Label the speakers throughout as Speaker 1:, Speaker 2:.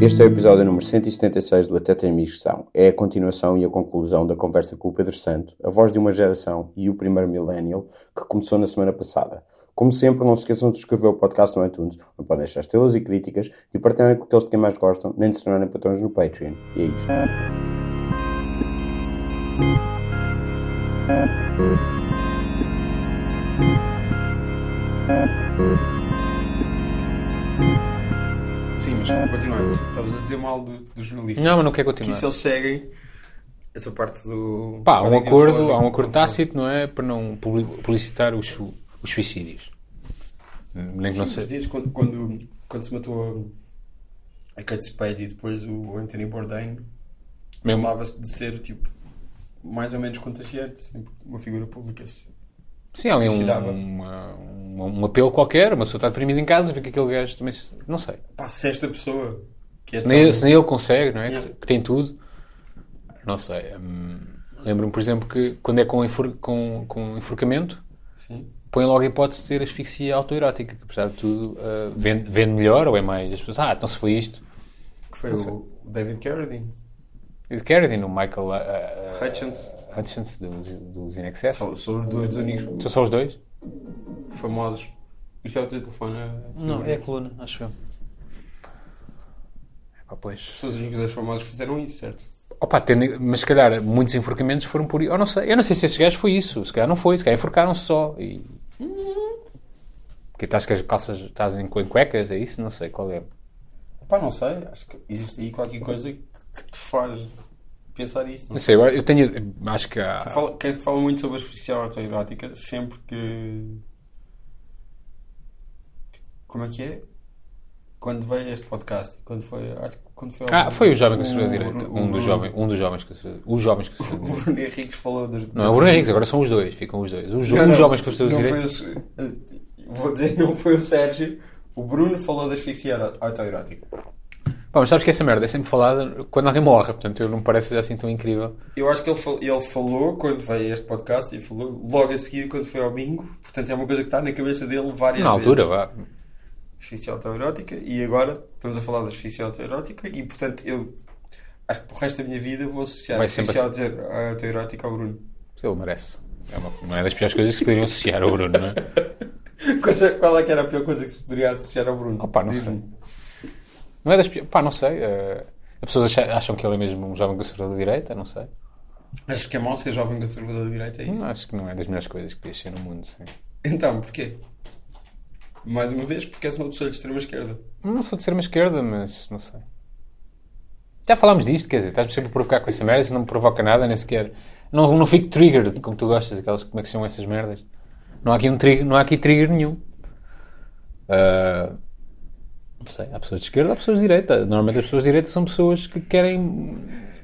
Speaker 1: Este é o episódio número 176 do Até Tem Missão. É a continuação e a conclusão da conversa com o Pedro Santo, a voz de uma geração e o primeiro millennial, que começou na semana passada. Como sempre, não se esqueçam de subscrever o podcast no iTunes, não podem deixar estrelas e críticas, de partilharem com aqueles de quem mais gostam, nem de se tornarem patrões no Patreon. E é isto.
Speaker 2: Sim, mas continuando. Estavas a dizer mal do, do jornalista.
Speaker 3: Não, mas não quer
Speaker 2: que
Speaker 3: continuar.
Speaker 2: isso eles seguem essa parte do.
Speaker 3: Pá, há um
Speaker 2: Podem
Speaker 3: acordo,
Speaker 2: após-
Speaker 3: há um acordo tácito, não é? Para não publi- publicitar os, su- os suicídios. Hum, Nem que não
Speaker 2: Sim,
Speaker 3: seja.
Speaker 2: os dias quando, quando, quando se matou a, a Kate Spade e depois o Anthony Bourdain,
Speaker 3: Mesmo-
Speaker 2: falava-se de ser tipo mais ou menos contagiante, assim, porque uma figura pública. se-
Speaker 3: Sim, há ali um,
Speaker 2: suicidava.
Speaker 3: uma- uma- um apelo qualquer, uma pessoa está deprimida em casa, vê que aquele gajo também. se- Não sei.
Speaker 2: Pá, se esta pessoa que é
Speaker 3: Se nem,
Speaker 2: tão-
Speaker 3: se nem ele consegue, não é?
Speaker 2: Yeah.
Speaker 3: Que, que tem tudo. Não sei. hum, Lembro-me, por exemplo, que quando é com, enfor- com, com enforcamento,
Speaker 2: Sim.
Speaker 3: põe logo a hipótese de ser asfixia autoerótica, que apesar de tudo ah, vende, vende melhor ou é mais. As pessoas, ah, então se foi isto.
Speaker 2: Que foi o David Carradine.
Speaker 3: Ed Carradine, o Michael ah, ah,
Speaker 2: Hutchins.
Speaker 3: Hutchins dos, dos In Excess.
Speaker 2: São, são os dois únicos
Speaker 3: São só os dois?
Speaker 2: famosos. Isto é o teu telefone? é?
Speaker 3: é a coluna, acho eu. Ah, pois.
Speaker 2: São os únicos dois famosos que fizeram isso, certo?
Speaker 3: Opa, tendo- mas se calhar muitos enforcamentos foram por. Eu não sei, eu não sei se esses gajos foi isso. Se calhar não foi, se calhar enforcaram-se só. E... Porque estás com as calças, estás em cu- em cuecas, é isso? Não sei qual é.
Speaker 2: Pá, não sei, acho que existe aí qualquer coisa que te faz pensar isso.
Speaker 3: Não
Speaker 2: Não sei.
Speaker 3: sei, agora eu tenho. Acho que há.
Speaker 2: Fala, quem é fala muito sobre a artificial autoerótica sempre que. Como é que é? Quando veio este podcast, quando foi. Acho que quando foi.
Speaker 3: Ah, foi o jovem que se fez a
Speaker 2: direita
Speaker 3: direita. Um dos jovens, um dos jovens que se fez. Os jovens que se fez a
Speaker 2: O
Speaker 3: direita.
Speaker 2: Bruno Henriques falou dos.
Speaker 3: Não é o Bruno Henriques, agora são os dois, ficam os dois. Os, jo-
Speaker 2: Não,
Speaker 3: os
Speaker 2: não,
Speaker 3: jovens que se fez a
Speaker 2: não
Speaker 3: direita.
Speaker 2: foi o Se- eh, Vou dizer, não foi o Sérgio. O Bruno falou da asfixia autoerótica.
Speaker 3: Pá, mas sabes que essa merda é sempre falada quando alguém morre, portanto eu não me parece assim tão incrível.
Speaker 2: Eu acho que ele, fal- ele falou quando veio a este podcast e falou logo a seguir quando foi ao bingo. Portanto, é uma coisa que está na cabeça dele várias
Speaker 3: Na
Speaker 2: vezes.
Speaker 3: altura, vá.
Speaker 2: Asfixia autoerótica e agora estamos a falar da asfixia autoerótica e, portanto, eu acho que para o resto da minha vida vou associar a
Speaker 3: Vai sempre assim.
Speaker 2: asfixia auto- autoerótica ao Bruno.
Speaker 3: Se ele merece. É uma, não é das piores coisas que se poderiam associar ao Bruno, não é?
Speaker 2: Coisa- qual é que era a pior coisa que se poderia associar ao Bruno?
Speaker 3: Opa, não
Speaker 2: Diz-me.
Speaker 3: sei. Não é das piores. Pá, não sei. eh, as pessoas acha- acham que ele é mesmo um jovem conservador da direita, não sei.
Speaker 2: Achas que é mau ser jovem conservador de direita? É isso?
Speaker 3: Não, acho que não é das melhores coisas que podias ser no mundo, sim.
Speaker 2: Então, porquê? Mais uma vez, porque és uma pessoa de extrema esquerda.
Speaker 3: Não sou de ser uma esquerda, mas não sei. Já falámos disto, quer dizer, estás-me sempre a provocar com essa merda, isso não me provoca nada, nem sequer. Não, não fico triggered, como tu gostas, aquelas, como é que se chamam essas merdas. Não há aqui, um trigger, não há aqui trigger nenhum. Ah, não sei, há pessoas de esquerda, há pessoas de direita. Normalmente as pessoas de direita são pessoas que querem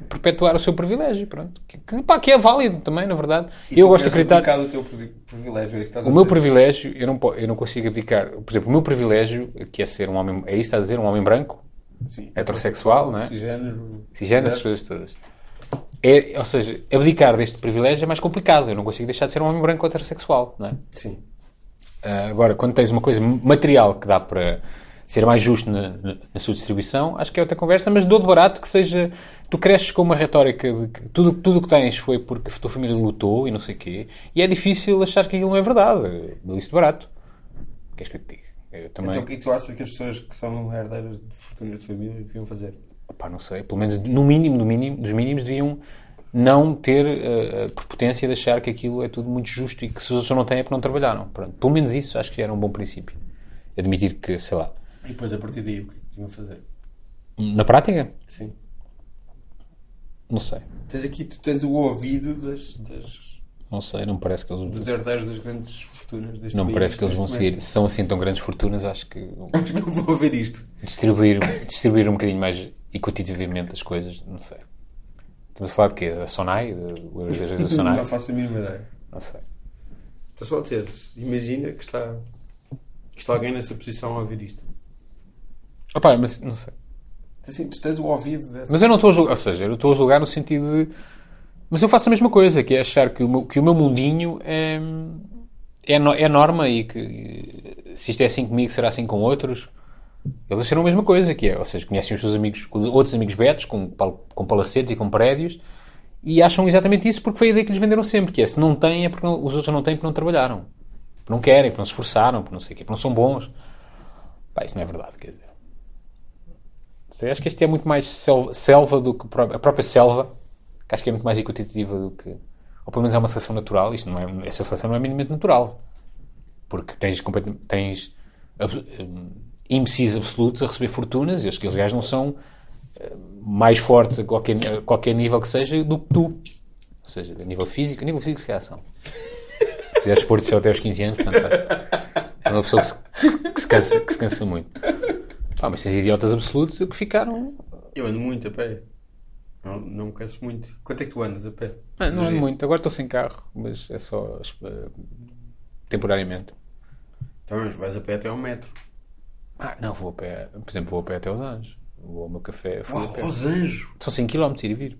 Speaker 3: perpetuar o seu privilégio, pronto. Que, que, pá, que é válido também, na verdade.
Speaker 2: E
Speaker 3: eu
Speaker 2: tu
Speaker 3: gosto de
Speaker 2: queres
Speaker 3: acreditar.
Speaker 2: aplicar o teu privi- privilégio, é isso que estás a
Speaker 3: O meu
Speaker 2: dizer.
Speaker 3: privilégio, eu não, po- eu não consigo aplicar. Por exemplo, o meu privilégio, que é ser um homem, é isso que está a dizer, um homem branco,
Speaker 2: Sim.
Speaker 3: heterossexual, não é?
Speaker 2: Esse género.
Speaker 3: Cisgénero, essas coisas todas. É, ou seja, abdicar deste privilégio é mais complicado. Eu não consigo deixar de ser um homem branco heterossexual, não é?
Speaker 2: Sim.
Speaker 3: Ah, agora, quando tens uma coisa material que dá para ser mais justo na, na- na sua distribuição, acho que é outra conversa, mas dou de barato que seja... Tu cresces com uma retórica de que tudo tudo o que tens foi porque a tua família lutou e não sei o quê, e é difícil achar que aquilo não é verdade. Dou isso de barato. Queres que eu te diga? Eu também...
Speaker 2: Então, o que é que tu achas que as pessoas que são herdeiras de fortunas de família deviam fazer?
Speaker 3: Pá, não sei, pelo menos no mínimo, do mínimo dos mínimos deviam não ter eh, a prepotência de achar que aquilo é tudo muito justo e que se os outros não têm é porque não trabalharam. Pronto, pelo menos isso acho que era um bom princípio. Admitir que, sei lá,
Speaker 2: E depois, a partir daí, o que é que deviam fazer?
Speaker 3: na prática,
Speaker 2: Sim.
Speaker 3: não sei,
Speaker 2: Tens aqui, tu tens o ouvido das, das-
Speaker 3: não sei, não me parece que eles,
Speaker 2: dos herdeiros das grandes fortunas deste
Speaker 3: não me
Speaker 2: país.
Speaker 3: parece que eles vão
Speaker 2: neste
Speaker 3: seguir. Se são assim tão grandes fortunas, acho que
Speaker 2: momento. Acho que não vão ver isto.
Speaker 3: distribuir, distribuir um bocadinho mais equitativamente as coisas, não sei. Estamos a falar de quê? Da Sonai? Da, das leis da
Speaker 2: Não
Speaker 3: Sonai?
Speaker 2: faço a mínima ideia.
Speaker 3: Não sei.
Speaker 2: Estou Então, só a dizer, imagina que está, que está alguém nessa posição a ouvir isto.
Speaker 3: Opa, mas não sei.
Speaker 2: Assim, tu tens o ouvido dessa.
Speaker 3: Mas eu não estou a julgar, ou seja, eu estou a julgar no sentido de. Mas eu faço a mesma coisa, que é achar que o meu, que o meu mundinho é, é, no- é norma e que se isto é assim comigo, será assim com outros. Eles acharam a mesma coisa, que é, ou seja, conhecem os seus amigos, com outros amigos betos, com, pal- com palacetes e com prédios, e acham exatamente isso porque foi a ideia que lhes venderam sempre, que é, se não têm, é porque não- os outros não têm porque não trabalharam, porque não querem, porque não se esforçaram, porque não sei o quê, porque não são bons. Pá, isso não é verdade, quer dizer. Sei, acho que este é muito mais selva, selva do que pró- a própria selva, que acho que é muito mais equitativa do que. Ou pelo menos é uma seleção natural, isto não é, essa seleção não é minimamente natural. Porque tens, complet- tens abs- hum, imbecis absolutos a receber fortunas e acho que aqueles gajos não são eh, mais fortes a qualquer, a qualquer nível que seja do que tu. Ou seja, a nível físico, a nível físico se calhar são. Fizeste desporto só até aos 15 anos, portanto, é uma pessoa que se, que se cansa, que se cansa muito. Pá, mas tens idiotas absolutos que ficaram.
Speaker 2: Eu ando muito a pé. Não, não me canso muito. Quanto é que tu andas a pé?
Speaker 3: Ah, não
Speaker 2: Por
Speaker 3: ando
Speaker 2: dia?
Speaker 3: muito, agora estou sem carro, mas é só eh, temporariamente.
Speaker 2: Então, mas vais a pé até ao metro.
Speaker 3: Ah, não, vou a pé, por exemplo, vou a pé até Os Anjos. Vou ao meu café, fui a
Speaker 2: Uau,
Speaker 3: pé.
Speaker 2: aos anjos!
Speaker 3: São 5km ir e vir.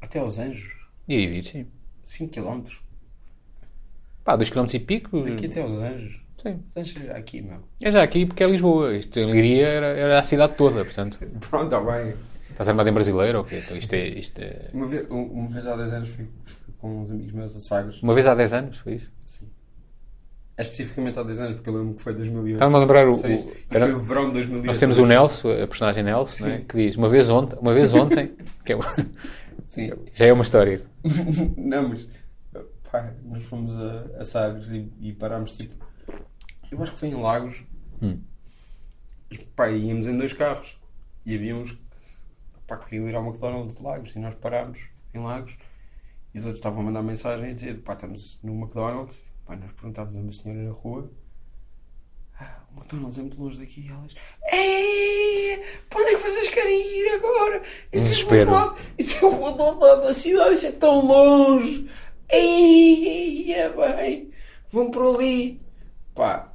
Speaker 2: Até aos anjos.
Speaker 3: Ir e vir, sim.
Speaker 2: 5km.
Speaker 3: Pá, 2km e pico.
Speaker 2: Daqui até aos anjos.
Speaker 3: Sim.
Speaker 2: Os anjos é aqui, meu.
Speaker 3: É já aqui porque é Lisboa. Isto em Liria era, era a cidade toda, portanto.
Speaker 2: Pronto, está bem.
Speaker 3: Estás armado em brasileiro ou quê? Então isto é, isto é-
Speaker 2: Uma vez, uma vez há 10 anos fui, fui com uns amigos meus a Sagres.
Speaker 3: Uma vez há 10 anos, foi isso?
Speaker 2: É especificamente há 10 anos, porque eu lembro que foi 2008.
Speaker 3: Estava-me a lembrar o-
Speaker 2: Só isso.
Speaker 3: o-
Speaker 2: E
Speaker 3: era-
Speaker 2: Foi o verão de 2008.
Speaker 3: Nós temos o Nelson, a personagem Nelson, né, que diz: Uma vez ontem, uma vez ontem que é,
Speaker 2: Sim.
Speaker 3: já é uma história.
Speaker 2: não, mas pá, nós fomos a, a Sagres e, e parámos tipo. Eu acho que foi em Lagos. E pá, íamos em dois carros. E havia uns que pá, queriam ir ao McDonald's de Lagos. E assim nós parámos em Lagos. E os outros estavam a mandar mensagem a dizer: pá, estamos no McDonald's. Pá, nós perguntámos a uma senhora na rua. "Ah, O McDonald's é muito longe daqui. E elas. Ei! Para onde é que vocês querem ir agora? Isso é
Speaker 3: Desespero.
Speaker 2: do outro lado- isso é o outro lado da cidade, isso é tão longe. Ei, é bem. Vão por ali. Pá,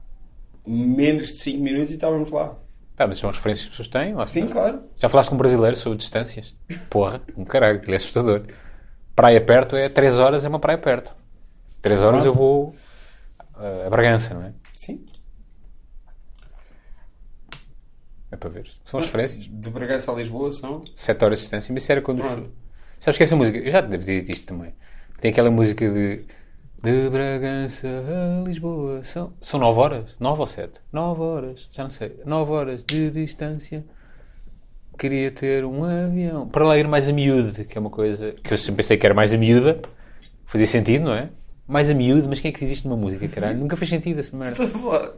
Speaker 2: menos de 5 minutos e estávamos lá.
Speaker 3: Pá, mas são as referências que as pessoas têm. lá
Speaker 2: Sim,
Speaker 3: está.
Speaker 2: claro.
Speaker 3: Já falaste com um brasileiro sobre distâncias? Porra, um caralho, aquilo é assustador. Praia perto é 3 horas, é uma praia perto. 3 horas eu vou eh, a Bragança, não é?
Speaker 2: Sim.
Speaker 3: É para ver. São as referências.
Speaker 2: De Bragança a Lisboa são.
Speaker 3: 7 horas de distância, mas isso era quando. os-
Speaker 2: Pronto.
Speaker 3: Sabes que essa música, eu já te devo ter dito isto também. Tem aquela música de. De Bragança a Lisboa. São, são 9 horas? 9 ou 7? 9 horas, já não sei. 9 horas de distância. Queria ter um avião. Para lá ir mais a miúde, que é uma coisa que eu sempre pensei que era mais a miúda. Fazia sentido, não é? Mais a miúde, mas quem é que existe numa música, caralho? Nunca fez sentido essa merda.
Speaker 2: Estás a falar.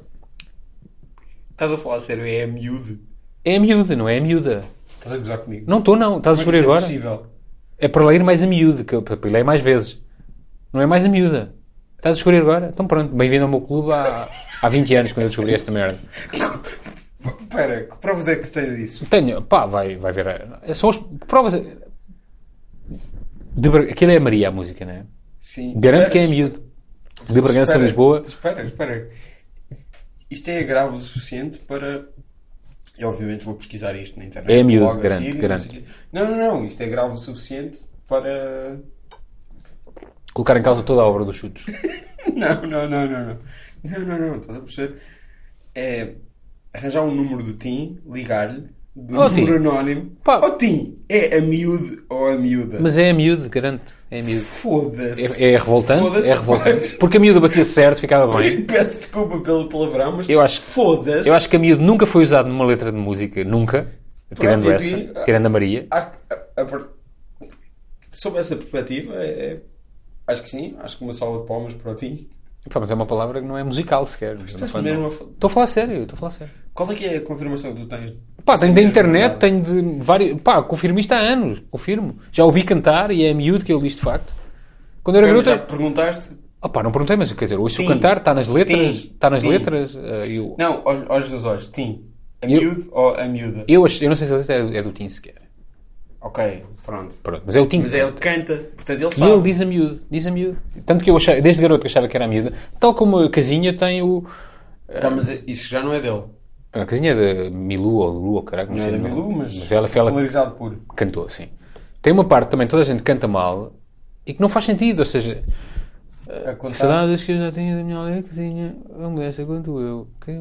Speaker 2: Estás a falar sério, é a miúde.
Speaker 3: É a miúda, não é a miúda.
Speaker 2: Estás a gozar comigo.
Speaker 3: Não estou, não. Estás a
Speaker 2: Como é
Speaker 3: descobrir
Speaker 2: que isso é
Speaker 3: agora?
Speaker 2: possível?
Speaker 3: É para ler mais a miúdo, que eu para ler mais vezes. Não é mais a miúda. Estás a descobrir agora? Então pronto, bem-vindo ao meu clube há, há 20 anos quando eu descobri esta merda.
Speaker 2: Espera, que provas é que tu tens disso?
Speaker 3: Tenho, pá, vai, vai ver. eh, São as provas. eh, De, Bra- aquilo é a Maria a música, não é?
Speaker 2: Sim.
Speaker 3: Garanto que é a
Speaker 2: Espera,
Speaker 3: miúdo. De Bragança a
Speaker 2: Espera,
Speaker 3: Lisboa.
Speaker 2: Espera, espera. Isto é grave o suficiente para. Eu, obviamente, vou pesquisar isto na internet.
Speaker 3: É a miúdo,
Speaker 2: logo a
Speaker 3: grande,
Speaker 2: seguir, não
Speaker 3: grande.
Speaker 2: sei o quê. Não, não, não. Isto é grave o suficiente para.
Speaker 3: Colocar em causa toda a obra dos chutos.
Speaker 2: Não, não, não, não. Não, não, não. não estás a perceber? É arranjar um número do TIM, ligar-lhe, do
Speaker 3: Oh,
Speaker 2: número
Speaker 3: Tim.
Speaker 2: anónimo.
Speaker 3: Pá.
Speaker 2: Oh, TIM! É a miúde ou a miúda?
Speaker 3: Mas é a miúdo, garanto. É a miúdo.
Speaker 2: Foda-se.
Speaker 3: É, é revoltante,
Speaker 2: Foda-se,
Speaker 3: é revoltante. Porque a miúda batia certo, ficava bem.
Speaker 2: Peço desculpa pelo palavrão, mas.
Speaker 3: Eu acho-
Speaker 2: Foda-se.
Speaker 3: Eu acho que a miúdo nunca foi usado numa letra de música, nunca. Tirando
Speaker 2: Pronto,
Speaker 3: essa,
Speaker 2: e vi-
Speaker 3: tirando a Maria.
Speaker 2: Acho que, a- a per- sob essa perspectiva, é- é- acho que sim. Acho que uma salva de palmas para ti.
Speaker 3: Pá, mas é uma palavra que não é musical sequer. Não
Speaker 2: Estás
Speaker 3: faz-
Speaker 2: mesmo
Speaker 3: não.
Speaker 2: a fa-
Speaker 3: Estou a falar sério, estou a falar sério.
Speaker 2: Qual é que é a confirmação que tu tens?
Speaker 3: Pá, tenho da
Speaker 2: Sim, é
Speaker 3: internet,
Speaker 2: mesmo,
Speaker 3: tenho de vários. Pá, confirmo isto há anos, confirmo. Já ouvi cantar e é miúdo que eu li isto de facto. Quando eu era
Speaker 2: verdade. Já
Speaker 3: garota.
Speaker 2: perguntaste?
Speaker 3: Ah, pá, não perguntei, mas quer dizer, ouço o
Speaker 2: Sim.
Speaker 3: cantar, está nas letras,
Speaker 2: Sim.
Speaker 3: está nas
Speaker 2: Sim.
Speaker 3: letras. eh, eu,
Speaker 2: Não, olhos olhos nos olhos. Tim. A
Speaker 3: Eu-
Speaker 2: miúdo ou a miúda?
Speaker 3: eu, acho- eu não sei se a letra é do, é do Tim sequer.
Speaker 2: Ok, pronto.
Speaker 3: Pronto, mas é o Tim.
Speaker 2: Mas ele canta, portanto ele
Speaker 3: E ele
Speaker 2: sabe.
Speaker 3: diz a miúdo, diz a miúdo. Tanto que eu achava, desde garoto que achava que era a miúda, tal como a casinha tem o.
Speaker 2: Tá, mas isso já não é dele.
Speaker 3: A casinha é da Milu ou Lu, ou caraca, não,
Speaker 2: Não é
Speaker 3: sei.
Speaker 2: da
Speaker 3: o nome.
Speaker 2: Milu, mas,
Speaker 3: ela, foi ela
Speaker 2: polarizado puro.
Speaker 3: cantou, sim. Tem uma parte também, toda a gente canta mal e que não faz sentido, ou seja,
Speaker 2: A contar,
Speaker 3: Saudades que eu já tinha da minha aldeia que tinha uma modesta quanto eu. Que bem.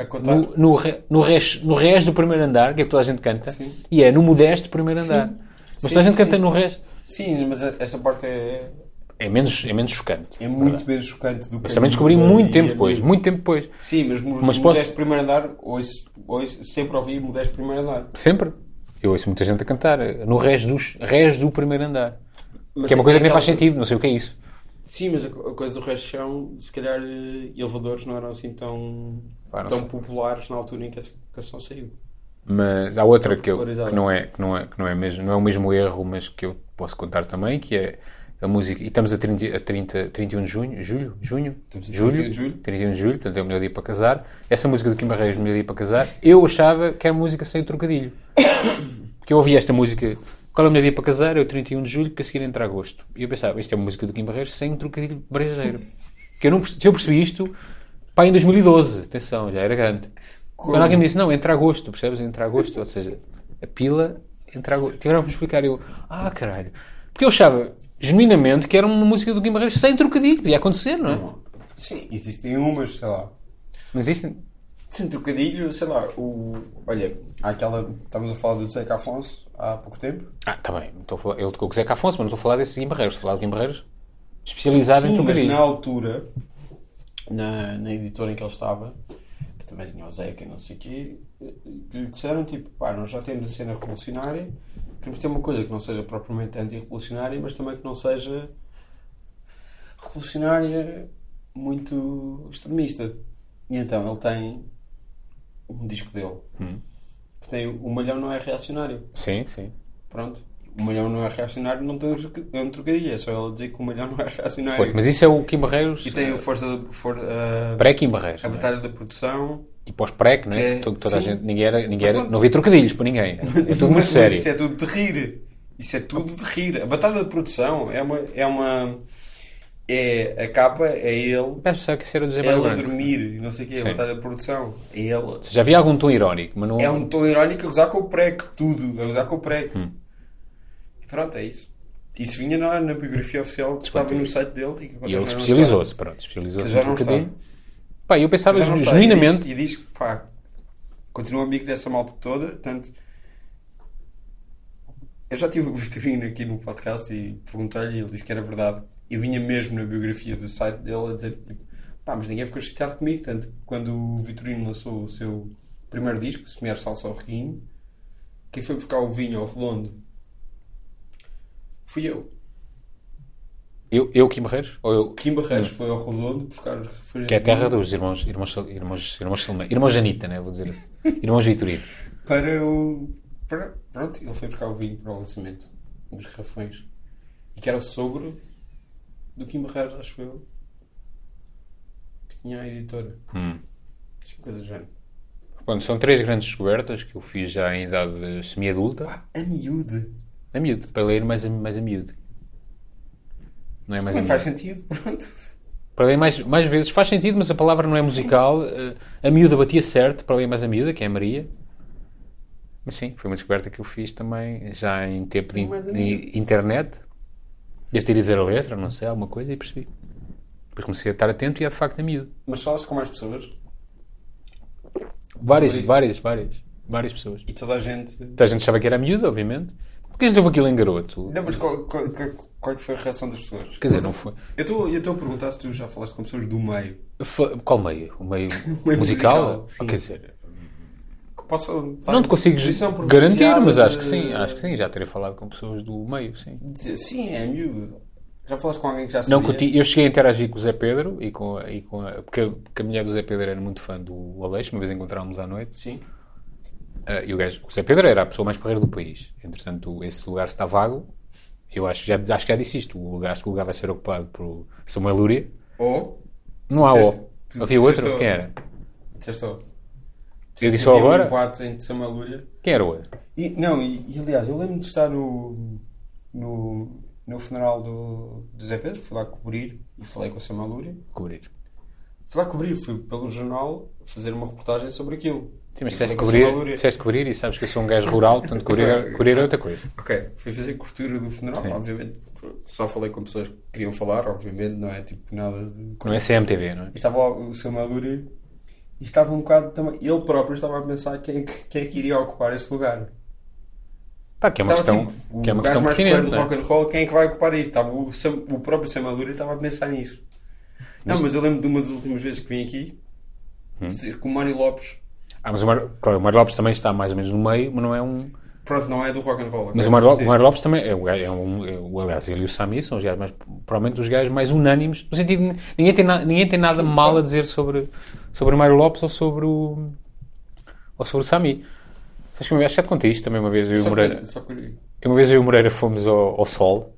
Speaker 2: a contar
Speaker 3: No, no, re- no, res, no res do primeiro andar, que é que toda a gente canta,
Speaker 2: Sim.
Speaker 3: e é no modesto primeiro andar. Mas
Speaker 2: Sim,
Speaker 3: toda a gente
Speaker 2: sim.
Speaker 3: canta no res.
Speaker 2: Sim, mas a- essa parte é,
Speaker 3: É menos, é menos chocante.
Speaker 2: é muito menos chocante do que.
Speaker 3: Mas também descobri muito tempo depois, muito tempo depois.
Speaker 2: Sim, mas,
Speaker 3: Mas
Speaker 2: mas
Speaker 3: posso-
Speaker 2: Modesto Primeiro Andar, hoje, hoje sempre ouvi Modesto Primeiro Andar.
Speaker 3: Sempre. Eu ouço muita gente a cantar eh, no res, dos, res do primeiro andar.
Speaker 2: Mas
Speaker 3: que é uma coisa que nem
Speaker 2: aquela-
Speaker 3: faz sentido, não sei o que é isso.
Speaker 2: Sim, mas a, co- a coisa do resto do chão, se calhar eh, elevadores não eram assim tão,
Speaker 3: Pá, não
Speaker 2: tão
Speaker 3: sei.
Speaker 2: populares na altura em que essa canção saiu.
Speaker 3: Mas há outra que, eu,
Speaker 2: popularizada.
Speaker 3: que, não, é, que, não, é, que não, é mesmo, não é o mesmo erro, mas que eu posso contar também, que é a música. E estamos a, 30, a 30, 31 de junho, julho, junho,
Speaker 2: Estamos a
Speaker 3: julho,
Speaker 2: 31 de julho.
Speaker 3: 31 de julho, portanto é o melhor dia para casar. Essa música do Kim Barreiros, o melhor dia para casar, eu achava que era música sem o trocadilho. Porque eu ouvi esta música, qual é o melhor dia para casar? É o 31 de julho, que a seguir entra agosto. E eu pensava, isto é uma música do Kim Barreiros sem o trocadilho brejeiro. Porque eu não, perce- se eu percebi isto, pá, em 2012, atenção, já era grande. Quando alguém me disse, não, entra agosto, percebes? Entra agosto, ou seja, a pila entra agosto. Tiveram para explicar, eu, ah, caralho. Porque eu achava, genuinamente, que era uma música do Kim Barreiros sem trocadilho, podia acontecer, não é?
Speaker 2: Sim, existem umas, sei lá.
Speaker 3: Mas isto...
Speaker 2: Sim, trocadilho, sei lá. O, olha, há aquela. Estávamos a falar do Zeca Afonso há pouco tempo.
Speaker 3: Ah, tá bem. não Estou a falar... Ele tocou com o Zeca Afonso, mas não estou a falar desse Guim Barreiros. Estou a falar do Guim Barreiros especializado em
Speaker 2: Sim, mas
Speaker 3: trocadilho.
Speaker 2: na altura, na, na editora em que ele estava, que também tinha o Zeca e não sei o quê, que lhe disseram tipo, pá, nós já temos a cena revolucionária, queremos ter uma coisa que não seja propriamente anti-revolucionária, mas também que não seja revolucionária muito extremista. E então ele tem um disco dele,
Speaker 3: Hum.
Speaker 2: que tem O Malhão Não É Reacionário.
Speaker 3: Sim, sim.
Speaker 2: Pronto. O malhão não é reacionário, não tem um trocadilho. É só ele dizer que o malhão não é reacionário.
Speaker 3: Pois, mas isso é o Guim Barreiros
Speaker 2: E tem a força da- for- a-
Speaker 3: pré-Guim Barreiros.
Speaker 2: a
Speaker 3: não é?
Speaker 2: batalha da produção.
Speaker 3: Tipo aos prec, não é?
Speaker 2: Que é-
Speaker 3: Todo- Toda a
Speaker 2: sim.
Speaker 3: gente... Ninguém era... Ninguém era...
Speaker 2: pronto.
Speaker 3: Não havia trocadilhos para ninguém. É tudo muito
Speaker 2: Mas- mas
Speaker 3: sério.
Speaker 2: Isso é tudo de rir. Isso é tudo de rir. A batalha da produção é uma. É uma é, a capa é ele,
Speaker 3: Mas pensava que isso era do Zé
Speaker 2: é ele a
Speaker 3: Branco.
Speaker 2: dormir, e não sei o quê. A
Speaker 3: Sim.
Speaker 2: batalha da produção é ele.
Speaker 3: Já havia algum tom irónico, mas não...
Speaker 2: É um tom irónico a gozar com o prego, tudo, a gozar com o prego.
Speaker 3: Hum.
Speaker 2: E Pronto, é isso. Isso vinha na, na biografia oficial que estava no site dele. que agora
Speaker 3: E
Speaker 2: já
Speaker 3: ele
Speaker 2: não está.
Speaker 3: especializou-se, Um pronto. Especializou-se
Speaker 2: Que já
Speaker 3: em
Speaker 2: não está.
Speaker 3: trocadilho. Pá, eu
Speaker 2: Já
Speaker 3: pensava
Speaker 2: não está.
Speaker 3: genuinamente...
Speaker 2: E diz, e diz que, pá, continua amigo dessa malta toda, tanto... Eu já tive o Vitorino aqui no podcast e perguntei-lhe e ele disse que era verdade. E vinha mesmo na biografia do site dele a dizer, tipo, pá, mas ninguém ficou chateado comigo, tanto que quando o Vitorino lançou o seu primeiro disco, Semear Salsa ao Reguinho, quem foi buscar o vinho ao Redondo fui eu.
Speaker 3: Eu, eu Guim Barreiros? Ou eu...
Speaker 2: Kim Barreiros foi ao Redondo buscar os referentes.
Speaker 3: Hum. Que é a terra dos irmãos, irmãos, Sal- irmãos, irmãos, Salme- irmãos Janita, né? Vou dizer assim. Irmãos Vitorino.
Speaker 2: para o. Para, pronto, ele foi buscar o vinho para o lançamento dos garrafões. E que era o sogro do Kim Barreiros, acho eu, que tinha a editora.
Speaker 3: Hum.
Speaker 2: Assim, Coisa do género.
Speaker 3: Pronto, são três grandes descobertas que eu fiz já em idade semi-adulta.
Speaker 2: Pá, Ah, a miúde.
Speaker 3: A miúdo, para ler mais a, mais a miúdo. Não é mais a
Speaker 2: Também faz
Speaker 3: miúdo.
Speaker 2: sentido, pronto.
Speaker 3: Para ler mais, mais vezes faz sentido, mas a palavra não é musical. Eh, A miúda batia certo para ler mais a miúda, que é a Maria. Mas sim, foi uma descoberta que eu fiz também já em tempo de,
Speaker 2: Sim, mais a
Speaker 3: de
Speaker 2: miúdo.
Speaker 3: internet. Devo ter ido dizer a letra, não sei, alguma coisa, e percebi. Depois comecei a estar atento e é de facto a miúdo.
Speaker 2: Mas falaste com mais pessoas
Speaker 3: Várias,
Speaker 2: Sobre isso.
Speaker 3: várias, várias. Várias pessoas.
Speaker 2: e toda a gente.
Speaker 3: Então a gente achava que era miúdo, obviamente. Porque a gente ouve aquilo em garoto.
Speaker 2: Não, mas qual, qual, qual- qual é que foi a reação das pessoas?
Speaker 3: Quer dizer, não foi.
Speaker 2: Eu estou eu estou a perguntar se tu já falaste com pessoas do meio.
Speaker 3: Foi- Qual meio? O meio,
Speaker 2: meio
Speaker 3: musical?
Speaker 2: musical, sim.
Speaker 3: quer dizer,
Speaker 2: Que possam estar
Speaker 3: não
Speaker 2: em
Speaker 3: te consigo
Speaker 2: posição
Speaker 3: garantir, mas
Speaker 2: privilegiada
Speaker 3: acho que sim,
Speaker 2: de-
Speaker 3: acho que sim. Já terei falado com pessoas do meio, sim.
Speaker 2: Dizer, eh, sim, é miúdo. Já falaste com alguém que já sabia?
Speaker 3: Não, que eu ti- eu cheguei a interagir com o Zé Pedro e com, a- e com a, porque, a- porque a mulher do Zé Pedro era muito fã do Aleixo, uma vez encontrámos à noite.
Speaker 2: Sim.
Speaker 3: Ah, e o gajo, o Zé Pedro era a pessoa mais porreira do país. Entretanto, esse lugar está vago. Eu acho, já, acho que já disse isto. O lugar, acho que o lugar vai ser ocupado por Samuel Lúria.
Speaker 2: Ou
Speaker 3: Não há
Speaker 2: disseste-
Speaker 3: O.
Speaker 2: tu
Speaker 3: Havia
Speaker 2: disseste
Speaker 3: outro?
Speaker 2: O.
Speaker 3: Quem era?
Speaker 2: disseste ó.
Speaker 3: Eu disse só
Speaker 2: havia Um
Speaker 3: agora?
Speaker 2: empate entre Samuel Lúria.
Speaker 3: Quem era o outro?
Speaker 2: E, não, e, e, aliás, eu lembro-me de estar no, no, no funeral do, do Zé Pedro, fui lá cobrir e falei com o Samuel Lúria.
Speaker 3: Cobrir.
Speaker 2: Fui lá cobrir, fui pelo jornal fazer uma reportagem sobre aquilo.
Speaker 3: Sim, mas
Speaker 2: Isso
Speaker 3: disseste
Speaker 2: não consigo
Speaker 3: cobrir,
Speaker 2: valorizar.
Speaker 3: disseste cobrir e sabes que eu sou um gajo rural, portanto cobrir, cobrir é outra coisa.
Speaker 2: Ok, fui fazer cobertura do funeral,
Speaker 3: Sim.
Speaker 2: obviamente. Só falei com pessoas que queriam falar, obviamente, não é tipo nada de.
Speaker 3: Não é CMTV, não é?
Speaker 2: E Estava o seu Maduri e estava um bocado também. Ele próprio estava a pensar quem, é que- quem é que iria ocupar esse lugar.
Speaker 3: Pá, que é uma
Speaker 2: Estava,
Speaker 3: questão,
Speaker 2: tipo,
Speaker 3: que é uma
Speaker 2: o gajo
Speaker 3: questão
Speaker 2: mais perto do
Speaker 3: pertinente. não é?
Speaker 2: rock and roll, quem é que vai ocupar isto? Estava o, Sam- o próprio Sam Maduri estava a pensar nisso. Não, mas eu lembro de uma das últimas vezes que vim aqui
Speaker 3: Hum?
Speaker 2: dizer que o Mário Lopes,
Speaker 3: Ah, mas o Mar... claro, o Mário Lopes também está mais ou menos no meio, mas não é um.
Speaker 2: pronto, não é do rock and roll.
Speaker 3: Mas
Speaker 2: ok?
Speaker 3: o Mário Lopes,
Speaker 2: Sim.
Speaker 3: o Mário Lopes também é um gajo. É um, é, o- aliás, ele e o Sami são os gajos mais. Provavelmente os gajos mais unânimes. No sentido, de ninguém tem, na- ninguém tem nada mal a dizer sobre, sobre o Mário Lopes ou sobre o. ou sobre o Sami. Sabes que eu acho que já te contei isto também uma vez. Eu e o
Speaker 2: Só
Speaker 3: Moreira.
Speaker 2: que- só que-
Speaker 3: Eu, Uma vez eu e o Moreira fomos ao, ao Sol,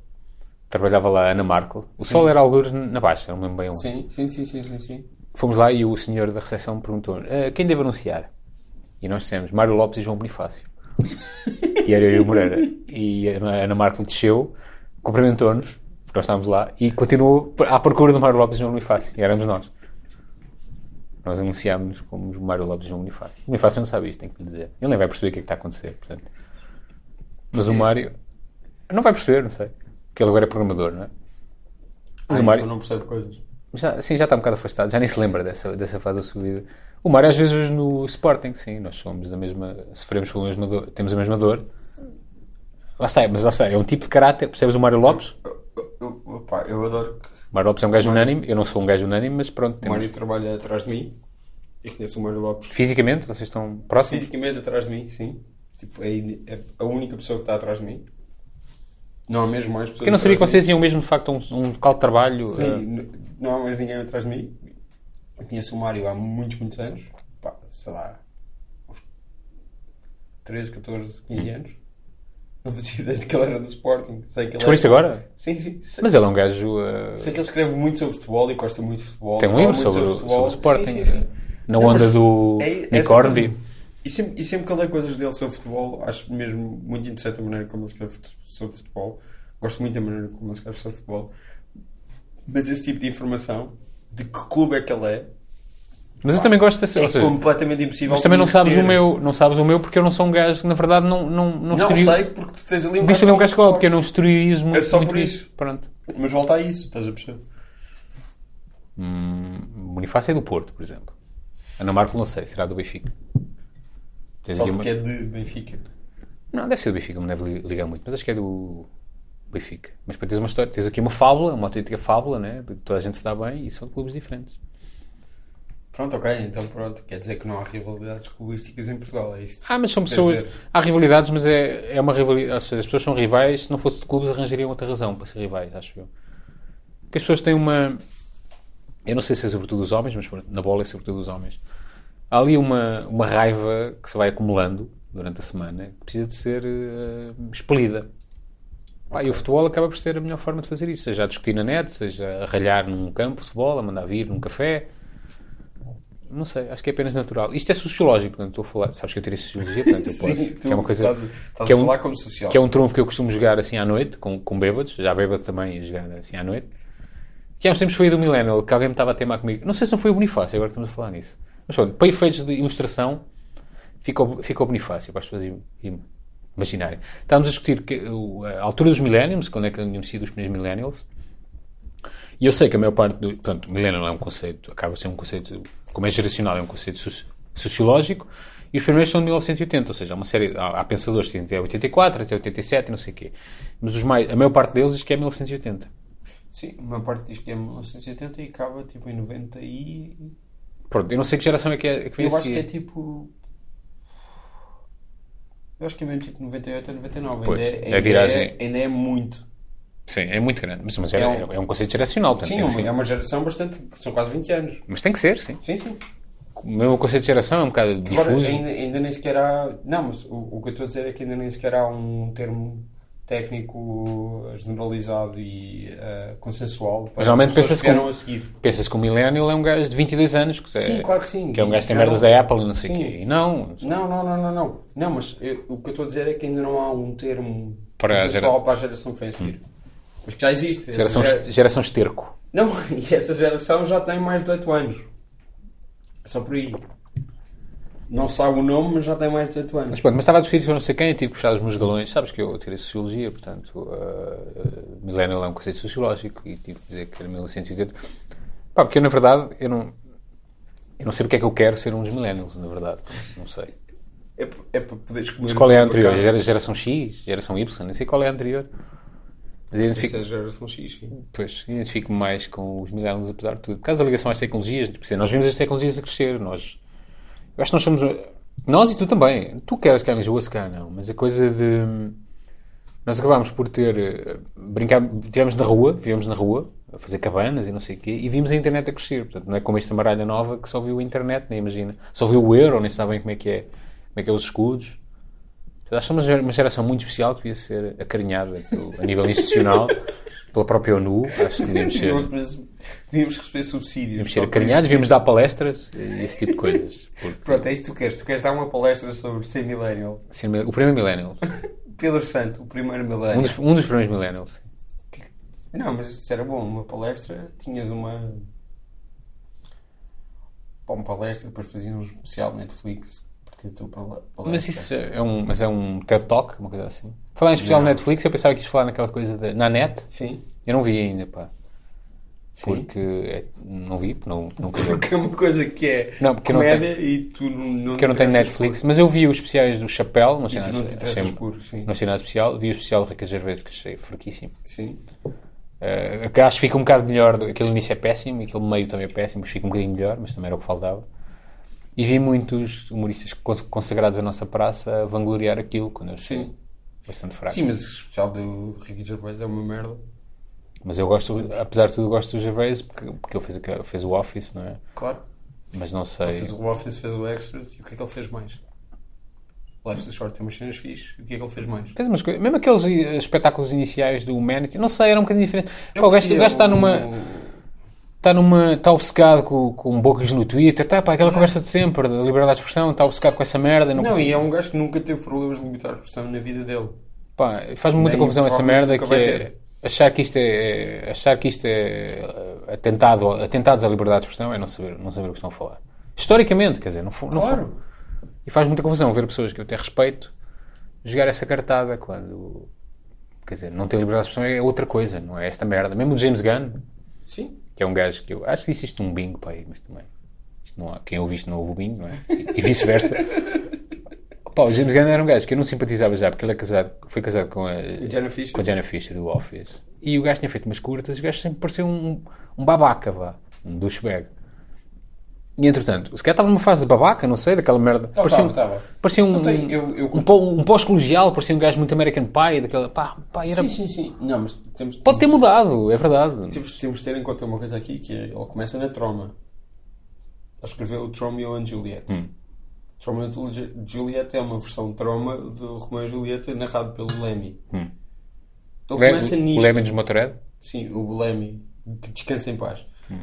Speaker 3: trabalhava lá a Ana Markel. O Sol era alguns na Baixa, não me lembro bem onde.
Speaker 2: Sim, sim, sim, sim, sim, sim.
Speaker 3: Fomos lá e o senhor da recepção perguntou "Ah, quem deve anunciar? E nós dissemos Mário Lopes e João Bonifácio. e era eu e o Moreira. E a Ana Markel desceu, cumprimentou-nos, porque nós estávamos lá, e continuou à procura do Mário Lopes e João Bonifácio. E éramos nós. Nós anunciámos como os Mário Lopes e João Bonifácio. O Bonifácio não sabe isto, tenho que lhe dizer. Ele nem vai perceber o que é que está a acontecer, portanto. Mas o
Speaker 2: É.
Speaker 3: Mário... Não vai perceber, não sei. Porque ele agora é programador, não é?
Speaker 2: Ah,
Speaker 3: o Mário-
Speaker 2: então não percebe coisas.
Speaker 3: já, sim, já está um bocado afastado, já nem se lembra dessa, dessa fase da sua vida. O Mário às vezes no Sporting, sim, nós somos da mesma, sofremos pela mesma dor, temos a mesma dor. Lá está, mas lá está, é um tipo de caráter, percebes o Mário Lopes?
Speaker 2: Eu, eu- opá, eu adoro que
Speaker 3: O Mário Lopes é um gajo unânime, eu não sou um gajo unânime, mas pronto,
Speaker 2: o
Speaker 3: temos.
Speaker 2: Mário trabalha atrás de mim. Eu conheço o Mário Lopes
Speaker 3: Fisicamente, vocês estão próximos?
Speaker 2: fisicamente atrás de mim, sim. Tipo, é, in- é a única pessoa que está atrás de mim. Não há mesmo mais pessoas.
Speaker 3: Eu não sabia que
Speaker 2: atrás de
Speaker 3: vocês iam mesmo de facto a um, um local de trabalho. eh,
Speaker 2: mim. Sim, n- não há mais ninguém atrás de mim. Eu conheço o Mário há muitos, muitos anos. Pá, sei lá. Uns 13, 14, 15 anos. Não fazia ideia de que ele era do Sporting. Sei que ele
Speaker 3: Descobriste
Speaker 2: é-
Speaker 3: agora?
Speaker 2: Sim, sim. Sei,
Speaker 3: Mas ele é um gajo. eh,
Speaker 2: sei que ele escreve muito sobre futebol e gosta muito de futebol.
Speaker 3: tem um
Speaker 2: fala
Speaker 3: livro
Speaker 2: muito
Speaker 3: sobre, o- sobre o
Speaker 2: futebol.
Speaker 3: Sporting, né? eh,
Speaker 2: Sim, sim, sim.
Speaker 3: na
Speaker 2: Não,
Speaker 3: onda
Speaker 2: mas
Speaker 3: do
Speaker 2: é-
Speaker 3: Nick
Speaker 2: essa
Speaker 3: Hornby.
Speaker 2: coisa- E sempre, e sempre que eu leio coisas dele sobre futebol, acho mesmo muito interessante a maneira como ele escreve fut- sobre futebol. Gosto muito da maneira como ele escreve sobre futebol. Mas esse tipo de informação, de que clube é que ele é,
Speaker 3: Mas eu também gosto dessa.
Speaker 2: é
Speaker 3: ou seja,
Speaker 2: completamente impossível.
Speaker 3: Mas também
Speaker 2: de
Speaker 3: não sabes
Speaker 2: ter.
Speaker 3: o meu, não sabes o meu porque eu não sou um gajo que na verdade não não
Speaker 2: Não,
Speaker 3: não, exterior-
Speaker 2: sei, porque tu tens ali um
Speaker 3: Deixa
Speaker 2: gajo
Speaker 3: eu ver um
Speaker 2: que-
Speaker 3: gajo claro, porque eu não exteriorizo muito.
Speaker 2: É só
Speaker 3: muito
Speaker 2: por isso.
Speaker 3: Pronto.
Speaker 2: Mas volta a isso, estás a perceber?
Speaker 3: Hum, Bonifácio é do Porto, por exemplo. Ana Marco não sei, será do Benfica. Tens
Speaker 2: Só
Speaker 3: aqui uma-
Speaker 2: porque é de Benfica.
Speaker 3: Não, deve ser do Benfica, não deve li- ligar muito, mas acho que é do Benfica. Mas para teres uma história, tens aqui uma fábula, uma autêntica fábula, né? De que toda a gente se dá bem e são de clubes diferentes.
Speaker 2: Pronto, ok, então pronto. Quer dizer que não há rivalidades clubísticas em Portugal, é isso.
Speaker 3: Ah, mas são pessoas.
Speaker 2: dizer-
Speaker 3: Há rivalidades, mas é, é uma rivalidade. Ou seja, as pessoas são rivais. Se não fosse de clubes, arranjariam outra razão para ser rivais, acho eu. Porque as pessoas têm uma. Eu não sei se é sobretudo os homens, mas pronto, na bola é sobretudo os homens. Há ali uma, uma raiva que se vai acumulando durante a semana que precisa de ser eh, expelida. Pá, E o futebol acaba por ser a melhor forma de fazer isso. Seja a discutir na net, seja a ralhar num campo de futebol, a mandar vir num café. Não sei, acho que é apenas natural. Isto é sociológico, portanto, estou a falar. Sabes que eu tirei sociologia, portanto, eu posso.
Speaker 2: Sim, tu
Speaker 3: que é uma coisa.
Speaker 2: estás, estás
Speaker 3: que é
Speaker 2: a
Speaker 3: um-
Speaker 2: falar como social.
Speaker 3: que é um trunfo que eu costumo jogar assim à noite, com, com bêbados, já bêbado também e jogar assim à noite. Que há uns tempos foi do Millennial, que alguém me estava a teimar comigo. Não sei se não foi o Bonifácio, agora que estamos a falar nisso. Mas pronto, para efeitos de ilustração, fica o, fica o Bonifácio, para as pessoas im- im- imaginarem. Estávamos a discutir que, o- a altura dos Millennials, quando é que tinham sido os primeiros Millennials. E eu sei que a maior parte do. Portanto, Millennial é um conceito, acaba a ser um conceito, como é geracional, é um conceito soci- sociológico. E os primeiros são de 1980, ou seja, há uma série. Há, há pensadores que dizem até 84, até 87, não sei o quê. Mas os mais, a maior parte deles diz que é 1980.
Speaker 2: Sim, uma parte diz que é 1980 e acaba tipo em 90 e.
Speaker 3: Pronto, eu não sei que geração é que é. é Que vem
Speaker 2: Eu
Speaker 3: a
Speaker 2: acho que
Speaker 3: seguir.
Speaker 2: é tipo. Eu acho que é mesmo tipo 98 a 99.
Speaker 3: Pois,
Speaker 2: ainda é,
Speaker 3: a viragem.
Speaker 2: Ainda é, ainda é muito.
Speaker 3: Sim, é muito grande. Mas, mas é,
Speaker 2: É um-
Speaker 3: é um conceito geracional, portanto,
Speaker 2: Sim,
Speaker 3: tem que
Speaker 2: uma-
Speaker 3: ser.
Speaker 2: é uma geração bastante. São quase 20 anos.
Speaker 3: Mas tem que ser, sim.
Speaker 2: Sim, sim.
Speaker 3: O meu conceito de geração é um bocado
Speaker 2: Agora,
Speaker 3: difuso.
Speaker 2: ainda, ainda nem sequer há. Não, mas o, o que eu estou a dizer é que ainda nem sequer há um termo técnico eh, generalizado e eh, consensual para
Speaker 3: Mas normalmente
Speaker 2: as pessoas
Speaker 3: pensa-se
Speaker 2: que vieram
Speaker 3: como-
Speaker 2: a seguir.
Speaker 3: Pensa-se que o Millennial é um gajo de 22 anos, que,
Speaker 2: Sim,
Speaker 3: é,
Speaker 2: claro que sim.
Speaker 3: que é um gajo que tem
Speaker 2: Já
Speaker 3: merdas
Speaker 2: não-
Speaker 3: da Apple e não sei o
Speaker 2: Sim.
Speaker 3: quê. E não,
Speaker 2: Não, não, não, não, não. Não, mas eu- o que eu estou a dizer é que ainda não há um termo
Speaker 3: Para a Hum.
Speaker 2: consensual para a geração que vem a seguir. Mas que já existe. Essa
Speaker 3: geração,
Speaker 2: gera-
Speaker 3: geração esterco.
Speaker 2: Não, e essa geração já tem mais de 18 anos. É Só por aí. Não sabe o nome, mas já tem mais de 18
Speaker 3: Mas
Speaker 2: anos.
Speaker 3: pronto, mas estava a discutir com não sei quem, eu tive que puxar os meus galões, sabes que eu tirei Sociologia, portanto, uh, millennial é um conceito sociológico e tive que dizer que era 1980. Pá, porque eu, na verdade, eu não, eu não sei porque é que eu quero ser um dos millennials, na verdade, não sei.
Speaker 2: É, p- é para poderes comer.
Speaker 3: Mas qual é a
Speaker 2: tudo por
Speaker 3: anterior?
Speaker 2: casa.
Speaker 3: Gera- Geração X? Geração Y? Nem sei qual é a anterior. Mas eu
Speaker 2: Isso
Speaker 3: identifico,
Speaker 2: é geração X, sim.
Speaker 3: pois, identifico-me mais com os millennials, apesar de tudo. Por causa da ligação às tecnologias, tipo, assim, nós vimos as tecnologias a crescer, nós... Eu acho que nós somos... Nós e tu também. Tu queres cá em Lisboa, se calhar não, mas a coisa de... Nós acabámos por ter... eh, Brincar, estivemos na rua, vivemos na rua, a fazer cabanas e não sei o quê, e vimos a internet a crescer. Portanto, não é como esta maralha nova que só viu a internet, nem imagina. Só viu o euro, nem sabem como é que é, como é que é os escudos. Portanto, Acho que somos uma geração muito especial que devia ser acarinhada pelo- a nível institucional pela própria ONU. Acho que devíamos ser,
Speaker 2: Nós mesmo Devíamos receber subsídios.
Speaker 3: devíamos
Speaker 2: só
Speaker 3: ser
Speaker 2: por
Speaker 3: acarinhados,
Speaker 2: isso.
Speaker 3: devíamos dar palestras e esse tipo de coisas. Porque
Speaker 2: Pronto, é isso que tu queres. Tu queres dar uma palestra sobre ser millennial.
Speaker 3: ser mil- o primeiro millennial.
Speaker 2: Pedro Santo, o primeiro
Speaker 3: Um
Speaker 2: millennial.
Speaker 3: dos, um dos primeiros millennials.
Speaker 2: Não, mas isso era bom. Uma palestra, tinhas uma. Pá, uma palestra, depois fazias um especial Netflix. Porque a tua pala- palestra.
Speaker 3: Mas isso é um, mas é um TED Talk, uma coisa assim. Falar em especial
Speaker 2: Não.
Speaker 3: Netflix, eu pensava que ias falar naquela coisa da, na net.
Speaker 2: Sim.
Speaker 3: Eu não vi ainda, pá.
Speaker 2: Sim.
Speaker 3: Porque é- não vi, não, não queria.
Speaker 2: Porque é uma coisa que é
Speaker 3: Não, porque eu não
Speaker 2: comédia e tu não, não
Speaker 3: Porque eu não
Speaker 2: te
Speaker 3: tenho
Speaker 2: interessas
Speaker 3: Netflix, mas eu vi os especiais do Chapéu, não
Speaker 2: por-
Speaker 3: sei
Speaker 2: E tu
Speaker 3: nada,
Speaker 2: não te interessas
Speaker 3: achei-
Speaker 2: por, sim.
Speaker 3: não achei nada especial. Vi o especial do Rica Gervais, que achei fraquíssimo.
Speaker 2: Sim.
Speaker 3: Eh, que acho que fica um bocado melhor. do- Aquele início é péssimo, aquele meio também é péssimo, mas fica um bocadinho melhor, mas também era o que faltava. E vi muitos humoristas cons- consagrados à nossa praça a vangloriar aquilo, quando eu achei
Speaker 2: Sim.
Speaker 3: bastante fraco.
Speaker 2: Sim, mas o especial do Ricky Gervais é uma merda.
Speaker 3: Mas eu gosto, apesar de tudo, gosto do Gervais, porque, porque ele fez, aquele- fez o Office, não é?
Speaker 2: Claro.
Speaker 3: Mas não
Speaker 2: Ele
Speaker 3: sei.
Speaker 2: fez o Office, fez o Extras e o que é que ele fez mais? Life's a Short tem umas cenas fixe. O que é que ele fez mais?
Speaker 3: Fez umas coisas, mesmo aqueles eh, espetáculos iniciais do Humanity, não sei, era um bocadinho diferente.
Speaker 2: Eu
Speaker 3: Pá, o gajo o
Speaker 2: curtia
Speaker 3: gajo está
Speaker 2: o-
Speaker 3: numa. Está numa. Está obcecado com, com bocas no Twitter, está pá, aquela conversa de sempre, da liberdade de expressão, está obcecado com essa merda. Não,
Speaker 2: Não,
Speaker 3: consigo-
Speaker 2: e é um gajo que nunca teve problemas de limitar a expressão na vida dele.
Speaker 3: pá, faz-me muita
Speaker 2: Nem
Speaker 3: confusão essa
Speaker 2: provavelmente
Speaker 3: merda que
Speaker 2: nunca vai
Speaker 3: é
Speaker 2: ter.
Speaker 3: achar que isto é. achar que isto é eh, atentado, atentados à liberdade de expressão é não saber, não saber o que estão a falar. Historicamente, quer dizer, não, fo- não fo-
Speaker 2: Claro.
Speaker 3: E faz muita confusão ver pessoas que eu até respeito jogar essa cartada quando. Quer dizer, não ter liberdade de expressão é outra coisa, não é esta merda. Mesmo o James Gunn,
Speaker 2: Sim.
Speaker 3: que é um gajo que eu. Acho que disse isto num bingo, pá, aí, mas também. Isto não há, quem ouve isto não ouve o bingo, não é? E, e vice-versa. Pá, o James Gunn era um gajo que eu não simpatizava já, porque ele é casado, foi casado com a,
Speaker 2: Jenna Fischer.
Speaker 3: com a Jenna Fischer do Office. E o gajo tinha feito umas curtas e o gajo sempre pareceu um, um babaca, vá. Um douchebag. E entretanto, se calhar estava numa fase de babaca, não sei, daquela merda. parecia, um-
Speaker 2: estava, estava.
Speaker 3: parecia um,
Speaker 2: Tá, Eu tenho- eu- eu-
Speaker 3: um, po- um pós-colegial, parecia um gajo muito American Pie, daquela. Pá, pá, era-
Speaker 2: Sim, Tipo, sim, sim. Não, mas temos,
Speaker 3: Pode ter mudado, é verdade.
Speaker 2: temos, temos de ter em conta uma coisa aqui que é, ele começa na troma. Ele escreveu o Romeo and Juliet.
Speaker 3: Hum.
Speaker 2: Romeo and Ju- Juliet é uma versão troma do Romeo e Julieta narrado pelo Lemmy. Ele
Speaker 3: Le-
Speaker 2: começa nisto.
Speaker 3: o Hum. Lemmy dos Motorhead?
Speaker 2: Sim, o Lemmy, que descansa em paz.
Speaker 3: Hum.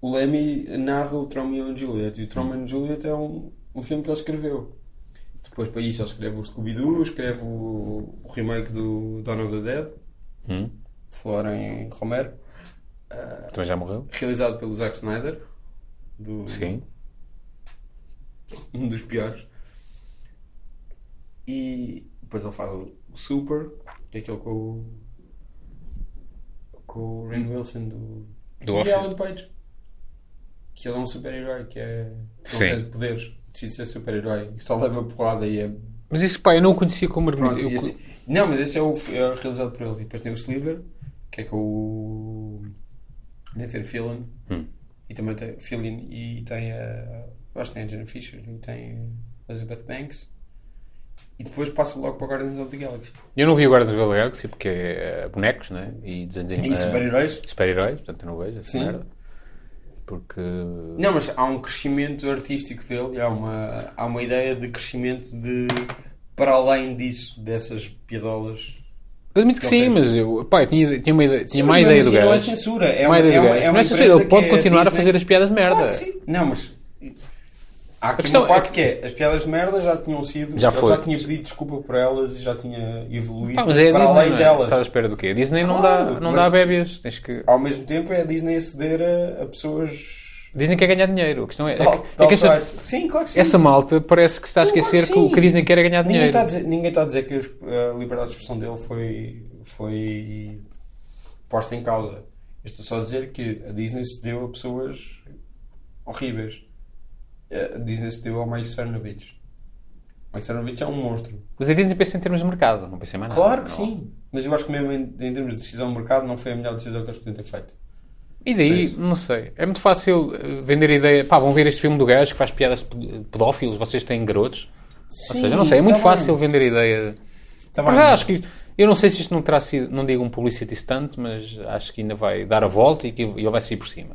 Speaker 2: O Lemmy narra o Tromeo and Juliet. E o Tromeo
Speaker 3: Hum.
Speaker 2: and Juliet é um, um filme que ele escreveu. Depois, para isso, ele escreve o Scooby-Doo, escreve o, o remake do Dawn of the Dead,
Speaker 3: Hum.
Speaker 2: Florem Romero,
Speaker 3: Também já morreu?
Speaker 2: realizado pelo Zack Snyder, do,
Speaker 3: Sim.
Speaker 2: um dos piores. E depois ele faz o o Super, que é aquele com o, com o Rainn Wilson do
Speaker 3: Hum. Do
Speaker 2: e
Speaker 3: Office.
Speaker 2: Alan Page. Que ele é um super-herói, que é. Não
Speaker 3: Sim.
Speaker 2: tem poderes, decide ser super-herói e só leva porrada e é.
Speaker 3: Mas isso, pá, eu não o conhecia como
Speaker 2: Pronto,
Speaker 3: argumento.
Speaker 2: e
Speaker 3: Eu
Speaker 2: esse- Não, mas esse é o, é o realizado por ele. E depois tem o Sliver, que é com o. Nathan Fillion.
Speaker 3: Hum.
Speaker 2: E também tem Fillion e tem a. Acho que tem a Jenna Fisher e tem a Elizabeth Banks. E depois passa logo para o Guardians of the Galaxy.
Speaker 3: Eu não vi o Guardians of the Galaxy porque é bonecos, né? E desenhos
Speaker 2: E
Speaker 3: animados.
Speaker 2: super-heróis?
Speaker 3: Super-heróis, portanto eu não vejo essa
Speaker 2: Sim.
Speaker 3: merda. Porque.
Speaker 2: Não, mas há um crescimento artístico dele, e há uma, há uma ideia de crescimento de para além disso, dessas piadolas.
Speaker 3: Eu admito que
Speaker 2: Não
Speaker 3: sim,
Speaker 2: fez.
Speaker 3: mas eu, pá, eu tinha, tinha uma ideia,
Speaker 2: Sim,
Speaker 3: tinha
Speaker 2: mas
Speaker 3: má
Speaker 2: mesmo
Speaker 3: ideia do
Speaker 2: assim
Speaker 3: gajo.
Speaker 2: Não é censura, é
Speaker 3: Má
Speaker 2: uma,
Speaker 3: ideia
Speaker 2: é
Speaker 3: do
Speaker 2: uma,
Speaker 3: gajo.
Speaker 2: é
Speaker 3: Não
Speaker 2: uma
Speaker 3: é censura, ele
Speaker 2: empresa
Speaker 3: pode
Speaker 2: que é
Speaker 3: continuar a
Speaker 2: Disney.
Speaker 3: fazer as piadas de merda.
Speaker 2: Claro que sim. Não, mas há aqui
Speaker 3: questão
Speaker 2: uma parte que é as piadas de merda já tinham sido,
Speaker 3: Já
Speaker 2: ele
Speaker 3: foi.
Speaker 2: já tinha pedido desculpa por elas e já tinha evoluído
Speaker 3: Pá, mas é a
Speaker 2: para
Speaker 3: Disney,
Speaker 2: além
Speaker 3: não é?
Speaker 2: delas.
Speaker 3: Estás à espera do quê? A Disney não
Speaker 2: Claro,
Speaker 3: dá, não
Speaker 2: mas-
Speaker 3: dá bébias. Tens que...
Speaker 2: Ao mesmo tempo é a Disney a ceder a, a pessoas
Speaker 3: Disney quer ganhar dinheiro. A questão é, é,
Speaker 2: Tal-
Speaker 3: que- é
Speaker 2: tal
Speaker 3: que esta-
Speaker 2: rights. Sim, claro que sim.
Speaker 3: essa malta parece que se está a
Speaker 2: Claro que
Speaker 3: esquecer que
Speaker 2: sim.
Speaker 3: o que a Disney quer é ganhar
Speaker 2: Ninguém
Speaker 3: dinheiro.
Speaker 2: está a dizer, ninguém está a dizer que a liberdade de expressão dele foi, foi posta em causa. Estou só a dizer que a Disney se deu a pessoas horríveis. A Disney se deu ao Mike Cernovich. Mike Cernovich é um monstro.
Speaker 3: Mas a Disney pensa em termos de mercado, não pensa em mais nada.
Speaker 2: Claro que
Speaker 3: Não.
Speaker 2: sim. Mas eu acho que mesmo em, em termos de decisão de mercado não foi a melhor decisão que eles podiam ter feito.
Speaker 3: E daí,
Speaker 2: Sim.
Speaker 3: não sei, é muito fácil eh, vender a ideia, pá, vão ver este filme do gajo que faz piadas ped- pedófilos, vocês têm garotos. Ou seja, não sei, é muito fácil vender a ideia. Mas acho que, eu não sei se isto não terá sido, não digo um publicity stunt, mas acho que ainda vai dar a volta e que ele vai sair por cima.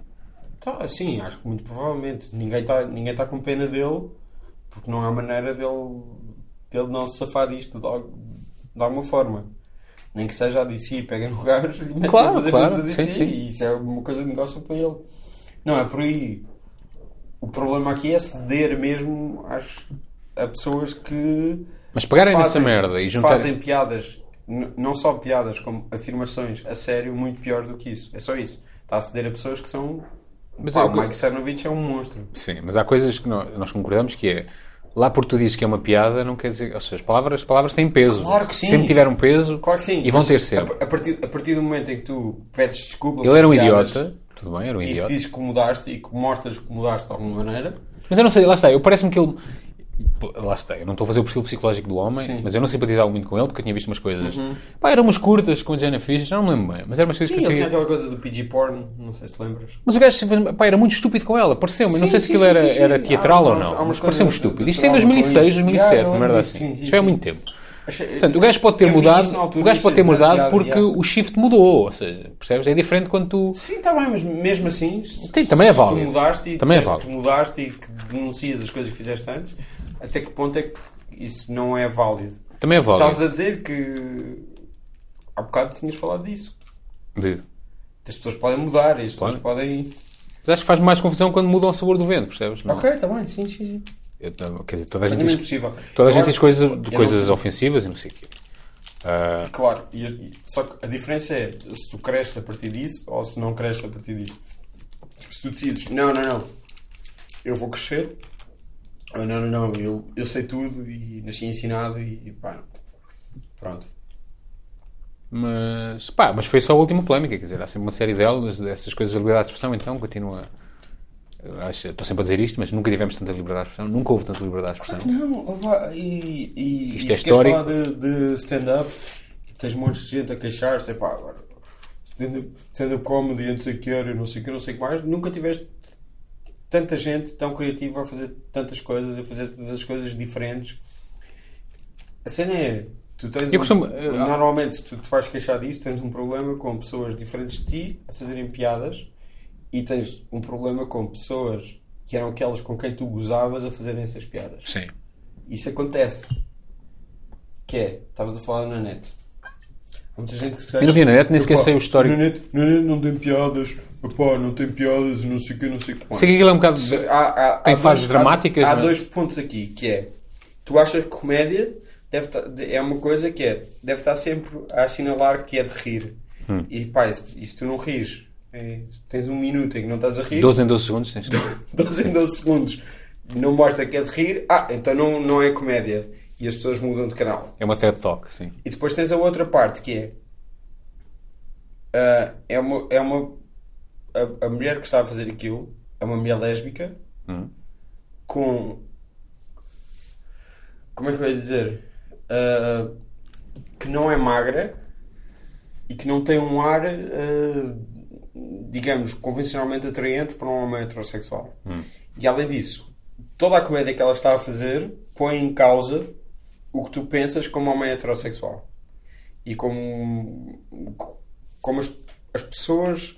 Speaker 2: Tá, sim, acho que muito provavelmente. Ninguém está ninguém tá com pena dele, porque não há maneira dele, dele não se safar disto de, al- de alguma forma. Nem que seja a DC, pega no gajo e mete
Speaker 3: Claro,
Speaker 2: a fazer
Speaker 3: claro,
Speaker 2: filme da
Speaker 3: sim,
Speaker 2: DC.
Speaker 3: sim.
Speaker 2: E isso é uma coisa de negócio para ele. Não, é por aí. O problema aqui é ceder mesmo às, a pessoas que
Speaker 3: Mas pegarem nessa
Speaker 2: fazem-
Speaker 3: merda e juntarem.
Speaker 2: Fazem piadas, n- não só piadas, como afirmações a sério muito piores do que isso. É só isso. Está a ceder a pessoas que são.
Speaker 3: Mas
Speaker 2: Pá,
Speaker 3: é
Speaker 2: o
Speaker 3: que-
Speaker 2: Mike Cernovich é um monstro.
Speaker 3: Sim, mas há coisas que nó- nós, concordamos que é. Lá porque tu dizes que é uma piada, não quer dizer. Ou seja, as palavras, as palavras têm peso.
Speaker 2: Claro que sim.
Speaker 3: Sempre tiveram peso
Speaker 2: Claro que sim.
Speaker 3: e vão
Speaker 2: mas
Speaker 3: ter
Speaker 2: a,
Speaker 3: sempre.
Speaker 2: a partir, a partir do momento em que tu pedes desculpa. por
Speaker 3: Ele era um
Speaker 2: piadas
Speaker 3: idiota, tudo bem, era um
Speaker 2: E
Speaker 3: idiota.
Speaker 2: dizes que mudaste e que mostras que mudaste de alguma maneira.
Speaker 3: Mas eu não sei, lá está, eu parece-me que ele. Pô, Lá está, eu não estou a fazer o perfil psicológico do homem,
Speaker 2: Sim. Uhum.
Speaker 3: mas eu não simpatizava muito com ele porque eu tinha visto umas coisas. Pá, eram umas curtas com a Jenna Fischer, já não me lembro bem, mas eram umas coisas
Speaker 2: Sim,
Speaker 3: que eu
Speaker 2: ele tinha
Speaker 3: queria.
Speaker 2: aquela coisa do PG Porn, não sei se lembras.
Speaker 3: Mas o gajo se- pá, era muito estúpido com ela, pareceu-me. Não
Speaker 2: Sim,
Speaker 3: sei se
Speaker 2: sim,
Speaker 3: aquilo
Speaker 2: sim,
Speaker 3: era,
Speaker 2: sim, sim.
Speaker 3: era
Speaker 2: Há
Speaker 3: teatral ou
Speaker 2: umas- há
Speaker 3: não,
Speaker 2: umas
Speaker 3: mas pareceu-me
Speaker 2: coisas
Speaker 3: estúpido.
Speaker 2: de-
Speaker 3: Isto é em
Speaker 2: de trauma com
Speaker 3: 2006,
Speaker 2: isso.
Speaker 3: 2007,
Speaker 2: Ah, eu
Speaker 3: uma merda
Speaker 2: lembro
Speaker 3: assim.
Speaker 2: disso, sim,
Speaker 3: Isto foi há
Speaker 2: sim.
Speaker 3: muito tempo.
Speaker 2: Achei-
Speaker 3: Portanto, o gajo pode ter
Speaker 2: eu vi
Speaker 3: mudado,
Speaker 2: isso na altura,
Speaker 3: o gajo
Speaker 2: isto
Speaker 3: pode ter
Speaker 2: é
Speaker 3: mudado
Speaker 2: piada,
Speaker 3: porque
Speaker 2: yeah.
Speaker 3: o shift mudou, ou seja, percebes? É diferente quando tu.
Speaker 2: Sim, está bem, mas mesmo assim, se,
Speaker 3: Sim, também é
Speaker 2: se tu
Speaker 3: válido.
Speaker 2: mudaste e
Speaker 3: Também é
Speaker 2: disseste
Speaker 3: válido.
Speaker 2: que mudaste e que denuncias as coisas que fizeste antes, até que ponto é que isso não é válido?
Speaker 3: Também é
Speaker 2: Estavas
Speaker 3: válido.
Speaker 2: a dizer que há bocado tinhas falado disso.
Speaker 3: De-
Speaker 2: As pessoas podem mudar, as pessoas
Speaker 3: Claro.
Speaker 2: podem.
Speaker 3: Mas acho que faz mais confusão quando mudam o sabor do vento, percebes? Não.
Speaker 2: Ok, está bem, sim, sim, sim.
Speaker 3: Eu tam- quer dizer, toda a
Speaker 2: Mas não é
Speaker 3: gente Ah. diz
Speaker 2: impossível.
Speaker 3: Toda a
Speaker 2: Eu
Speaker 3: gente
Speaker 2: acho-
Speaker 3: diz coisas,
Speaker 2: eu
Speaker 3: coisas
Speaker 2: não-
Speaker 3: ofensivas e não sei o quê. Ah,
Speaker 2: Claro, e- e- só que a diferença é se tu cresces a partir disso ou se não cresces a partir disso. Se tu decides, não, não, não, eu vou crescer, ou não, não, não, eu, eu sei tudo e nasci ensinado e pá, pronto.
Speaker 3: mas, pá, mas foi só a última polémica, quer dizer, há sempre uma série delas, dessas coisas da liberdade de expressão, então continua. eu acho- eu Estou sempre a dizer isto, mas nunca tivemos tanta liberdade de expressão, nunca houve tanta liberdade de
Speaker 2: Claro
Speaker 3: expressão.
Speaker 2: que não, opa, e, e, e
Speaker 3: Isto é
Speaker 2: se queres
Speaker 3: histórico.
Speaker 2: falar de, de stand-up e tens um monte de gente a queixar-se, pá, agora stand-up- stand-up comedy, não sei o que era, não sei o que, não sei o que mais, nunca tiveste tanta gente tão criativa a fazer tantas coisas, a fazer tantas coisas diferentes. A cena é, tu tens
Speaker 3: Eu costumo-
Speaker 2: um,
Speaker 3: eu-
Speaker 2: normalmente se tu te vais queixar disso, tens um problema com pessoas diferentes de ti a fazerem piadas e tens um problema com pessoas que eram aquelas com quem tu gozavas a fazerem essas piadas
Speaker 3: Sim.
Speaker 2: isso acontece. Que é, estavas a falar na net. Há muita gente que se
Speaker 3: Eu não vi na net, nem sequer sei o histórico.
Speaker 2: Na net, na net não tem piadas, epá, não tem piadas, não sei o que, não sei o que. mais."
Speaker 3: Sei que aquilo é um bocado.
Speaker 2: Se- há- há-
Speaker 3: Tem
Speaker 2: há
Speaker 3: fases
Speaker 2: dois- há-
Speaker 3: dramáticas,
Speaker 2: Há,
Speaker 3: não é?
Speaker 2: dois pontos aqui, que é, tu achas que comédia deve ta- de- é uma coisa que é, deve estar sempre a assinalar que é de rir.
Speaker 3: Hum.
Speaker 2: E pá, e se- e se tu não rires, é, tens um minuto em que não estás a rir,
Speaker 3: 12 em 12 segundos tens.
Speaker 2: 12 em 12 segundos não mostra que é de rir, ah, então não, não é comédia. E as pessoas mudam de canal.
Speaker 3: É uma TED Talk, sim.
Speaker 2: E depois tens a outra parte que é. ah, é uma. É uma a, a mulher que está a fazer aquilo é uma mulher lésbica
Speaker 3: Hum.
Speaker 2: com. Como é que eu ia dizer? Ah, que não é magra e que não tem um ar, ah, digamos, convencionalmente atraente para um homem heterossexual. E além disso, toda a comédia que ela está a fazer põe em causa o que tu pensas como homem heterossexual e como, como as, as pessoas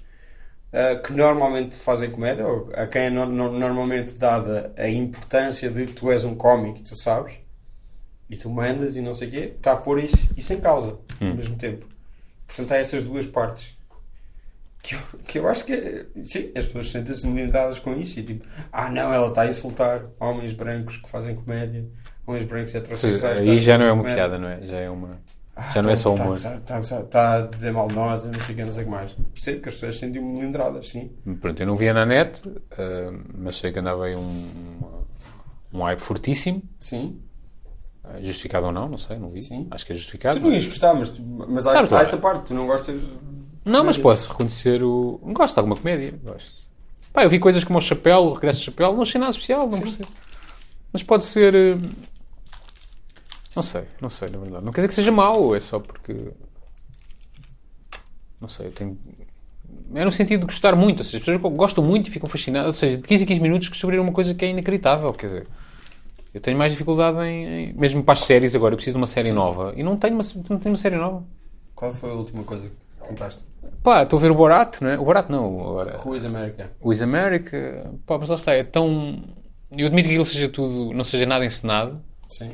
Speaker 2: ah, que normalmente fazem comédia, ou a quem é no- no- normalmente dada a importância de que tu és um cómico, tu sabes, e tu mandas e não sei o quê, está a pôr isso, isso em causa
Speaker 3: Hum.
Speaker 2: ao mesmo tempo. Portanto, há essas duas partes. Que eu, que eu acho que é- sim, as pessoas sentem-se indignadas com isso e tipo, ah não, ela está a insultar homens brancos que fazem comédia, homens brancos
Speaker 3: Ou seja,
Speaker 2: heterossexuais. que
Speaker 3: aí já
Speaker 2: fazem
Speaker 3: não é uma
Speaker 2: comédia."
Speaker 3: piada, não é? Já é uma.
Speaker 2: Ah,
Speaker 3: Já não
Speaker 2: tá,
Speaker 3: é só humor.
Speaker 2: Está tá, a dizer mal de nós, eu não sei o que, não sei o que mais. Percebo que as pessoas se sentiam melindradas, sim.
Speaker 3: Pronto, eu não via na net, ah, mas sei que andava aí um, um hype fortíssimo.
Speaker 2: Sim.
Speaker 3: Ah, Justificado ou não, não sei, não vi.
Speaker 2: Sim.
Speaker 3: Acho que é justificado.
Speaker 2: Tu não ias gostar, mas, tu- mas há,
Speaker 3: Sabes lá.
Speaker 2: há essa parte, tu não gostas.
Speaker 3: Não, mas posso reconhecer o. Gosto de alguma comédia. Gosto. Pá, eu vi coisas como o Chapéu, o Regresso do Chapéu, não achei nada especial, não percebo. Mas pode ser. eh, Não sei, não sei, na verdade. Não quer dizer que seja mau, é só porque. Não sei, eu tenho. É no sentido de gostar muito, ou seja, as pessoas gostam muito e ficam fascinadas, ou seja, de 15 em 15 minutos descobriram uma coisa que é inacreditável, quer dizer. Eu tenho mais dificuldade em, em- Mesmo para as séries agora, eu preciso de uma série nova. E não tenho uma, não tenho uma série nova.
Speaker 2: Qual foi a última coisa que contaste?
Speaker 3: Pá, estou a ver o Borat, não é? O Borat não, agora.
Speaker 2: Who is America?
Speaker 3: O Is America, pá, mas lá está, é tão. Eu admito que aquilo seja tudo, não seja nada encenado,
Speaker 2: Sim.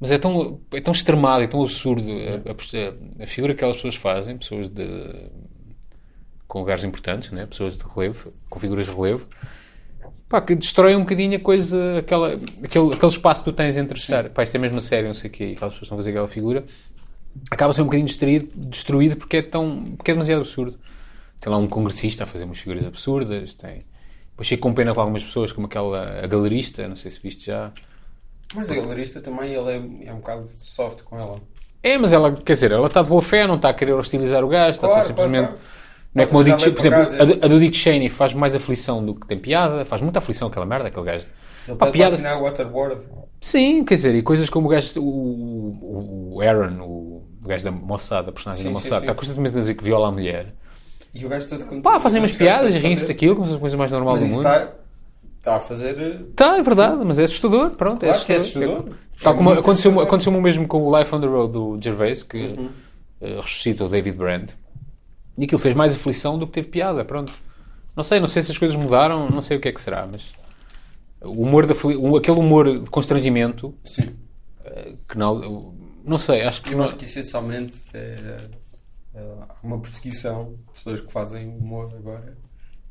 Speaker 3: mas é tão, é tão extremado, é tão absurdo a, a- a figura que aquelas pessoas fazem, pessoas de. com lugares importantes, né? pessoas de relevo, com figuras de relevo, pá, que destrói um bocadinho a coisa, aquela, aquele, aquele espaço que tu tens entre estar, pá, isto é mesmo a sério, não sei o quê, e aquelas pessoas estão a fazer aquela figura, acaba a ser um bocadinho destruído, destruído porque é tão, porque é demasiado absurdo. Tem lá um congressista a fazer umas figuras absurdas, tem... Depois fico com pena com algumas pessoas, como aquela a galerista, não sei se viste já.
Speaker 2: Mas a galerista também ele é, é um bocado soft com ela.
Speaker 3: É, mas ela, quer dizer, ela está de boa fé, não está a querer hostilizar o gajo, está só
Speaker 2: Claro,
Speaker 3: simplesmente.
Speaker 2: claro, claro.
Speaker 3: Não é como o
Speaker 2: Pode
Speaker 3: Dick Cheney, por
Speaker 2: mandar bem
Speaker 3: exemplo,
Speaker 2: para
Speaker 3: a do, a do Dick Cheney faz mais aflição do que tem piada, faz muita aflição aquela merda, aquele gajo.
Speaker 2: Ele
Speaker 3: Pá,
Speaker 2: pode
Speaker 3: piada-
Speaker 2: assinar o waterboard.
Speaker 3: Sim, quer dizer, e coisas como o gajo, o, o Aaron, o, o gajo da moçada, a personagem
Speaker 2: Sim,
Speaker 3: da
Speaker 2: sim,
Speaker 3: moçada,
Speaker 2: sim.
Speaker 3: está constantemente a dizer que viola a mulher.
Speaker 2: E é o gajo todo contente.
Speaker 3: Pá, fazem umas
Speaker 2: Os gajos
Speaker 3: piadas,
Speaker 2: todos
Speaker 3: riem-se
Speaker 2: contentes.
Speaker 3: daquilo, como se fosse a coisa mais normal
Speaker 2: Mas
Speaker 3: do
Speaker 2: isso tá-
Speaker 3: mundo.
Speaker 2: está, está a fazer. eh,
Speaker 3: Tá, é verdade, mas é assustador, pronto, é
Speaker 2: Claro que é
Speaker 3: assustador.
Speaker 2: assustador.
Speaker 3: É- Tal
Speaker 2: É
Speaker 3: como
Speaker 2: muito
Speaker 3: aconteceu,
Speaker 2: assustador.
Speaker 3: aconteceu o mesmo com o Life on the Road do Gervais, que
Speaker 2: Uhum.
Speaker 3: eh, ressuscita o David Brand. E aquilo fez mais aflição do que teve piada, pronto. Não sei, não sei se as coisas mudaram, não sei o que é que será, mas... O humor da... afli- o- Aquele humor de constrangimento, eh,
Speaker 2: Sim.
Speaker 3: que não... Não sei, acho que...
Speaker 2: Eu
Speaker 3: não-
Speaker 2: acho que essencialmente é, é uma perseguição. Pessoas que fazem humor agora.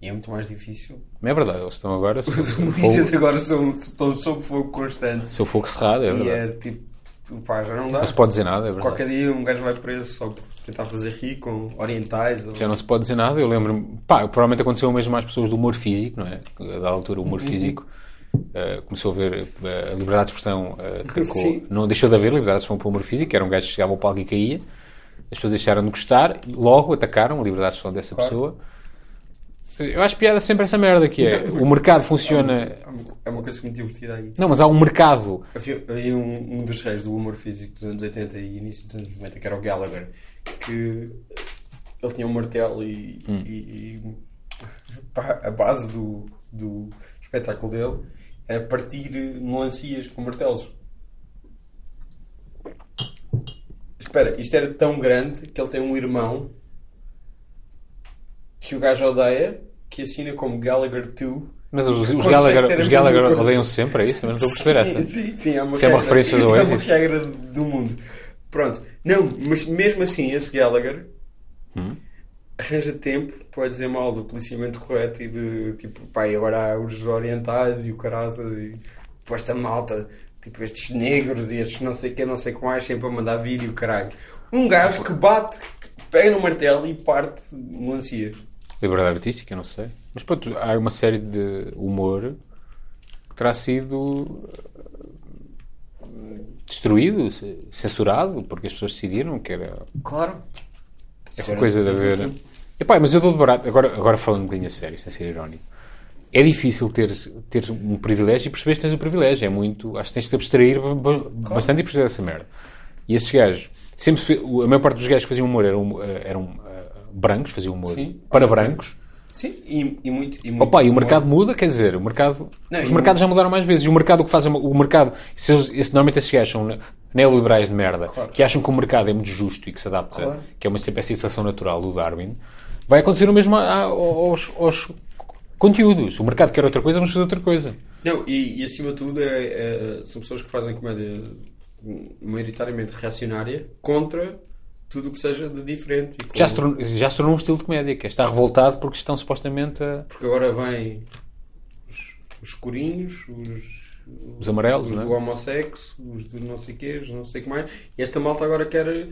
Speaker 2: E é muito mais difícil.
Speaker 3: É verdade, eles estão agora... sob
Speaker 2: Os
Speaker 3: fogo-
Speaker 2: humoristas É agora são, estão sob fogo constante.
Speaker 3: Seu fogo cerrado, é
Speaker 2: E
Speaker 3: verdade.
Speaker 2: é tipo. Pá, já não dá.
Speaker 3: Não se pode dizer nada, é verdade.
Speaker 2: Qualquer dia um gajo vai preso só por tentar fazer rir com orientais. Ou...
Speaker 3: Já não se pode dizer nada. Eu lembro-me, pá, provavelmente aconteceu mesmo mais pessoas do humor físico, não é? A Da altura, o humor
Speaker 2: Uhum.
Speaker 3: físico eh, começou a ver eh, a liberdade de expressão eh, trocou-
Speaker 2: Sim.
Speaker 3: não deixou de haver liberdade de expressão para o humor físico, era um gajo que chegava ao palco e caía. As pessoas deixaram de gostar, logo atacaram a liberdade de expressão dessa
Speaker 2: Claro.
Speaker 3: pessoa. Eu acho piada sempre essa merda que é. O mercado funciona.
Speaker 2: É uma- É uma coisa muito divertida aí.
Speaker 3: Não, mas há um mercado.
Speaker 2: Havia, havia um, um dos reis do humor físico dos anos 80 e início dos anos 90, que era o Gallagher, que ele tinha um martelo e, e- e, pá, a base do, do espetáculo dele era partir melancias com martelos. Espera, isto era tão grande que ele tem um irmão que o gajo odeia, que assina como Gallagher 2.
Speaker 3: Mas os, os
Speaker 2: Consegue ter
Speaker 3: Gallagher,
Speaker 2: a
Speaker 3: os
Speaker 2: mesma
Speaker 3: Gallagher
Speaker 2: coisa.
Speaker 3: odeiam-se sempre, é isso? Eu não estou a perceber
Speaker 2: sim,
Speaker 3: essa.
Speaker 2: Sim, sim, é uma,
Speaker 3: Isso é uma
Speaker 2: regra.
Speaker 3: referência do
Speaker 2: É uma
Speaker 3: Oasis.
Speaker 2: regra do mundo. Pronto. Não, mas mesmo assim, esse Gallagher
Speaker 3: Hum?
Speaker 2: arranja tempo para dizer mal do policiamento correto e de tipo, pá, e agora há os orientais e o caraças e pô, esta malta, tipo, estes negros e estes não sei o que, não sei o que mais, sempre a mandar vídeo, caralho. Um gajo que bate, pega no martelo e parte melancias.
Speaker 3: Liberdade artística, não sei. Mas pronto, há uma série de humor que terá sido eh, destruído, ce- censurado, porque as pessoas decidiram que era
Speaker 2: Claro.
Speaker 3: esta coisa de haver. Epá, mas eu dou de barato, agora, agora falando um bocadinho a sério, sem ser irónico. É difícil ter, ter um privilégio e perceber que tens o privilégio. É muito. Acho que tens de te abstrair ba- ba- bastante e perceber essa merda. E esses gajos, sempre se- o- a maior parte dos gajos que faziam humor eram, eh, eram eh, brancos, faziam humor
Speaker 2: Sim.
Speaker 3: para brancos.
Speaker 2: Sim, e, e muito. E muito
Speaker 3: Opa, e o
Speaker 2: humor.
Speaker 3: mercado muda, quer dizer, o mercado,
Speaker 2: Não,
Speaker 3: os
Speaker 2: e o-
Speaker 3: mercados já mudaram mais vezes. E o mercado o que faz é- o mercado, se eles- esse- normalmente esses gajos são ne- neoliberais de merda,
Speaker 2: Claro.
Speaker 3: que acham que o mercado é muito justo e que se adapta,
Speaker 2: Claro.
Speaker 3: que é uma espécie de seleção natural do Darwin, vai acontecer o mesmo a- a- aos, aos conteúdos. O mercado quer outra coisa, vamos fazer outra coisa.
Speaker 2: Não, e, e acima de tudo é- é- são pessoas que fazem comédia maioritariamente reacionária contra tudo o que seja de diferente. E com-
Speaker 3: Já se, tornou, já se tornou um estilo de comédia, que é estar revoltado porque estão supostamente a-
Speaker 2: Porque agora vêm os, os corinhos, os,
Speaker 3: os amarelos,
Speaker 2: os
Speaker 3: não é?
Speaker 2: do homossexo, os do não sei quê, os não sei o que mais. E esta malta agora quer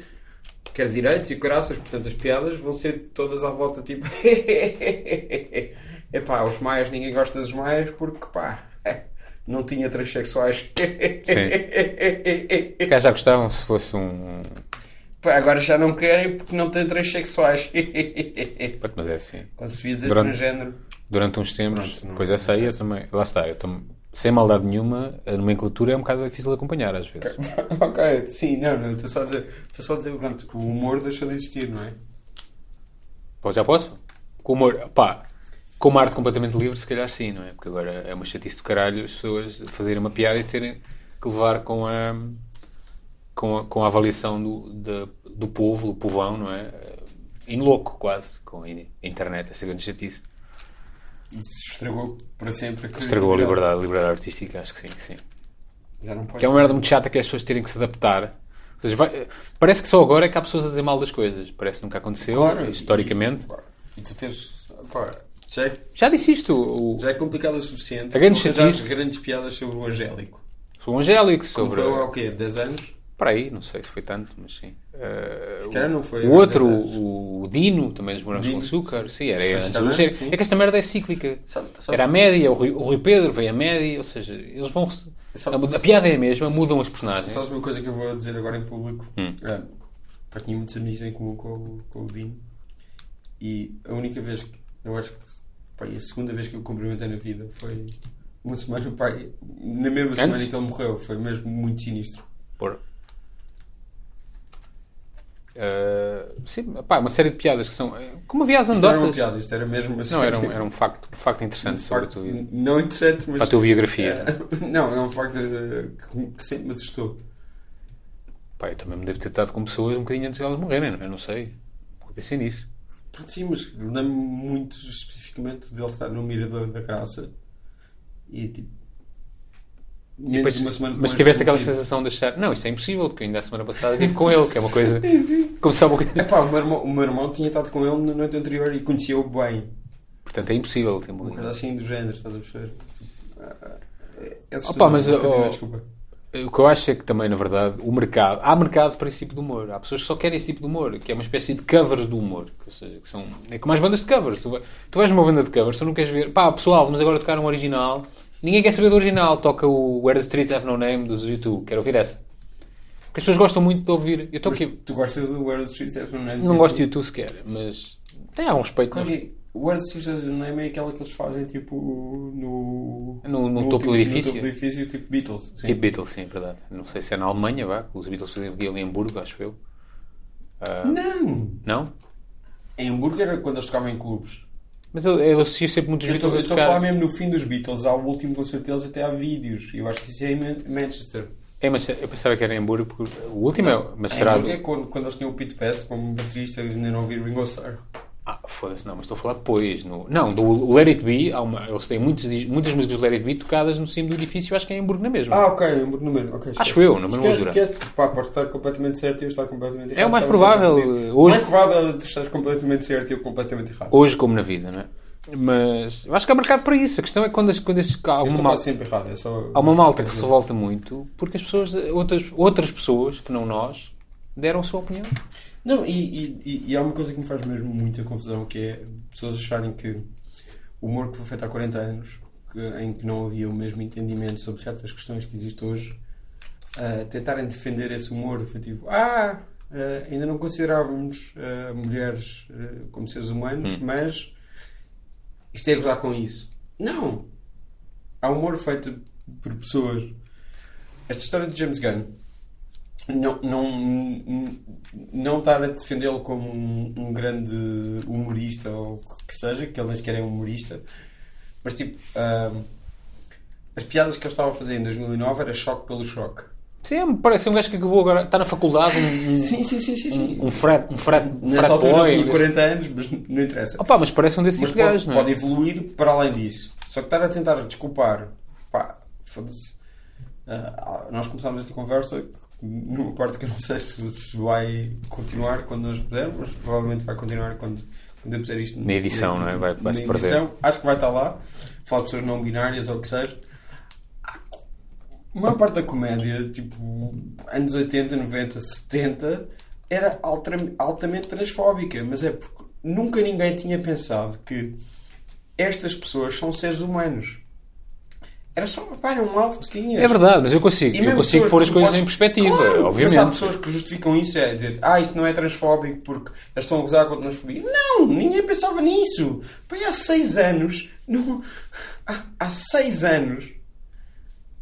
Speaker 2: quer direitos e caraças, portanto as piadas vão ser todas à volta tipo. Epá, os maias, ninguém gosta dos maias porque pá, não tinha três sexuais.
Speaker 3: Se calhar já gostavam se fosse um.
Speaker 2: Pá, agora já não querem porque não têm três sexuais.
Speaker 3: Pronto, Mas é assim.
Speaker 2: Quando se via dizer
Speaker 3: Durante-
Speaker 2: transgénero.
Speaker 3: Durante uns tempos,
Speaker 2: Pronto, não- é?
Speaker 3: depois essa aí eu também. Lá está, eu tam- sem maldade nenhuma, a nomenclatura é um bocado difícil de acompanhar às vezes.
Speaker 2: ok, sim, não, não, estou só a dizer, estou só a dizer, pronto, o humor deixou de existir, não é?
Speaker 3: Pô, já posso? Com humor, pá, com uma arte completamente livre, se calhar sim, não é? Porque agora é uma chatice do caralho as pessoas fazerem uma piada e terem que levar com a, com a, com a avaliação do, da- do povo, do povão, não é? Em louco, quase, com a in- internet, essa grande chatice.
Speaker 2: Isso estragou para sempre. que-
Speaker 3: Estragou a liberdade, a liberdade artística, acho que sim, que sim.
Speaker 2: Já não pode.
Speaker 3: Que é uma merda muito chata que as pessoas terem que se adaptar. Ou seja, vai- parece que só agora é que há pessoas a dizer mal das coisas. Parece que nunca aconteceu,
Speaker 2: Claro, e-
Speaker 3: historicamente.
Speaker 2: E tu tens. Pá, já, é-
Speaker 3: Já disse isto. O,
Speaker 2: já é complicado o suficiente.
Speaker 3: A grande
Speaker 2: Tu arranjares
Speaker 3: chatice-
Speaker 2: grandes piadas sobre o Angélico.
Speaker 3: sou angélico sobre...
Speaker 2: Sobre... Foi há o quê? 10 anos?
Speaker 3: Para aí, não sei se foi tanto, mas sim. Eh,
Speaker 2: Se calhar não foi.
Speaker 3: o outro,
Speaker 2: Dez anos.
Speaker 3: o, o Dino, também dos Morangos com
Speaker 2: Dino,
Speaker 3: Açúcar, sim, era
Speaker 2: Foi
Speaker 3: antes do
Speaker 2: também,
Speaker 3: Rogério.
Speaker 2: sim.
Speaker 3: É que esta merda é cíclica.
Speaker 2: Sabe- sabe-
Speaker 3: Era a média, o Rui, o Rui Pedro veio a média, ou seja, eles vão. se-
Speaker 2: Sabe-
Speaker 3: A, a piada é a mesma, mudam os personagens.
Speaker 2: Sabes uma coisa que eu vou dizer agora em público?
Speaker 3: Hum.
Speaker 2: É, pá, tinha muitos amigos em comum com, o- com o Dino e a única vez que eu acho que pá, e a segunda vez que eu o cumprimentei na vida foi uma semana, pá, e na mesma
Speaker 3: Antes?
Speaker 2: semana em que ele morreu, foi mesmo muito sinistro.
Speaker 3: Por... Eh, sim, pá, uma série de piadas que são. eh, Como havia as
Speaker 2: Isto não era uma
Speaker 3: andotas.
Speaker 2: piada, isto era mesmo assim.
Speaker 3: Não, era um, era um facto, um facto interessante sobre a tua vida.
Speaker 2: Não interessante, mas.
Speaker 3: Para a tua biografia.
Speaker 2: É, não, é um facto eh, que, que sempre me assustou.
Speaker 3: Pá, eu também me devo ter tratado com pessoas um bocadinho antes de elas morrerem, não é? Eu não sei. Nunca pensei nisso.
Speaker 2: Pronto, Sim, mas lembro-me muito especificamente dele estar no mirador da graça e tipo. menos
Speaker 3: Depois-
Speaker 2: de uma semana
Speaker 3: mas
Speaker 2: depois
Speaker 3: tiveste
Speaker 2: do
Speaker 3: aquela
Speaker 2: Covid.
Speaker 3: sensação de achar, não, isso é impossível, porque ainda a semana passada estive com ele, que é uma coisa.
Speaker 2: Sim, sim.
Speaker 3: Como sabe o que- um
Speaker 2: Epá, o meu, irmão, o meu irmão tinha estado com ele na noite anterior e conhecia-o bem.
Speaker 3: Portanto, é impossível. Tem
Speaker 2: Uma coisa assim do género, estás a perceber? É- é
Speaker 3: Opa, mas,
Speaker 2: assustador. Continua,
Speaker 3: oh,
Speaker 2: desculpa.
Speaker 3: O que eu acho é que também, na verdade, o mercado. Há mercado para esse tipo de humor. Há pessoas que só querem esse tipo de humor, que é uma espécie de covers do humor. que, ou seja, que são, é como as bandas de covers. Tu, vai- tu vais numa banda de covers, tu não queres ver. Pá, pessoal, vamos agora tocar um original. Ninguém quer saber do original. Toca o Where the Streets Have No Name dos YouTube. Quero ouvir essa. Porque as pessoas gostam muito de ouvir. Eu estou aqui.
Speaker 2: Tu gostas do Where the Streets Have No Name?
Speaker 3: Não gosto de YouTube sequer, mas. Tem algum respeito.
Speaker 2: Claro que o Where the Streets Have No Name é aquela que eles fazem tipo no.
Speaker 3: No- no topo do
Speaker 2: último-
Speaker 3: edifício?
Speaker 2: No topo do edifício, tipo Beatles. Sim.
Speaker 3: Tipo Beatles, sim, é verdade. Não sei se é na Alemanha, vá. Os Beatles faziam aqui ali em Hamburgo, acho eu.
Speaker 2: Não!
Speaker 3: Não?
Speaker 2: Em Hamburgo era quando eles tocavam em clubes.
Speaker 3: Mas eu, eu associo sempre muitos
Speaker 2: Eu
Speaker 3: Beatles a
Speaker 2: estou a
Speaker 3: tocar.
Speaker 2: falar mesmo no fim dos Beatles, ao último concerto deles até há vídeos. Eu acho que isso é em Man- Manchester.
Speaker 3: É, mas eu pensava que era em Hamburgo, porque o último é. Mas
Speaker 2: Em
Speaker 3: será.
Speaker 2: Hamburgo
Speaker 3: do-
Speaker 2: é quando, quando eles tinham o Pete Best como baterista e ainda não ouviram Ringo Starr.
Speaker 3: Ah, foda-se, não, mas estou a falar depois. No... Não, do Let It Be, há uma... eles têm muitos, dis- muitas músicas do Let It Be tocadas no cimo do edifício, eu acho que é em Hamburgo na mesma.
Speaker 2: Ah, ok, Hamburgo no mesmo. ok, esquece.
Speaker 3: Acho eu, não, mas não vou
Speaker 2: esquece,
Speaker 3: jurar.
Speaker 2: esquece. Pá, pode estar completamente certo e eu estar completamente errado.
Speaker 3: É o mais
Speaker 2: Estava sempre
Speaker 3: provável,
Speaker 2: a confundir.
Speaker 3: hoje-
Speaker 2: O mais provável é tu estares completamente certo e eu completamente errado.
Speaker 3: Hoje, como na vida, não é? Mas eu acho que há mercado para isso. A questão é quando, as- quando esses. Há
Speaker 2: Eu
Speaker 3: uma,
Speaker 2: estou
Speaker 3: mal...
Speaker 2: quase sempre errado. É só,
Speaker 3: há uma
Speaker 2: só-
Speaker 3: malta que se revolta muito porque as pessoas, outras, outras pessoas, que não nós, deram a sua opinião.
Speaker 2: Não, e, e- e- e há uma coisa que me faz mesmo muita confusão, que é pessoas acharem que o humor que foi feito há 40 anos, que- em que não havia o mesmo entendimento sobre certas questões que existem hoje, ah, tentarem defender esse humor, foi tipo, ah, ah, ainda não considerávamos ah, mulheres ah, como seres humanos, mas isto é gozar com isso. Não! Há humor feito por pessoas. Esta história de James Gunn não, não, não estar a defendê-lo como um, um grande humorista ou o que seja, que ele nem sequer é humorista, mas tipo, ahm, as piadas que ele estava a fazer em 2009 era choque pelo choque.
Speaker 3: Sim, parece um gajo que acabou agora, está na faculdade, um, um-
Speaker 2: Sim, sim, sim, sim. sim.
Speaker 3: um frat, um frat, um
Speaker 2: Hum. Nessa
Speaker 3: frat
Speaker 2: altura
Speaker 3: boy.
Speaker 2: eu tinha 40 anos, mas não interessa.
Speaker 3: Opa, mas parece um desses
Speaker 2: mas
Speaker 3: gajos,
Speaker 2: pode,
Speaker 3: não é?
Speaker 2: pode evoluir para além disso. Só que estar a tentar desculpar, pá, foda-se. Ah, nós começámos esta conversa numa parte que eu não sei se, se vai continuar quando nós pudermos, mas provavelmente vai continuar quando, quando eu puser isto
Speaker 3: Na edição, não é? Vai- vai-se
Speaker 2: na
Speaker 3: perder.
Speaker 2: edição. Acho que vai estar lá. Falar de pessoas não binárias ou o que seja. A maior parte da comédia, tipo, anos 80, 90, 70, era altra- altamente transfóbica, mas é porque nunca ninguém tinha pensado que estas pessoas são seres humanos. Era só pá, era um alvo que tinhas.
Speaker 3: É verdade, mas eu consigo.
Speaker 2: E
Speaker 3: Eu
Speaker 2: mesmo
Speaker 3: consigo
Speaker 2: pessoas
Speaker 3: pôr as
Speaker 2: que
Speaker 3: coisas
Speaker 2: podes-
Speaker 3: em perspectiva,
Speaker 2: Claro, Mas há
Speaker 3: obviamente.
Speaker 2: pessoas que justificam isso, é dizer, ah, isto não é transfóbico porque eles estão a gozar com a transfobia. Não, ninguém pensava nisso. Pai, há seis anos, não, há, há seis anos,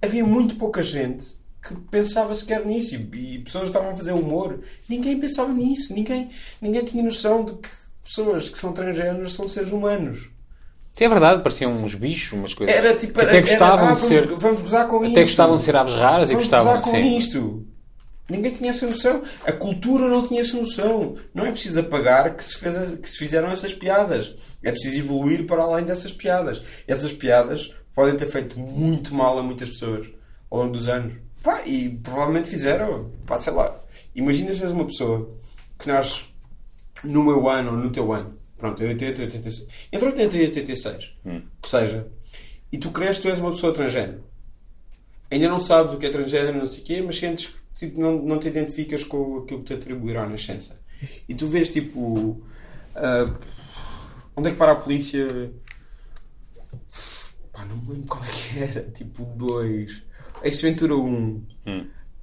Speaker 2: havia muito pouca gente que pensava sequer nisso e, e pessoas estavam a fazer humor. Ninguém pensava nisso, ninguém, ninguém tinha noção de que pessoas que são transgêneros são seres humanos.
Speaker 3: É verdade, pareciam uns bichos, umas coisas.
Speaker 2: Era tipo,
Speaker 3: que
Speaker 2: era,
Speaker 3: até
Speaker 2: era,
Speaker 3: gostavam
Speaker 2: ah,
Speaker 3: de
Speaker 2: vamos,
Speaker 3: ser.
Speaker 2: vamos gozar com
Speaker 3: Até
Speaker 2: isto.
Speaker 3: gostavam de ser aves raras e
Speaker 2: Vamos
Speaker 3: gostavam
Speaker 2: gozar
Speaker 3: de
Speaker 2: com
Speaker 3: ser.
Speaker 2: isto. Ninguém tinha essa noção. A cultura não tinha essa noção. Não é preciso apagar que se, fez- que se fizeram essas piadas. É preciso evoluir para além dessas piadas. Essas piadas podem ter feito muito mal a muitas pessoas ao longo dos anos. Pá, e provavelmente fizeram. Pá, sei lá. Imagina se és uma pessoa que nasce no meu ano ou no teu ano. Pronto, em 80, 86. Entre 80 e 86.
Speaker 3: Hum.
Speaker 2: Que seja. E tu crees que tu és uma pessoa transgénero ainda não sabes o que é transgénero, não sei o quê, mas sentes que tipo, não, não te identificas com aquilo que te atribuíram à nascença. E tu vês tipo. ah, onde é que para a polícia? Pá, não me lembro qual é que era. Tipo 2. Ace Ventura 1.
Speaker 3: Hum.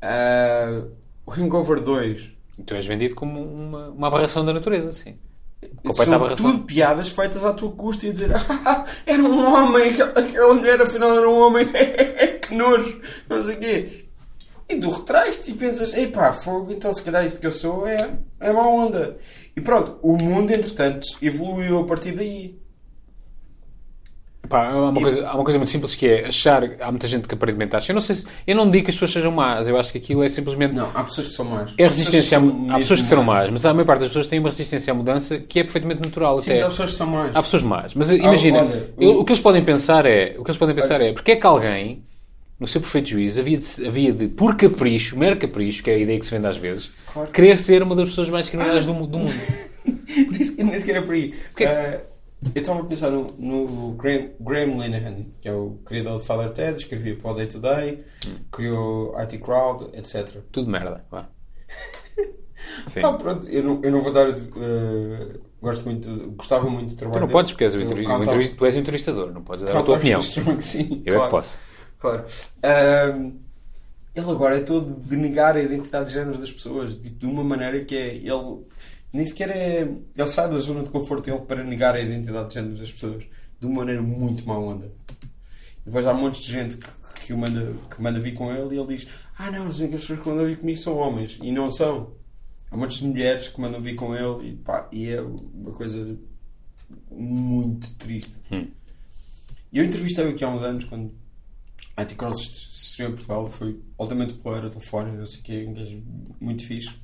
Speaker 2: ah, o Hangover 2.
Speaker 3: Tu Então és vendido como uma, uma aberração da natureza, sim. Completa
Speaker 2: São
Speaker 3: aberração.
Speaker 2: tudo piadas feitas à tua custa e a dizer ah, era um homem, aquela, aquela mulher afinal era um homem, que nojo, não sei o quê. E tu retrais-te e pensas, epá, fogo, então se calhar isto que eu sou é, é má onda. E pronto, o mundo entretanto evoluiu a partir daí.
Speaker 3: Pá, há, uma coisa, há uma coisa muito simples que é achar. Há muita gente que aparentemente acha. Eu não, sei se- eu não digo que as pessoas sejam más, eu acho que aquilo é simplesmente.
Speaker 2: Não, há pessoas que são más.
Speaker 3: É resistência
Speaker 2: Há
Speaker 3: a, há pessoas que serão más, mas a maior parte das pessoas tem uma resistência à mudança que é perfeitamente natural.
Speaker 2: Sim,
Speaker 3: até.
Speaker 2: mas há pessoas que são más.
Speaker 3: Há pessoas más, mas imagina,
Speaker 2: Ah, olha,
Speaker 3: eu-
Speaker 2: o-
Speaker 3: o que eles podem pensar é, o que eles podem pensar é, porque é que alguém, no seu perfeito juízo, havia de, havia de por capricho, mero capricho, que é a ideia que se vende às vezes,
Speaker 2: Claro.
Speaker 3: querer ser uma das pessoas mais criminais do, mu- do mundo.
Speaker 2: nem sequer nem sequer é por aí.
Speaker 3: Porquê?
Speaker 2: Ah, eu estava a pensar no, no Graham, Graham Linehan, que é o criador de Father Ted, escrevia para o Day to Day,
Speaker 3: Hum.
Speaker 2: criou IT Crowd, etc.
Speaker 3: Tudo merda, vá. Sim.
Speaker 2: Ah, pronto, eu não, eu não vou dar. ah, gosto muito, gostava muito do trabalho.
Speaker 3: tu não
Speaker 2: dele.
Speaker 3: podes, porque és o
Speaker 2: Eu
Speaker 3: entrevi-
Speaker 2: cantava-
Speaker 3: o entrevi- tu és entrevistador, não podes dar a
Speaker 2: cantava
Speaker 3: tua opinião.
Speaker 2: os temas que sim,
Speaker 3: Eu é que
Speaker 2: claro.
Speaker 3: posso.
Speaker 2: Claro. Ahm, ele agora é todo de negar a identidade de género das pessoas, tipo, de uma maneira que é. Ele nem sequer é. Ele sai da zona de conforto dele para negar a identidade de género das pessoas de uma maneira muito má onda. E Depois há um monte de gente que, que o manda, que manda vir com ele e ele diz: Ah, não, as únicas pessoas que mandam vir comigo são homens. E não são. Há um monte de mulheres que mandam vir com ele e, pá, e é uma coisa muito triste.
Speaker 3: Hum.
Speaker 2: Eu entrevistei-o aqui há uns anos quando a Anticross estreou em Portugal, foi altamente poeira, telefone, não sei o quê, um gajo muito fixe.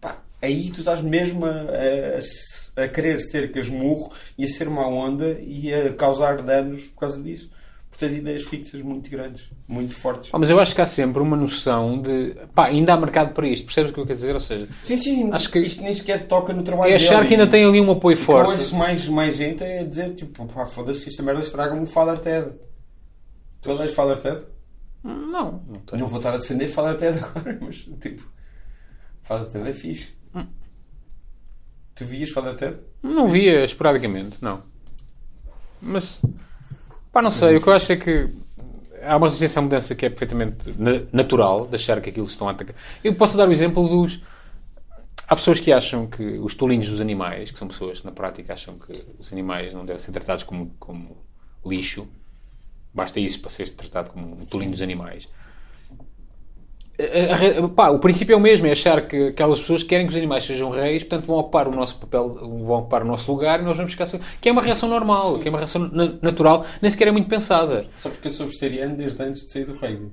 Speaker 2: Pá, aí tu estás mesmo a, a- a querer ser casmurro e a ser má onda e a causar danos por causa disso. Porque tens ideias fixas muito grandes, muito fortes.
Speaker 3: Ah, mas eu acho que há sempre uma noção de, pá, ainda há mercado para isto, percebes o que eu quero dizer? Ou seja,
Speaker 2: Sim, sim,
Speaker 3: Acho que-
Speaker 2: isto nem sequer toca no trabalho
Speaker 3: é achar
Speaker 2: dele
Speaker 3: que ainda
Speaker 2: e-
Speaker 3: tem ali um apoio
Speaker 2: O que eu
Speaker 3: forte.
Speaker 2: ouço mais, mais gente é dizer, tipo, pá, foda-se, esta merda estraga-me o Father Ted. Tu odeias Father Ted?
Speaker 3: Não, não tenho.
Speaker 2: Não vou estar a defender Father Ted agora, mas, tipo, Father Ted é fixe.
Speaker 3: Hum.
Speaker 2: Tu vias Father Ted?
Speaker 3: Não via esporadicamente, não. Mas, pá, não sei. O que eu acho é que há uma resistência à mudança que é perfeitamente na- natural de achar que aquilo estão a atacar. Eu posso dar o exemplo dos. Há pessoas que acham que os tolinhos dos animais, que são pessoas que na prática acham que os animais não devem ser tratados como, como lixo, basta isso para ser tratado como um tolinho dos animais. A- a- a- pá, o princípio é o mesmo, é achar que aquelas pessoas querem que os animais sejam reis, portanto vão ocupar o nosso papel, vão ocupar o nosso lugar e nós vamos ficar sem. Que é uma reação normal, que é uma reação na- natural, nem sequer é muito pensada.
Speaker 2: Sabes que eu sou vegetariano desde antes de sair do rugby.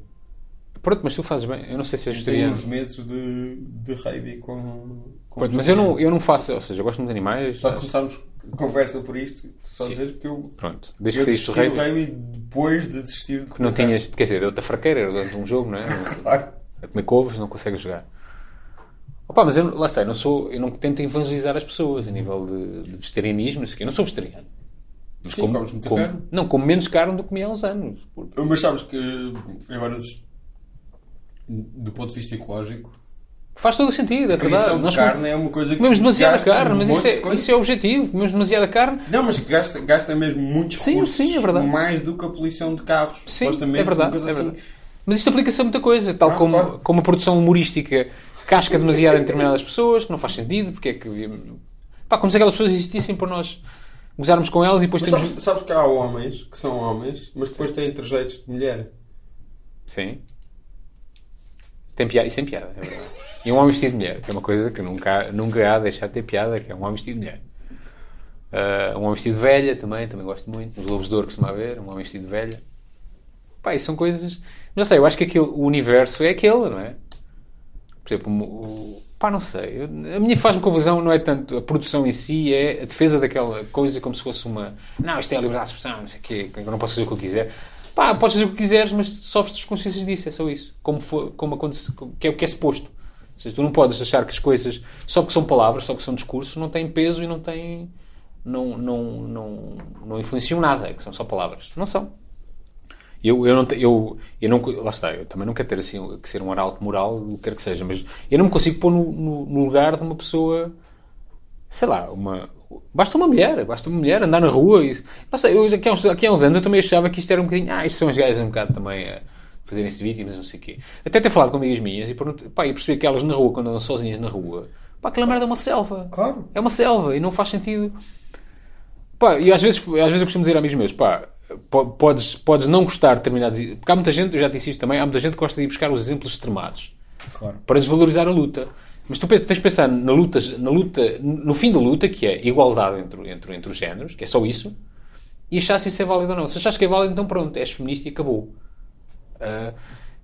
Speaker 3: Pronto, mas tu fazes bem, eu não sei se és
Speaker 2: Tenho
Speaker 3: vegetariano.
Speaker 2: uns medos de, de rugby com... com
Speaker 3: Pronto, mas eu não, eu não faço, ou seja, eu gosto muito de animais.
Speaker 2: Só começámos conversa por isto, só dizer que eu...
Speaker 3: Pronto,
Speaker 2: Eu
Speaker 3: desde que saíste
Speaker 2: desisti
Speaker 3: do
Speaker 2: do
Speaker 3: rei,
Speaker 2: rugby depois de desistir de
Speaker 3: que não tinhas, quer dizer, deu-te a fraqueira, era durante um jogo, não é?
Speaker 2: Claro.
Speaker 3: a comer couves, não consegue jogar. Opa, mas eu, lá está, eu não, sou, eu não tento evangelizar as pessoas a nível de, de vegetarianismo, não sei o quê. Eu não sou vegetariano. Mas
Speaker 2: Sim, comes muita carne.
Speaker 3: Não, como menos carne do que comia há uns anos. Porque,
Speaker 2: Mas sabes que agora do ponto de vista ecológico
Speaker 3: Faz todo o sentido, é verdade.
Speaker 2: Criação de
Speaker 3: Nós
Speaker 2: carne é uma coisa que.
Speaker 3: comemos demasiada
Speaker 2: gasta
Speaker 3: carne, mas
Speaker 2: um
Speaker 3: isso
Speaker 2: monte de
Speaker 3: é,
Speaker 2: coisa.
Speaker 3: isso é o objetivo. Comemos demasiada carne.
Speaker 2: Não, mas que gasta, gasta mesmo muitos
Speaker 3: Sim,
Speaker 2: recursos.
Speaker 3: sim, é verdade.
Speaker 2: Mais do que a poluição de carros.
Speaker 3: Sim,
Speaker 2: supostamente,
Speaker 3: é verdade,
Speaker 2: uma coisa
Speaker 3: é
Speaker 2: assim.
Speaker 3: verdade. Mas isto aplica-se a muita coisa, tal
Speaker 2: Pronto,
Speaker 3: como,
Speaker 2: claro.
Speaker 3: como a produção humorística casca demasiado em determinadas pessoas, que não faz sentido, porque é que. havíamos- Pá, como se aquelas pessoas existissem para nós gozarmos com elas e depois
Speaker 2: Mas
Speaker 3: temos.
Speaker 2: sabes, sabes que há homens que são homens, mas que depois têm trejeitos de mulher.
Speaker 3: Sim. Tem piada, isso tem piada, é verdade. E um homem vestido de mulher, que é uma coisa que nunca, há- nunca há de deixar de ter piada, que é um homem vestido de mulher. Ah, um homem vestido de velha também, também gosto muito. Os Globos de Ouro costuma haver, um homem vestido de velha. Pá, e são coisas... Não sei, eu acho que aquele, o universo é aquele, não é? Por exemplo, o- o- pá, não sei. Eu- A minha faz-me confusão não é tanto a produção em si, é a defesa daquela coisa como se fosse uma... Não, isto é a liberdade de expressão, não sei o quê, eu não posso fazer o que eu quiser. Pá, podes fazer o que quiseres, mas sofres das consciências disso, é só isso. Como, for, como acontece, que é o que é suposto. Ou seja, tu não podes achar que as coisas, só porque são palavras, só porque são discursos, não têm peso e não têm... Não, não, não, não influenciam nada, é que são só palavras. Não são. Eu, eu não, te- eu, eu não, co- lá está, eu também não quero ter assim, que ser um arauto moral, o que quer que seja, mas eu não me consigo pôr no, no- no lugar de uma pessoa, sei lá, uma, basta uma mulher, basta uma mulher andar na rua e, não sei, eu, aqui, há uns, aqui há uns anos eu também achava que isto era um bocadinho, ah, isto são as gajas um bocado também a fazerem-se de vítimas, não sei o quê. Até ter falado com amigas minhas e, perguntei- pá, e percebi que elas na rua, quando andam sozinhas na rua, pá, aquela merda é uma selva.
Speaker 2: Claro.
Speaker 3: É uma selva e não faz sentido. Pá, e às vezes, às vezes eu costumo dizer a amigos meus, pá, po- podes, podes não gostar de determinados... Porque há muita gente, eu já te insisto também, há muita gente que gosta de ir buscar os exemplos extremados
Speaker 2: Claro.
Speaker 3: para desvalorizar a luta. Mas tu pe- tens de pensar na luta, na luta, no fim da luta, que é igualdade entre, entre, entre os géneros, que é só isso, e achar se isso é válido ou não. Se achas que é válido, então pronto, és feminista e acabou. Ah,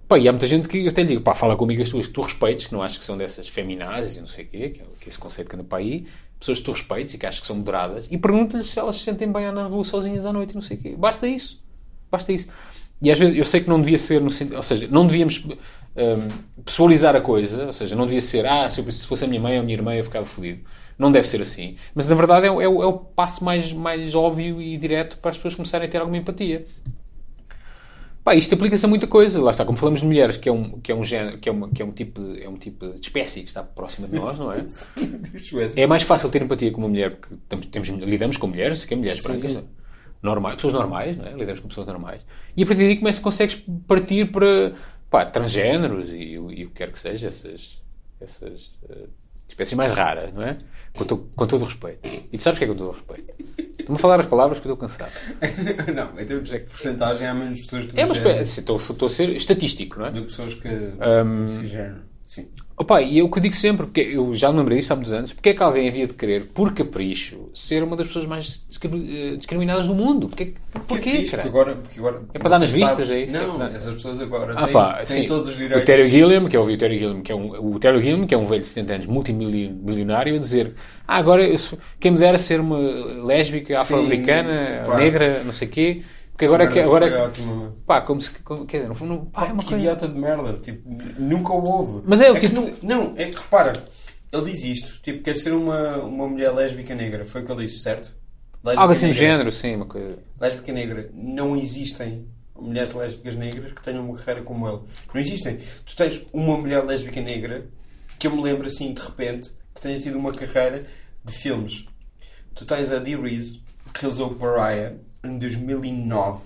Speaker 3: pá, e há muita gente que eu até lhe digo, pá, fala comigo as tuas que tu respeites, que não acho que são dessas feminazes e não sei o quê, que é, que é esse conceito que anda para aí, pessoas que tu respeites e que achas que são moderadas, e pergunta-lhes se elas se sentem bem andar na rua sozinhas à noite e não sei o quê. Basta isso. Basta isso. E às vezes eu sei que não devia ser no sentido, ou seja, não devíamos hum, pessoalizar a coisa, ou seja, não devia ser, ah, se, eu, se fosse a minha mãe ou a minha irmã eu ficava fodido. Não deve ser assim. Mas na verdade é, o- é o- é o passo mais, mais óbvio e direto para as pessoas começarem a ter alguma empatia. Pá, isto aplica-se a muita coisa. Lá está, como falamos de mulheres, que é um, que é um, género, que é uma, que é um, tipo, de, é um tipo de espécie que está próxima de nós, não é? É mais fácil ter empatia com uma mulher, porque temos, temos- lidamos com mulheres, que é mulheres brancas, não é? normais, pessoas normais, não é? lidamos com pessoas normais. E a partir daí começa, consegues partir para pá, transgéneros e, o- e o que quer que seja, essas, essas eh, espécies mais raras, não é? Com, to- com todo o respeito. E tu sabes o que é com todo o respeito? Estou-me a falar as palavras que eu estou cansado.
Speaker 2: não, em termos de porcentagem há menos pessoas que
Speaker 3: É uma espécie, Hum. estou, estou a ser estatístico, não é?
Speaker 2: do que pessoas que se geram. Sim.
Speaker 3: Opa, e é o que eu digo sempre, porque eu já me lembrei disso há muitos anos, porque é que alguém havia de querer, por capricho, ser uma das pessoas mais discri- eh, discriminadas do mundo? Porquê,
Speaker 2: Porque
Speaker 3: porquê
Speaker 2: é fixe,
Speaker 3: cara?
Speaker 2: porque agora, porque agora,
Speaker 3: É para dar nas
Speaker 2: Sabes-
Speaker 3: vistas, é isso?
Speaker 2: Não,
Speaker 3: É para-
Speaker 2: essas pessoas agora
Speaker 3: Ah,
Speaker 2: têm,
Speaker 3: pá,
Speaker 2: têm
Speaker 3: sim.
Speaker 2: todos os direitos.
Speaker 3: O Terry Gilliam, que é o Terry Gilliam, que é um, o Terry Gilliam, que é um velho de 70 anos, multimilionário, a dizer: Ah, agora eu sou- quem me dera ser uma lésbica, afro-americana,
Speaker 2: claro.
Speaker 3: negra, não sei o quê, porque agora. é Que,
Speaker 2: Essa merda foi
Speaker 3: agora
Speaker 2: ótima.
Speaker 3: pá, como se. Como, quer dizer, no fundo, pá, é uma
Speaker 2: que
Speaker 3: coisa.
Speaker 2: idiota de merda. Tipo, nunca o houve.
Speaker 3: Mas é o
Speaker 2: que
Speaker 3: tipo-
Speaker 2: nu- Não, é que repara, ele diz isto. Tipo, quer ser uma, uma mulher lésbica negra. Foi o que ele disse, certo? Lésbica
Speaker 3: Algo assim do
Speaker 2: negra.
Speaker 3: género, sim, uma coisa.
Speaker 2: lésbica negra. Não existem mulheres lésbicas negras que tenham uma carreira como ele. Não existem. Tu tens uma mulher lésbica negra que eu me lembro assim de repente que tenha tido uma carreira de filmes. Tu tens a Dee Reese que realizou Pariah em 2009.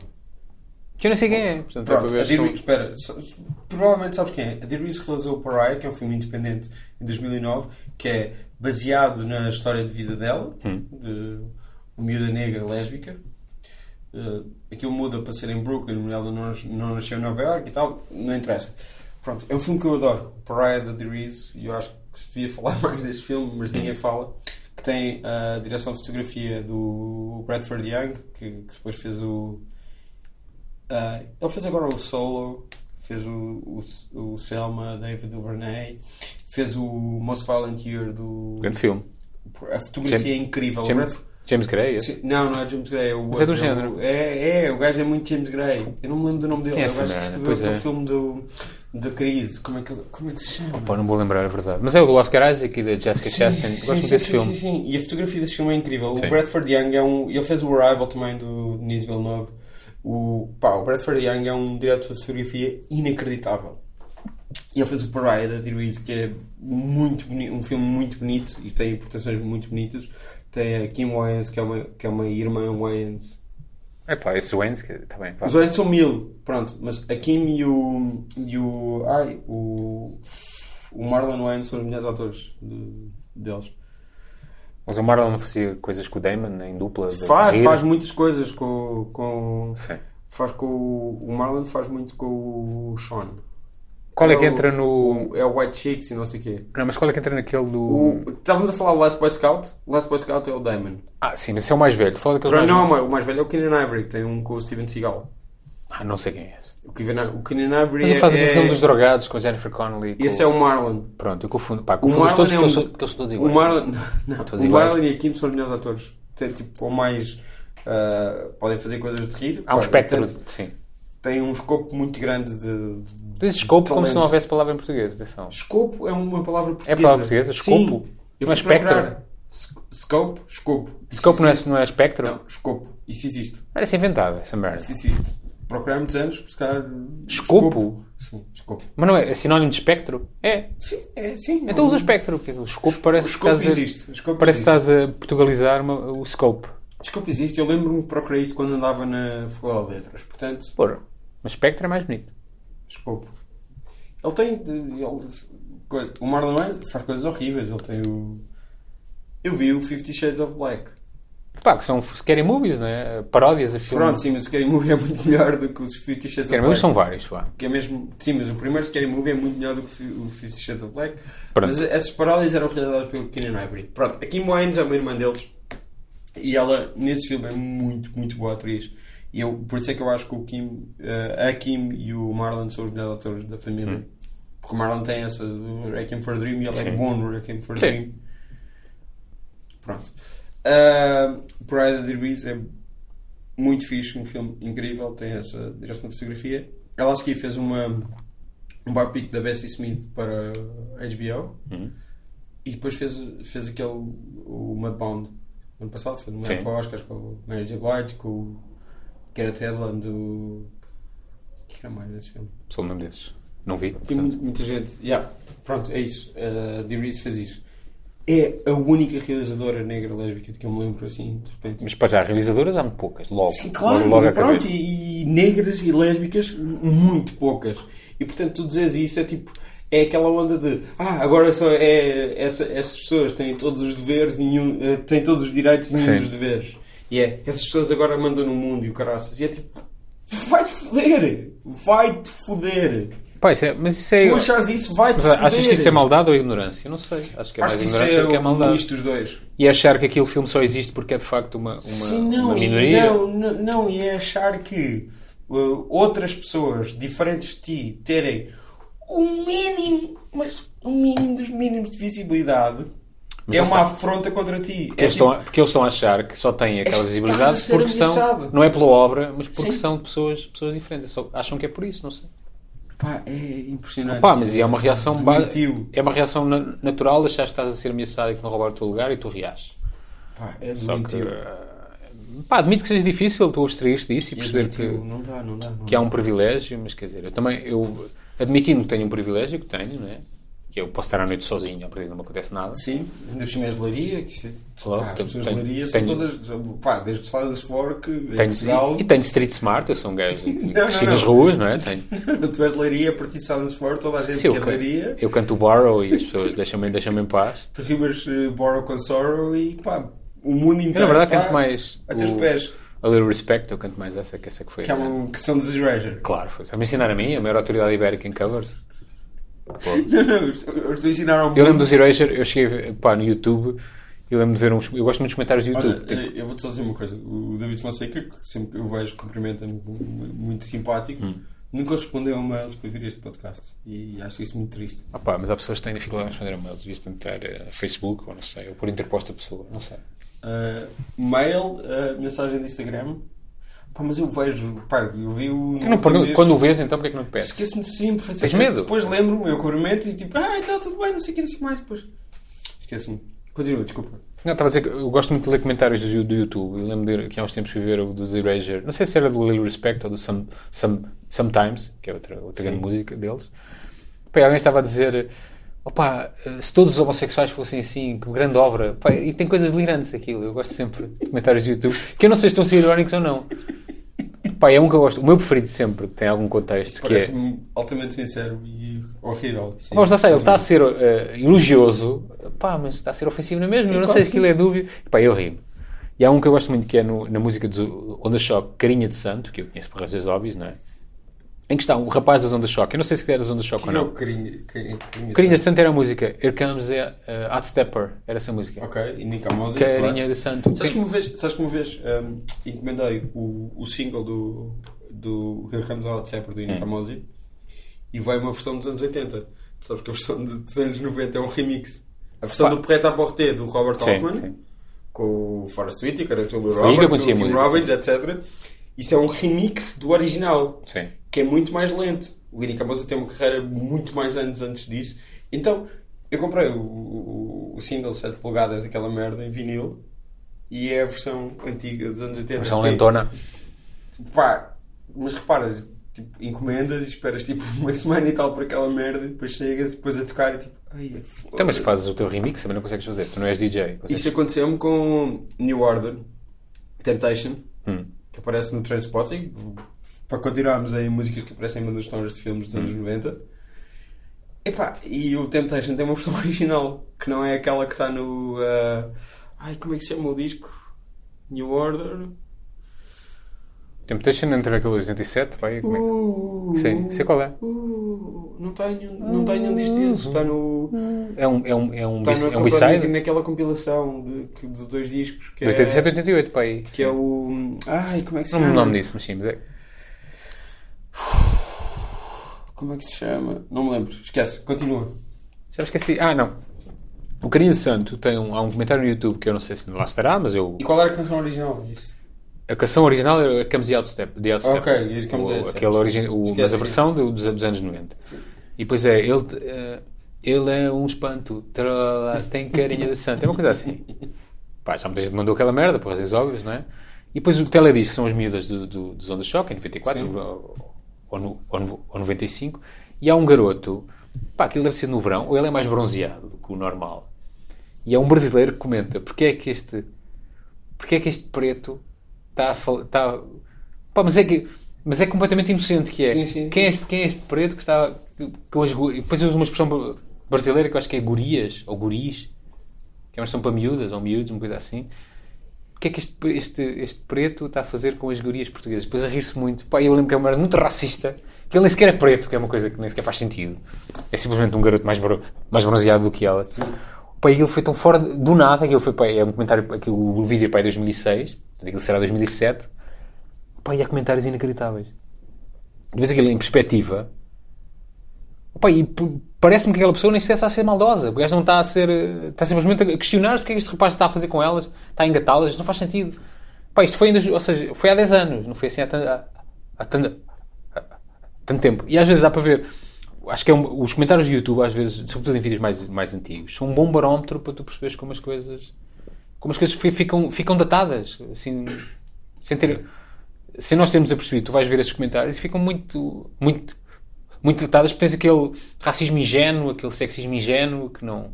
Speaker 3: Que eu não sei quem é, portanto, é para
Speaker 2: Pronto,
Speaker 3: ver
Speaker 2: a
Speaker 3: se
Speaker 2: Dee
Speaker 3: não-
Speaker 2: Reese, espera, so- provavelmente sabes quem é. A Dee Reese realizou o Pariah, que é um filme independente em 2009, que é baseado na história de vida dela,
Speaker 3: Hum.
Speaker 2: de uma miúda negra lésbica. Eh, aquilo muda para ser em Brooklyn, ela não, nas- não nasceu em Nova York e tal, não interessa. Pronto, é um filme que eu adoro, Pariah da Dee Reese, e eu acho que se devia falar mais desse filme, mas ninguém fala. Que tem a direção de fotografia do Bradford Young, que, que depois fez o. ah, ele fez agora o Solo, fez o, o, o Selma, David Duvernay, fez o Most Violent Year do.
Speaker 3: um Grande filme.
Speaker 2: A fotografia é incrível. O Bradford-
Speaker 3: James, James Gray, esse?
Speaker 2: Sim, não, não é James Gray, é o
Speaker 3: Mas é do
Speaker 2: outro,
Speaker 3: género.
Speaker 2: o- É, é, o gajo é muito James Gray. Eu não me lembro do nome dele.
Speaker 3: Quem é
Speaker 2: é o
Speaker 3: essa
Speaker 2: gajo que
Speaker 3: merda?
Speaker 2: escreveu
Speaker 3: Pois
Speaker 2: aquele
Speaker 3: é.
Speaker 2: filme do, da crise. Como é, que, ele- como é que se chama?
Speaker 3: Pá, não vou lembrar a verdade. Mas é o do Oscar Isaac e da Jessica Chastain. é Gosto muito desse
Speaker 2: sim,
Speaker 3: filme.
Speaker 2: sim, sim. E a fotografia desse filme é incrível.
Speaker 3: Sim.
Speaker 2: O Bradford Young é um. Ele fez o Arrival também do Denis Villeneuve. O, pá, o Bradford Young é um diretor de fotografia inacreditável. E ele fez o Parade da Dirwid, que é muito boni- um filme muito bonito e tem interpretações muito bonitas. Tem a Kim Wayans, que é uma, que é uma irmã Wayans.
Speaker 3: É pá, esse Wayne, que está bem. pá.
Speaker 2: Os Wayans são mil, pronto, mas a Kim e o. E o ai, o. O Marlon Wayans são os melhores atores de- deles.
Speaker 3: Mas o Marlon não fazia coisas com o Damon em dupla. de
Speaker 2: Faz,
Speaker 3: rir?
Speaker 2: faz muitas coisas com. com
Speaker 3: Sim.
Speaker 2: faz com o. O Marlon faz muito com o Sean.
Speaker 3: Qual é que
Speaker 2: o-
Speaker 3: entra no.
Speaker 2: O- é o White Chicks e não sei o quê.
Speaker 3: Não, mas qual é que entra naquele do.
Speaker 2: O, estávamos a falar do Last Boy Scout. O Last Boy Scout é o Damon.
Speaker 3: Ah, sim, mas esse é o mais velho. Fala daquele
Speaker 2: Para
Speaker 3: mais
Speaker 2: não,
Speaker 3: velho.
Speaker 2: o mais velho é o Keenan Ivory, que tem um com o Steven Seagal.
Speaker 3: Ah, não sei quem é esse.
Speaker 2: O Keenan, o Keenan Ivory
Speaker 3: Mas ele
Speaker 2: é-
Speaker 3: faz aquele
Speaker 2: é-
Speaker 3: filme dos drogados com a Jennifer Connelly. com-
Speaker 2: Esse é o Marlon.
Speaker 3: Pronto, eu confundo. Pá,
Speaker 2: O
Speaker 3: confundo os
Speaker 2: Marlon
Speaker 3: todos
Speaker 2: é
Speaker 3: porque, eu
Speaker 2: um-
Speaker 3: sou, porque eles são todos
Speaker 2: O
Speaker 3: iguais.
Speaker 2: Marlon, não,
Speaker 3: Todos
Speaker 2: o
Speaker 3: iguais.
Speaker 2: Marlon e a Kim são os melhores atores. Tem, tipo, ou mais. ah, podem fazer coisas de rir.
Speaker 3: Há um
Speaker 2: Pá,
Speaker 3: espectro.
Speaker 2: Tem,
Speaker 3: Sim.
Speaker 2: tem um escopo muito grande de. de-
Speaker 3: Tu dizes escopo como se não
Speaker 2: talento.
Speaker 3: houvesse palavra em português. Atenção.
Speaker 2: Escopo é uma palavra portuguesa.
Speaker 3: É palavra portuguesa? Escopo?
Speaker 2: Sim.
Speaker 3: Não
Speaker 2: Eu
Speaker 3: é
Speaker 2: fui procurar.
Speaker 3: espectro?
Speaker 2: Sc- Scope? Escopo.
Speaker 3: Scope não é, não é espectro?
Speaker 2: Não, escopo. Isso existe.
Speaker 3: Era isso inventado, essa merda.
Speaker 2: Isso existe. Procurar muitos anos, buscar.
Speaker 3: Escopo?
Speaker 2: Sim, escopo.
Speaker 3: Mas não é, é sinónimo de espectro? É.
Speaker 2: Sim, é, sim.
Speaker 3: Então usa espectro. porque O escopo parece
Speaker 2: O escopo
Speaker 3: que estás a-
Speaker 2: existe. O escopo
Speaker 3: Parece que
Speaker 2: existe.
Speaker 3: estás a portugalizar uma- o scope.
Speaker 2: Escopo existe. Eu lembro-me que procurei isto quando andava na Faculdade de Letras. Portanto,
Speaker 3: Porra, mas espectro é mais bonito.
Speaker 2: escopo. Ele tem. de- ele- coisa- o Marlon Wayans faz coisas horríveis. Ele tem o. Eu vi o Fifty Shades of Black.
Speaker 3: Pá, que são scary movies, não é? Paródias a filmes.
Speaker 2: Pronto, sim, mas o Scary Movie é muito melhor do que os Fifty Shades
Speaker 3: Scary
Speaker 2: of Black.
Speaker 3: movies são vários, vá.
Speaker 2: Que é mesmo, sim, mas o primeiro Scary Movie é muito melhor do que o Fi- o Fifty Shades of Black.
Speaker 3: Pronto.
Speaker 2: Mas essas paródias eram realizadas pelo Keenan Ivory. Pronto, a Kim Waynes é uma irmã deles. E ela, nesse filme, é muito, muito boa atriz. E eu, por isso é que eu acho que o Kim, eh, a Kim e o Marlon são os melhores atores da família. Porque o Marlon tem essa do Requiem for a Dream e ele é
Speaker 3: Sim.
Speaker 2: bom no Requiem for a
Speaker 3: Sim.
Speaker 2: Dream. Pronto. Ah, Pride of the Reeds é muito fixe, um filme incrível, tem essa direção de fotografia. Ela aqui fez uma, um biopic da Bessie Smith para HBO
Speaker 3: Hum.
Speaker 2: e depois fez, fez aquele o Mudbound ano passado, foi no
Speaker 3: Sim.
Speaker 2: para Oscars com o Mary J. Blige, com o Garrett Hedlund, do. O que era mais desse filme?
Speaker 3: Sou o nome desses. Não vi.
Speaker 2: Tem
Speaker 3: portanto.
Speaker 2: muita, muita gente. Yeah. Pronto, é isso. Uh, Dee Reese fez isso. É a única realizadora negra lésbica de que eu me lembro assim, de repente.
Speaker 3: Mas para já, realizadoras há muito poucas. Logo.
Speaker 2: Sim, claro,
Speaker 3: logo, logo
Speaker 2: e
Speaker 3: à
Speaker 2: pronto,
Speaker 3: cabeça.
Speaker 2: e, e negras e lésbicas, muito poucas. E portanto, tu dizes isso é tipo, é aquela onda de ah, agora só é, essa- essas pessoas têm todos os deveres e nenhum, eh, têm todos os direitos e nenhum
Speaker 3: Sim.
Speaker 2: dos deveres. E é, essas pessoas agora mandam no mundo e o caraças. E é tipo, vai-te foder! Vai-te foder!
Speaker 3: Pá, isso é- mas isso é.
Speaker 2: Tu achas isso, vai-te
Speaker 3: Mas
Speaker 2: foder!
Speaker 3: achas que isso é maldade ou ignorância? Eu não sei. Acho que é
Speaker 2: Acho
Speaker 3: mais
Speaker 2: que isso
Speaker 3: ignorância
Speaker 2: é,
Speaker 3: do que é
Speaker 2: um
Speaker 3: maldade.
Speaker 2: misto dos dois.
Speaker 3: E achar que aquele filme só existe porque é de facto uma, uma,
Speaker 2: Sim, não,
Speaker 3: uma
Speaker 2: e-
Speaker 3: minoria.
Speaker 2: não, não, não, e é achar que uh, outras pessoas diferentes de ti terem o mínimo, mas o mínimo dos mínimos de visibilidade
Speaker 3: Mas
Speaker 2: é
Speaker 3: lá
Speaker 2: uma
Speaker 3: está.
Speaker 2: afronta contra ti.
Speaker 3: Porque,
Speaker 2: É
Speaker 3: eles
Speaker 2: tipo,
Speaker 3: estão, a- porque eles estão a achar que só têm aquela
Speaker 2: Estás a
Speaker 3: visibilidade
Speaker 2: ser
Speaker 3: porque são.
Speaker 2: ameaçado.
Speaker 3: Não é pela obra, mas porque
Speaker 2: Sim.
Speaker 3: são pessoas, pessoas diferentes. Só acham que é por isso, não sei.
Speaker 2: pá, é impressionante.
Speaker 3: Pá, mas é uma reação ba-
Speaker 2: Doentio.
Speaker 3: é uma reação na- natural, achas que estás a ser ameaçado e que vão roubar o teu lugar e tu reages.
Speaker 2: Pá, é
Speaker 3: Só que,
Speaker 2: doentio.
Speaker 3: eh, pá, admito que seja difícil tu abstrair disso e
Speaker 2: É
Speaker 3: perceber
Speaker 2: doentio.
Speaker 3: que,
Speaker 2: Não dá, não dá. Não
Speaker 3: que há
Speaker 2: dá.
Speaker 3: um privilégio, mas quer dizer, eu também, eu, admitindo que tenho um privilégio, que tenho, né? que eu posso estar à noite sozinho, a partir de não me acontece nada.
Speaker 2: Sim, ainda por cima é de Leiria. Que, isto é-
Speaker 3: Claro,
Speaker 2: pá, as
Speaker 3: tem-
Speaker 2: pessoas
Speaker 3: tem-
Speaker 2: de Leiria
Speaker 3: tem-
Speaker 2: são todas. Pá, desde Slides Fork, em
Speaker 3: Tenho-
Speaker 2: Portugal.
Speaker 3: e, e tenho street smart, eu sou um gajo que
Speaker 2: Não,
Speaker 3: cresci
Speaker 2: não,
Speaker 3: nas
Speaker 2: não.
Speaker 3: ruas, não é? Tenho.
Speaker 2: tu és de Leiria, a partir de Silence Fork, toda a gente
Speaker 3: Sim, eu,
Speaker 2: que é de
Speaker 3: canto,
Speaker 2: Leiria.
Speaker 3: eu canto o borrow e as pessoas deixam-me deixam em paz.
Speaker 2: de Rivers eh, Borrow com Sorrow e pá, o mundo inteiro.
Speaker 3: Eu, na verdade,
Speaker 2: tá
Speaker 3: canto mais
Speaker 2: A teus
Speaker 3: o-
Speaker 2: pés.
Speaker 3: A Little Respect, eu canto mais essa que essa que foi.
Speaker 2: Que, é
Speaker 3: né?
Speaker 2: uma, que são dos Erasure.
Speaker 3: Claro, foi. Sabe-me ensinar a mim, a maior autoridade ibérica em covers.
Speaker 2: Não, não, os- os te ensinaram
Speaker 3: Eu lembro dos Erasure, eu cheguei a ver, pá, no YouTube, eu lembro de ver uns. Eu gosto muito dos comentários do YouTube. tipo,
Speaker 2: Olha,
Speaker 3: Tem-
Speaker 2: eh, eu vou-te só dizer uma coisa. O David Fonseca, que sempre que eu vejo, cumprimenta-me mu- muito simpático,
Speaker 3: Hum.
Speaker 2: nunca respondeu a um mails para vir este podcast. E acho isso muito triste.
Speaker 3: Ah, pá, mas há pessoas que têm dificuldade em responder a mails, devias tentar eh, Facebook ou não sei, ou por interposta pessoa, não sei.
Speaker 2: Ah, mail, ah, mensagem de Instagram. Pá, mas eu vejo, pá, eu vi o.
Speaker 3: Eu não- quando, quando o vês, então, porquê que não te pedes?
Speaker 2: Esqueço-me de sempre. fazer-
Speaker 3: Tens medo?
Speaker 2: Depois lembro-me, eu cumprimento e tipo, ah, então tudo bem, não sei o que, não sei o que mais. Depois esqueço-me. Continua, desculpa.
Speaker 3: Não, estava a dizer que eu gosto muito de ler comentários do, do YouTube. Eu lembro de, que há uns tempos fui ver o dos Erasure. Não sei se era do Little Respect ou do Some, Some, Sometimes, que é outra, outra grande música deles. Pá, alguém estava a dizer: opá, se todos os homossexuais fossem assim, que grande obra. Pá, e tem coisas delirantes aquilo. Eu gosto sempre de comentários do YouTube, que eu não sei se estão a ser irónicos ou não. Pá, é um que eu gosto. O meu preferido sempre, que tem algum contexto, que é.
Speaker 2: Parece-me altamente sincero e horrível. Sim.
Speaker 3: Mas lá está, ele está a ser eh, elogioso, pá, mas está a ser ofensivo na mesma. Eu não sei se aquilo é dúbio. Pá, eu rio. E há um que eu gosto muito que é no- na música dos Onda Shock, Carinha de Santo, que eu conheço por razões óbvias, não é? Em que está um rapaz das Onda Shock. Eu não sei se era das Onda Shock
Speaker 2: Que
Speaker 3: ou
Speaker 2: é
Speaker 3: não.
Speaker 2: o carinha, carinha, carinha,
Speaker 3: Carinha de Santo era a música. Here Comes the eh, Hot Stepper. Era essa música.
Speaker 2: Ok, e Nica Mosa.
Speaker 3: Carinha
Speaker 2: claro.
Speaker 3: de Santo.
Speaker 2: Sabes que uma vez, sabes que uma vez hum, encomendei o, o single do, do Here Comes Out Shepherd do
Speaker 3: Hum.
Speaker 2: Nika Mosi e vai uma versão dos anos 80. Tu sabes que a versão de- dos anos 90 é um remix. A versão
Speaker 3: Pá.
Speaker 2: do Preta à Porté do Robert
Speaker 3: Sim,
Speaker 2: Altman
Speaker 3: sim.
Speaker 2: com o Forrest Whitaker, a Julia
Speaker 3: Foi aí que eu
Speaker 2: Roberts, o
Speaker 3: conheci a
Speaker 2: Tim
Speaker 3: música,
Speaker 2: Robbins, etc. Isso é um remix do original
Speaker 3: Sim.
Speaker 2: que é muito mais lento. O Guilherme Camosa tem uma carreira muito mais anos antes disso. Então, eu comprei o, o, o single 7 polegadas daquela merda em vinil e é a versão antiga dos anos 80.
Speaker 3: Versão
Speaker 2: Fiquei,
Speaker 3: lentona.
Speaker 2: Pá, mas reparas, tipo, encomendas e esperas tipo uma semana e tal por aquela merda e depois chegas e depois a tocar e tipo, ai, é foda-se."
Speaker 3: Então, mas fazes o teu remix, também não consegues fazer. Tu não és DJ. consegues-
Speaker 2: Isso é- aconteceu-me com New Order, Temptation,
Speaker 3: Hum.
Speaker 2: que aparece no Trainspotting, para continuarmos em músicas que aparecem em bandas sonoras de filmes dos
Speaker 3: Hum.
Speaker 2: anos 90. Epá, e o Temptation tem uma versão original, que não é aquela que está no... ah, ai, como é que se chama o disco? New Order?
Speaker 3: Temptation entre aquele 87, vai. Como é? que-
Speaker 2: Uh,
Speaker 3: Sim, sei qual é.
Speaker 2: uh, não tenho, não tenho um disto desses, está no...
Speaker 3: É um, é um, é um,
Speaker 2: Está
Speaker 3: bis-
Speaker 2: na
Speaker 3: é um
Speaker 2: compa-
Speaker 3: B-side?
Speaker 2: naquela compilação de, que- de dois discos que
Speaker 3: De 87
Speaker 2: é,
Speaker 3: a 88, pá, aí.
Speaker 2: que é o... Ai, como é que se
Speaker 3: Não
Speaker 2: chama?
Speaker 3: me lembro o nome disso, mas sim, mas é.
Speaker 2: Como é que se chama? Não me lembro. Esquece. Continua.
Speaker 3: Já me esqueci. Ah, não. O Carinho Santo tem um, há um comentário no YouTube que eu não sei se lá estará, mas eu.
Speaker 2: E qual era a canção original disso?
Speaker 3: A canção original era Comes the Outstep. The Outstep.
Speaker 2: Ok, Here Comes the
Speaker 3: o,
Speaker 2: Outstep.
Speaker 3: aquele origi- o-
Speaker 2: Esquece
Speaker 3: Mas a
Speaker 2: isso.
Speaker 3: versão do- dos, dos anos 90. E pois é, ele, eh, ele é um espanto. tralala, Tem carinha de santo. É uma coisa assim. Pá, já muita gente mandou aquela merda, por razões óbvias, não é? E depois o Teledisc são as miúdas do, do, do Zona Shock, em 94
Speaker 2: Sim.
Speaker 3: ou, ou, no- ou no- ou 95. E há um garoto, pá, aquilo deve ser no verão, ou ele é mais bronzeado do que o normal. E é um brasileiro que comenta porque é que este, porque é que este preto está a falar. Tá, pá, mas é que. Mas é completamente inocente que é.
Speaker 2: Sim, sim,
Speaker 3: Quem, é este, quem é este preto que está. Que, com as gu- e depois usa uma expressão br- brasileira que eu acho que é gurias ou guris, que é uma expressão para miúdas ou miúdos, uma coisa assim. O que é que este, pre- este, este preto está a fazer com as gurias portuguesas? Depois a rir-se muito. Pá, eu lembro que é uma merda muito racista, que ele nem sequer é preto, que é uma coisa que nem sequer faz sentido. É simplesmente um garoto mais, bro- mais bronzeado do que ela. Pá, e ele foi tão fora de- do nada, aquilo foi, pá, é um comentário, aquilo, o vídeo é pá, é 2006, portanto, aquilo será 2007. Pá, e há comentários inacreditáveis. De vez aquilo em perspectiva. Pá, e p- parece-me que aquela pessoa nem sequer está a ser maldosa. Porque ela não está a ser. eh, Está simplesmente a questionar-se o que é que este rapaz está a fazer com elas, está a engatá-las, não faz sentido. Pá, isto foi ainda. Ou seja, foi há 10 anos, não foi assim há tan- há- há tan- há tanto tempo. E às vezes dá para ver. Acho que é um- os comentários do YouTube, às vezes, sobretudo em vídeos mais, mais antigos, são um bom barómetro para tu perceberes como as coisas. Como as coisas fi- ficam, ficam datadas. Assim. Sem ter sem nós termos apercebido, tu vais ver esses comentários e ficam muito, muito, muito datadas, porque tens aquele racismo ingênuo, aquele sexismo ingênuo que não.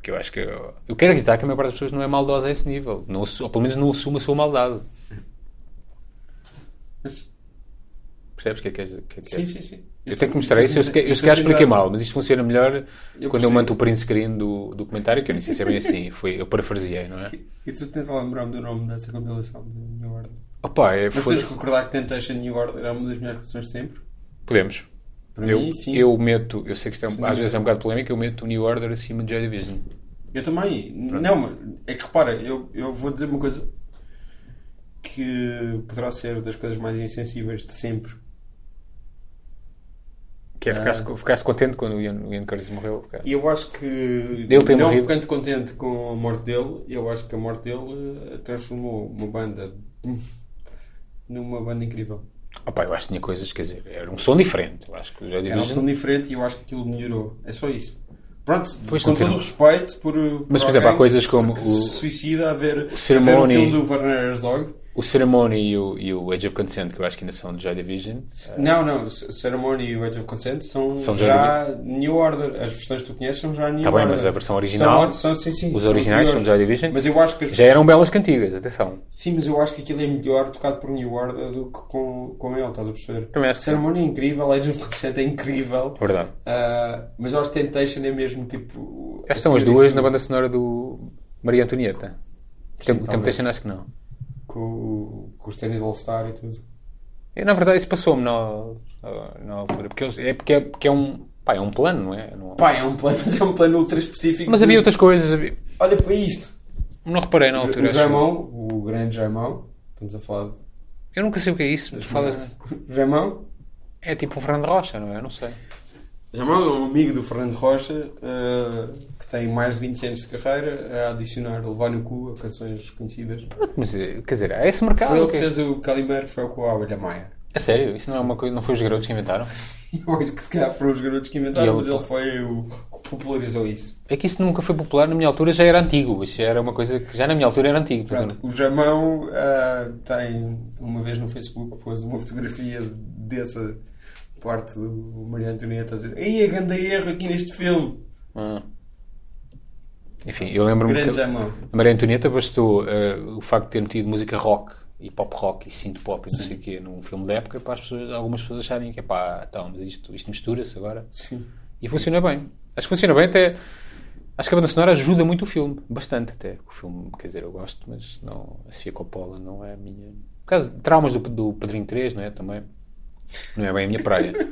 Speaker 3: que eu acho que. Eu, eu quero acreditar que a maior parte das pessoas não é maldosa a esse nível, não, assu- ou pelo menos não assume a sua maldade.
Speaker 2: Mas-
Speaker 3: Percebes o que é que queres? o que é que
Speaker 2: Sim,
Speaker 3: queres?
Speaker 2: sim, sim.
Speaker 3: Eu tenho que mostrar isso, eu é se calhar- eu se calhar expliquei mal, mas isto funciona melhor
Speaker 2: Eu
Speaker 3: quando eu
Speaker 2: percebo.
Speaker 3: mando o print screen do, do comentário, que eu nem sei se é bem assim, foi, eu parafraseei, não é?
Speaker 2: E tu tenta lembrar-me do nome dessa compilação de New Order.
Speaker 3: Opa, é,
Speaker 2: Mas
Speaker 3: foi,
Speaker 2: tens de concordar que Temptation New Order era uma das melhores canções de sempre?
Speaker 3: podemos.
Speaker 2: Para
Speaker 3: eu,
Speaker 2: mim, sim.
Speaker 3: eu meto, eu sei que isto é um-
Speaker 2: Sim.
Speaker 3: às vezes é um bocado polémico, eu meto o New Order acima de Joy Division.
Speaker 2: Eu também. Não, mas é que repara, eu, eu vou dizer uma coisa que poderá ser das coisas mais insensíveis de sempre.
Speaker 3: Que é, ficaste, co- ficaste contente quando o Ian, o Ian Curtis morreu? cara.
Speaker 2: E eu acho que,
Speaker 3: Ele tem
Speaker 2: não
Speaker 3: morrido.
Speaker 2: ficando contente com a morte dele, eu acho que a morte dele eh, transformou uma banda numa banda incrível.
Speaker 3: Opa, eu acho que tinha coisas, quer dizer, era um som diferente. Eu acho que o Joy
Speaker 2: Era um
Speaker 3: Division.
Speaker 2: som diferente e eu acho que aquilo melhorou. É só isso. Pronto,
Speaker 3: Pois,
Speaker 2: com
Speaker 3: não tem
Speaker 2: todo o
Speaker 3: nada.
Speaker 2: respeito por, por
Speaker 3: Mas, por exemplo,
Speaker 2: alguém
Speaker 3: há coisas
Speaker 2: que se-
Speaker 3: como
Speaker 2: que
Speaker 3: o-
Speaker 2: se suicida a ver, a ver um
Speaker 3: Ceremony.
Speaker 2: filme do Werner Herzog
Speaker 3: O Ceremony e o, e o Age of Consent, que eu acho que ainda são de Joy Division.
Speaker 2: É. Não, não, o Ceremony e o Edge of Consent são,
Speaker 3: São
Speaker 2: já New Order. As versões que tu conheces são já New
Speaker 3: Tá bem,
Speaker 2: Order.
Speaker 3: mas a versão original,
Speaker 2: São, são, sim, sim,
Speaker 3: Os
Speaker 2: são
Speaker 3: originais são de
Speaker 2: anteriores.
Speaker 3: Joy Division.
Speaker 2: Mas eu acho que as
Speaker 3: Já eram belas cantigas, atenção.
Speaker 2: Sim, mas eu acho que aquilo é melhor tocado por New Order do que com, com ele, estás a perceber?
Speaker 3: Também acho que sim.
Speaker 2: Ceremony é incrível, Age of Consent é incrível,
Speaker 3: É verdade.
Speaker 2: ah, mas Lost Temptation é mesmo tipo.
Speaker 3: Estas são as
Speaker 2: acima
Speaker 3: duas
Speaker 2: disso,
Speaker 3: na banda sonora do Maria Antonieta. Tem-
Speaker 2: talvez.
Speaker 3: Temptation acho que não.
Speaker 2: Com, o- com os Tennis All-Star e tudo.
Speaker 3: Eu, na verdade, isso passou-me na, na- na altura. Porque eles- é porque é, porque é um. Pá, é um plano, não é? Não-
Speaker 2: Pá, é um plano, mas é um plano ultra específico.
Speaker 3: Mas
Speaker 2: de-
Speaker 3: havia outras coisas. havia-
Speaker 2: Olha para isto.
Speaker 3: Não reparei na altura.
Speaker 2: o
Speaker 3: acho eu.
Speaker 2: Jamão, o grande Jamão, estamos a falar de.
Speaker 3: Eu nunca sei o que é isso. Mas fala,
Speaker 2: Jamão?
Speaker 3: é tipo um Fernando Rocha, não é? Não sei.
Speaker 2: Jamão é um amigo do Fernando Rocha ah, que tem mais de 20 anos de carreira a adicionar, a levar no cu a canções conhecidas.
Speaker 3: Pronto, Mas, eh, quer dizer, é esse mercado.
Speaker 2: Foi ele que
Speaker 3: que é
Speaker 2: fez o Calimero, foi o com a Abelha Maia.
Speaker 3: É sério? Isso não é uma coisa. Não foi os garotos que inventaram?
Speaker 2: Eu acho que se calhar foram os garotos que
Speaker 3: E
Speaker 2: inventaram,
Speaker 3: ele-
Speaker 2: mas ele foi o que popularizou isso.
Speaker 3: É que isso nunca foi popular. Na minha altura já era antigo. Isso já era uma coisa que já na minha altura era antigo.
Speaker 2: Pronto,
Speaker 3: portanto,
Speaker 2: o Jamão ah, tem, uma vez no Facebook, pôs uma fotografia dessa parte do Maria Antonieta a dizer Ei, é grande erro aqui neste filme.
Speaker 3: ah. Enfim, eu lembro-me
Speaker 2: Grande
Speaker 3: que
Speaker 2: Jamão.
Speaker 3: a Maria Antonieta bastou eh, o facto de ter metido música rock e pop rock e synth pop e não sei o quê num filme da época para as pessoas, algumas pessoas acharem que é pá, então, mas isto, isto mistura-se agora.
Speaker 2: Sim.
Speaker 3: E funciona bem. Acho que funciona bem até. Acho que a banda sonora ajuda muito o filme, bastante até. O filme, quer dizer, eu gosto, mas não, a Sofia Coppola não é a minha. Por causa de traumas do, do Padrinho 3, não é? Também. Não é bem a minha praia.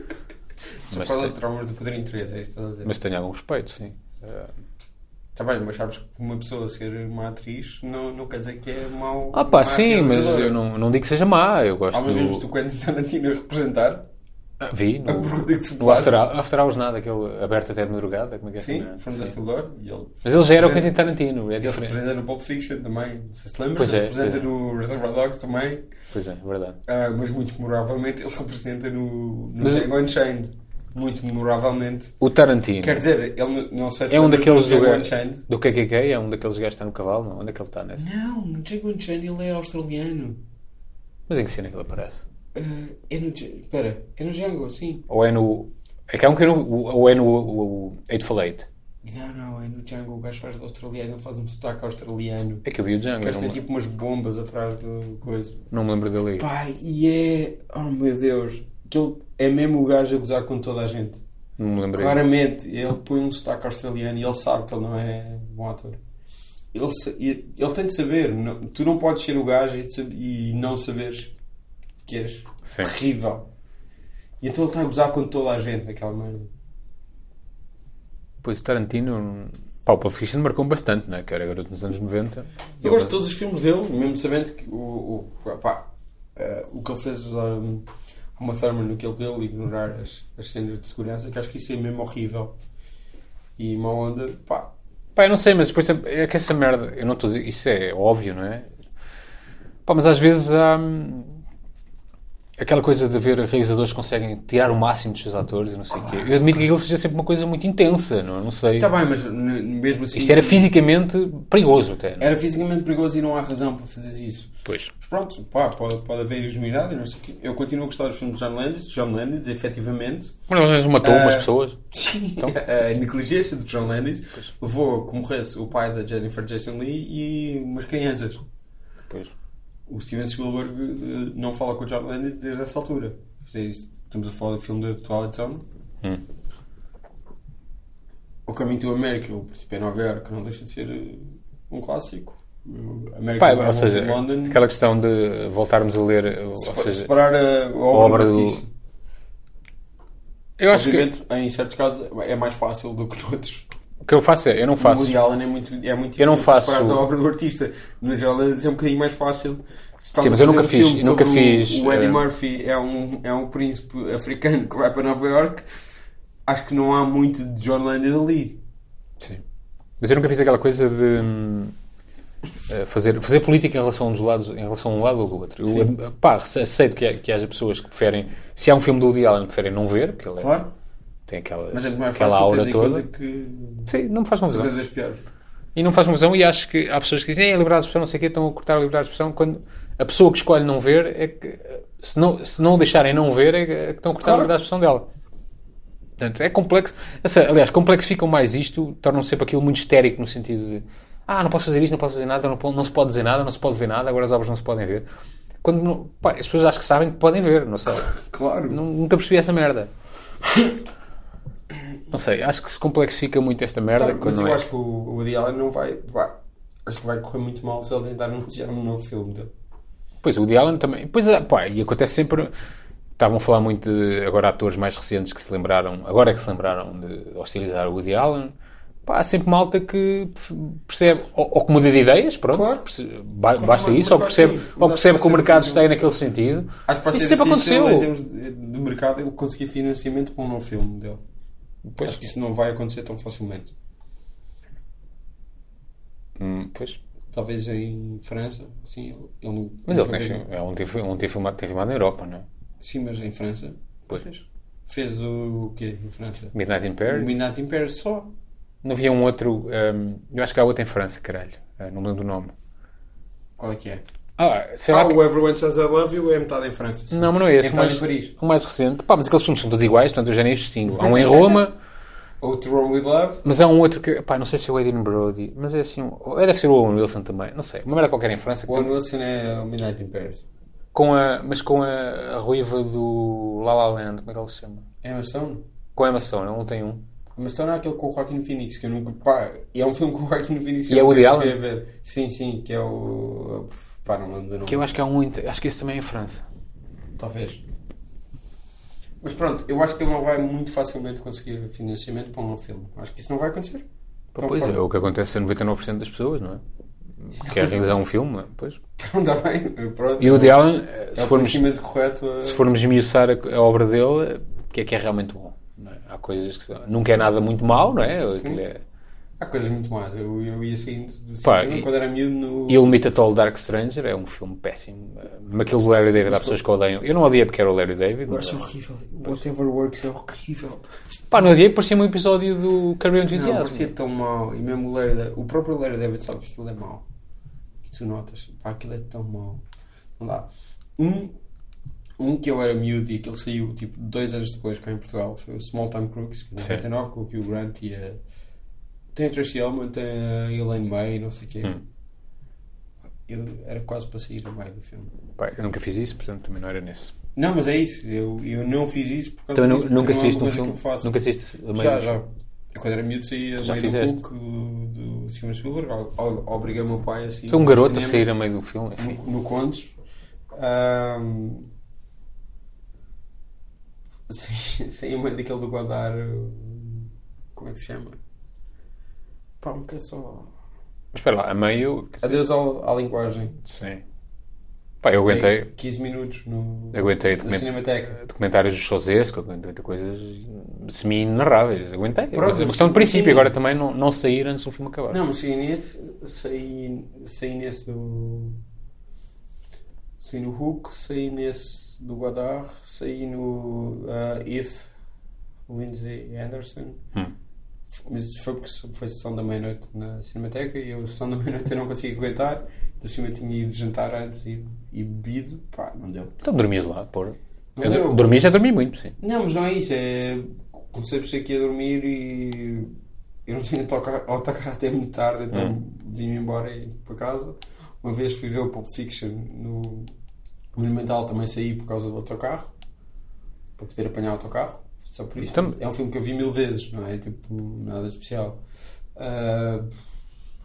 Speaker 2: Só
Speaker 3: mas,
Speaker 2: fala de
Speaker 3: tenho,
Speaker 2: traumas do Padrinho 3, é isso que estás a dizer.
Speaker 3: mas tenho algum respeito, sim. Eh,
Speaker 2: Tá bem, mas sabes que uma pessoa ser uma atriz não, não quer dizer que é mau.
Speaker 3: Ah, pá,
Speaker 2: má
Speaker 3: sim, mas
Speaker 2: realizadora.
Speaker 3: eu não, não digo que seja má. Eu gosto
Speaker 2: Alguma vez viste
Speaker 3: do.
Speaker 2: o Quentin Tarantino a representar?
Speaker 3: Ah, vi no,
Speaker 2: pergunta que tu
Speaker 3: no after,
Speaker 2: fazes.
Speaker 3: after Hours, nada, aquele aberto até de madrugada. Como é que é
Speaker 2: Sim,
Speaker 3: Não é?
Speaker 2: From the
Speaker 3: Sim.
Speaker 2: Still Door. E ele
Speaker 3: Mas ele já era o Quentin
Speaker 2: representa-
Speaker 3: Tarantino, é
Speaker 2: Ele
Speaker 3: diferente.
Speaker 2: representa no Pulp Fiction também. Não sei se te lembras,
Speaker 3: Pois é,
Speaker 2: ele representa
Speaker 3: pois é.
Speaker 2: no Reservoir Dogs também.
Speaker 3: Pois é, é verdade.
Speaker 2: Ah, mas muito memoravelmente ele representa no, no
Speaker 3: Mas-
Speaker 2: Django Unchained. Muito memoravelmente.
Speaker 3: O Tarantino.
Speaker 2: Quer dizer, ele n- não sei se
Speaker 3: É um
Speaker 2: lembras
Speaker 3: daqueles
Speaker 2: do Django
Speaker 3: lugares
Speaker 2: Unchained.
Speaker 3: do KKK, é um daqueles gajos que está no cavalo, não? Onde é que ele está nessa?
Speaker 2: Não, no Django Unchained ele é australiano.
Speaker 3: Mas em que cena é que ele aparece?
Speaker 2: Ah, é no. Dja- Espera, é no Django, sim.
Speaker 3: Ou é no. É que há um que é no. Ou é no. O, o Eightful Eight.
Speaker 2: Não, não, é no Django. O gajo faz de australiano, ele faz um sotaque australiano.
Speaker 3: É que eu vi o Django, eu
Speaker 2: Gasta
Speaker 3: não,
Speaker 2: tipo umas bombas atrás do coisa.
Speaker 3: não me lembro dele. aí.
Speaker 2: tipo- Pá, e é. Oh meu Deus! Aquilo é mesmo o gajo a gozar com toda a gente.
Speaker 3: Não me lembro dele.
Speaker 2: Claramente, ele põe um sotaque australiano e ele sabe que ele não é bom ator. Ele, sa- e- ele tem de saber, não- tu não podes ser o gajo e, de sab- e não saberes que és
Speaker 3: Sim.
Speaker 2: terrível. E então ele está a gozar com toda a gente naquela merda.
Speaker 3: Pois o Tarantino. Pá, o Pulp Fiction marcou bastante, né? Que era garoto nos anos 90.
Speaker 2: Eu gosto de todos os filmes dele, mesmo sabendo que o, o, pá, eh, o que ele fez um, uma Thurman no Kill Bill, ignorar as, as cenas de segurança, que acho que isso é mesmo horrível. E uma onda, pá,
Speaker 3: Pá, eu não sei, mas depois é que essa merda. Eu não estou a dizer. Isso é óbvio, não é? Pá, mas às vezes há. hum, Aquela coisa de ver realizadores que conseguem tirar o máximo dos seus atores e não sei o quê. Eu admito que aquilo seja sempre uma coisa muito intensa, não, é? não sei.
Speaker 2: está Tá bem, mas n- mesmo assim.
Speaker 3: Isto era fisicamente perigoso até. Não? é?
Speaker 2: era fisicamente perigoso e não há razão para fazer isso.
Speaker 3: Pois.
Speaker 2: Mas pronto, pá, pode, pode haver iluminado e não sei o quê. Eu continuo a gostar dos filmes de John Landis, John Landis, efetivamente.
Speaker 3: Mas às vezes matou
Speaker 2: Ah.
Speaker 3: umas pessoas.
Speaker 2: Sim,
Speaker 3: Então.
Speaker 2: a negligência de John Landis levou a que morresse o pai da Jennifer Jason Lee e umas crianças.
Speaker 3: Pois.
Speaker 2: O Steven Spielberg eh, não fala com o John Landis desde essa altura. Isto é isto. Estamos a falar do filme da Twilight Zone.
Speaker 3: Hum.
Speaker 2: O Caminho do América, o Príncipe em Nova Iorque, não deixa de ser eh, um clássico. O American
Speaker 3: Pá, ou
Speaker 2: Werewolf
Speaker 3: seja,
Speaker 2: in London.
Speaker 3: aquela questão de voltarmos a ler. Ou
Speaker 2: Separ-
Speaker 3: seja,
Speaker 2: separar eh, a, a obra,
Speaker 3: obra do-
Speaker 2: do artista.
Speaker 3: eu acho que
Speaker 2: Obviamente, em certos casos, é mais fácil do que noutros.
Speaker 3: o que eu faço é, eu não
Speaker 2: No
Speaker 3: faço.
Speaker 2: Woody Allen é muito, é muito
Speaker 3: Eu não
Speaker 2: difícil
Speaker 3: faço-
Speaker 2: separares a obra do artista. No John Landis é um bocadinho mais fácil. Se estás
Speaker 3: Sim,
Speaker 2: a
Speaker 3: mas
Speaker 2: fazer
Speaker 3: eu
Speaker 2: um
Speaker 3: nunca fiz,
Speaker 2: filme
Speaker 3: eu nunca
Speaker 2: sobre o-
Speaker 3: fiz,
Speaker 2: O Eddie
Speaker 3: eh,
Speaker 2: Murphy é um, é um príncipe africano que vai para Nova York. Acho que não há muito de John Landis ali.
Speaker 3: Sim. Mas eu nunca fiz aquela coisa de hum, eh, fazer, fazer política em relação, a um dos lados, em relação a um lado ou do outro. Eu,
Speaker 2: Sim.
Speaker 3: eh, pá, rece- aceito que, ha- que haja pessoas que preferem. Se há um filme do Woody Allen, preferem não ver, porque ele é-
Speaker 2: Claro.
Speaker 3: tem aquela,
Speaker 2: Mas é muito mais
Speaker 3: aquela
Speaker 2: fácil
Speaker 3: aura
Speaker 2: tendo em
Speaker 3: toda.
Speaker 2: conta que
Speaker 3: Sim, não me faz
Speaker 2: são
Speaker 3: confusão.
Speaker 2: das piores.
Speaker 3: E não faz confusão. E acho que há pessoas que dizem "Ei, a liberdade de expressão, não sei o quê, estão a cortar a liberdade de expressão. Quando a pessoa que escolhe não ver, é que, se não, se não deixarem não ver, é que é que estão a cortar a
Speaker 2: Claro.
Speaker 3: liberdade de expressão dela. Portanto, é complexo. Eu sei, Aliás, complexificam mais isto, tornam sempre aquilo muito histérico no sentido de ah, não posso fazer isto, não posso fazer nada, não, po- não se pode dizer nada, não se pode ver nada, agora as obras não se podem ver. Quando não- pá, as pessoas acham que sabem que podem ver, não sei.
Speaker 2: Claro.
Speaker 3: Nun- Nunca percebi essa merda. Não sei, acho que se complexifica muito esta merda.
Speaker 2: Tá, mas
Speaker 3: quando
Speaker 2: eu
Speaker 3: não é.
Speaker 2: acho que o, o Woody Allen não vai. vá, acho que vai correr muito mal se ele tentar anunciar um novo filme dele.
Speaker 3: Pois, o Woody Allen também. Pois, é, pá, e acontece sempre. Estavam a falar muito de agora atores mais recentes que se lembraram, agora é que se lembraram de hostilizar o Woody Allen. Pá, há sempre malta que perfe- percebe, ou, ou que muda de ideias, pronto,
Speaker 2: Claro.
Speaker 3: perce- ba- basta
Speaker 2: mas
Speaker 3: isso, ou
Speaker 2: claro que
Speaker 3: percebe,
Speaker 2: sim, mas
Speaker 3: ou
Speaker 2: acho
Speaker 3: percebe
Speaker 2: que
Speaker 3: que o
Speaker 2: vai ser
Speaker 3: mercado
Speaker 2: difícil.
Speaker 3: está aí naquele sentido.
Speaker 2: Acho que vai
Speaker 3: Isso
Speaker 2: ser
Speaker 3: sempre
Speaker 2: difícil,
Speaker 3: aconteceu.
Speaker 2: Em termos de, de mercado, ele conseguir financiamento para um novo filme dele.
Speaker 3: Pois.
Speaker 2: Acho que isso não vai acontecer tão facilmente.
Speaker 3: Hum, pois.
Speaker 2: Talvez em França, sim, ele, ele
Speaker 3: Mas ele
Speaker 2: nunca
Speaker 3: tem,
Speaker 2: fez-
Speaker 3: fi- é um tem, fi- um tem filmado, tem filmado na Europa, não é?
Speaker 2: Sim, mas em França.
Speaker 3: Pois.
Speaker 2: Fez. Fez o, o quê em França?
Speaker 3: Midnight in
Speaker 2: O
Speaker 3: Paris.
Speaker 2: Midnight in Paris só.
Speaker 3: Não havia um outro. hum, eu acho que há outro em França, caralho. Ah, não me lembro do nome.
Speaker 2: Qual é que é?
Speaker 3: Ah, sei lá.
Speaker 2: Ah,
Speaker 3: que-
Speaker 2: o Everyone Says I Love You é metade em França. sim.
Speaker 3: Não, mas não é esse. O
Speaker 2: Então,
Speaker 3: mais,
Speaker 2: em Paris.
Speaker 3: o mais recente. Pá, mas aqueles filmes são todos iguais, portanto eu já nem os distingo. Há um em Roma,
Speaker 2: Outro Wrong With Love.
Speaker 3: mas há um outro que. Pá, não sei se é o Aidan Brody, mas é assim. um- ou- Deve ser o Owen Wilson também, não sei. Uma merda qualquer em França. que
Speaker 2: O Owen
Speaker 3: tem-
Speaker 2: Wilson é o Midnight in Paris.
Speaker 3: com a, mas com a, a ruiva do La La Land, como é que ele se chama?
Speaker 2: Emma Stone?
Speaker 3: Com a Emma Stone, ele não tem um.
Speaker 2: Emma Stone é aquele com o Joaquin Phoenix, que eu nunca... Pá, e é um filme com o Joaquin Phoenix que
Speaker 3: E é
Speaker 2: eu nunca
Speaker 3: Woody Allen?
Speaker 2: cheguei a ver. Sim, sim, que é o... Pá, não me lembro do nome.
Speaker 3: Que eu acho que há um. inte- Acho que esse também é em França.
Speaker 2: Talvez. Mas pronto, eu acho que ele não vai muito facilmente conseguir financiamento para um novo filme. Acho que isso não vai acontecer. Então,
Speaker 3: pois
Speaker 2: fora.
Speaker 3: é, o que acontece a 99% das pessoas, não é? Quer realizar um filme, não é? pois.
Speaker 2: Não dá bem. é Pronto.
Speaker 3: E o Woody Allen, eh,
Speaker 2: É
Speaker 3: se
Speaker 2: o
Speaker 3: formos.
Speaker 2: conhecimento correto a...
Speaker 3: se formos esmiuçar a, a obra dele, o que é que é realmente bom? não é? Há coisas que são- nunca é nada muito mau, não é? Aquilo é-
Speaker 2: Há coisas muito más. Eu, eu ia seguindo do
Speaker 3: Pá,
Speaker 2: cinema
Speaker 3: e-
Speaker 2: quando era miúdo no...
Speaker 3: E o Meet at All Dark Stranger é um filme péssimo. Mas Aquilo do Larry David, há pessoas que odeiam. Eu não odiei porque era o Larry David.
Speaker 2: Eu acho
Speaker 3: Mas,
Speaker 2: é horrível. Whatever works é horrível.
Speaker 3: pá, não odiei, parecia um episódio do Career
Speaker 2: Não,
Speaker 3: Enthusiasm.
Speaker 2: parecia tão mau. E mesmo o Larry Da- o próprio Larry David sabe que aquilo é mau. E tu notas, pá, aquilo é tão mau. Não dá. Um, um que eu era miúdo e que ele saiu tipo dois anos depois cá em Portugal foi o Small Time Crooks, que é de
Speaker 3: Sim.
Speaker 2: 99, com o Hugh Grant e a. Tem a Tracy Ullman, tem a Elaine May, não sei o quê.
Speaker 3: Hum.
Speaker 2: Eu era quase para sair no meio do filme.
Speaker 3: Pá, eu nunca fiz isso, portanto também não era nesse.
Speaker 2: Não, mas é isso. Eu, eu não fiz isso por causa
Speaker 3: Também nu-
Speaker 2: disso, porque
Speaker 3: nunca
Speaker 2: não é uma
Speaker 3: assiste um
Speaker 2: coisa que
Speaker 3: filme.
Speaker 2: eu faço.
Speaker 3: Nunca assiste.
Speaker 2: Já, já. Eu quando era miúdo saía
Speaker 3: Já
Speaker 2: meio do
Speaker 3: fizeste?
Speaker 2: Hulk, do, do Steven Spielberg. O- o- Obriguei o meu pai a sair.
Speaker 3: Sou um
Speaker 2: do
Speaker 3: garoto a
Speaker 2: cinema,
Speaker 3: sair a meio do filme. Enfim.
Speaker 2: No, no Condes. Ahm, saí saí a meio daquele do Guadar. hum, Como é que se chama? Pá, um bocado só.
Speaker 3: Mas espera lá, a meio.
Speaker 2: Adeus ao, à linguagem.
Speaker 3: Sim. Pá, eu aguentei.
Speaker 2: Tem 15 minutos no,
Speaker 3: Aguentei
Speaker 2: na
Speaker 3: documentar.
Speaker 2: Cinemateca.
Speaker 3: documentários do Chosesco, coisas semi-narráveis. Aguentei. É
Speaker 2: Pronto,
Speaker 3: uma questão de princípio.
Speaker 2: sim.
Speaker 3: Agora também não, não sair antes do filme acabar.
Speaker 2: Não, mas saí nesse. Saí, saí nesse do. Saí no Hulk, saí nesse do Godard, saí no ah, If, Lindsay Anderson.
Speaker 3: Hum.
Speaker 2: Mas isso foi porque foi sessão da meia-noite na Cinemateca e eu, sessão da meia-noite, eu não consegui aguentar. Do cima tinha ido jantar antes e, e bebido. Pá, não deu.
Speaker 3: Então dormias lá, porra.
Speaker 2: Não
Speaker 3: Eu
Speaker 2: deu.
Speaker 3: do- Dormi já dormi muito, sim.
Speaker 2: Não, mas não é isso. É... Comecei por ser aqui a dormir e eu não tinha tocar, ao tocar até muito tarde, então
Speaker 3: Hum.
Speaker 2: vim-me embora e para casa. Uma vez fui ver o Pulp Fiction no Monumental, também saí por causa do autocarro, para poder apanhar o autocarro. Só por isso.
Speaker 3: Também.
Speaker 2: É um filme que eu vi mil vezes, não é? Tipo, nada de especial. Ah,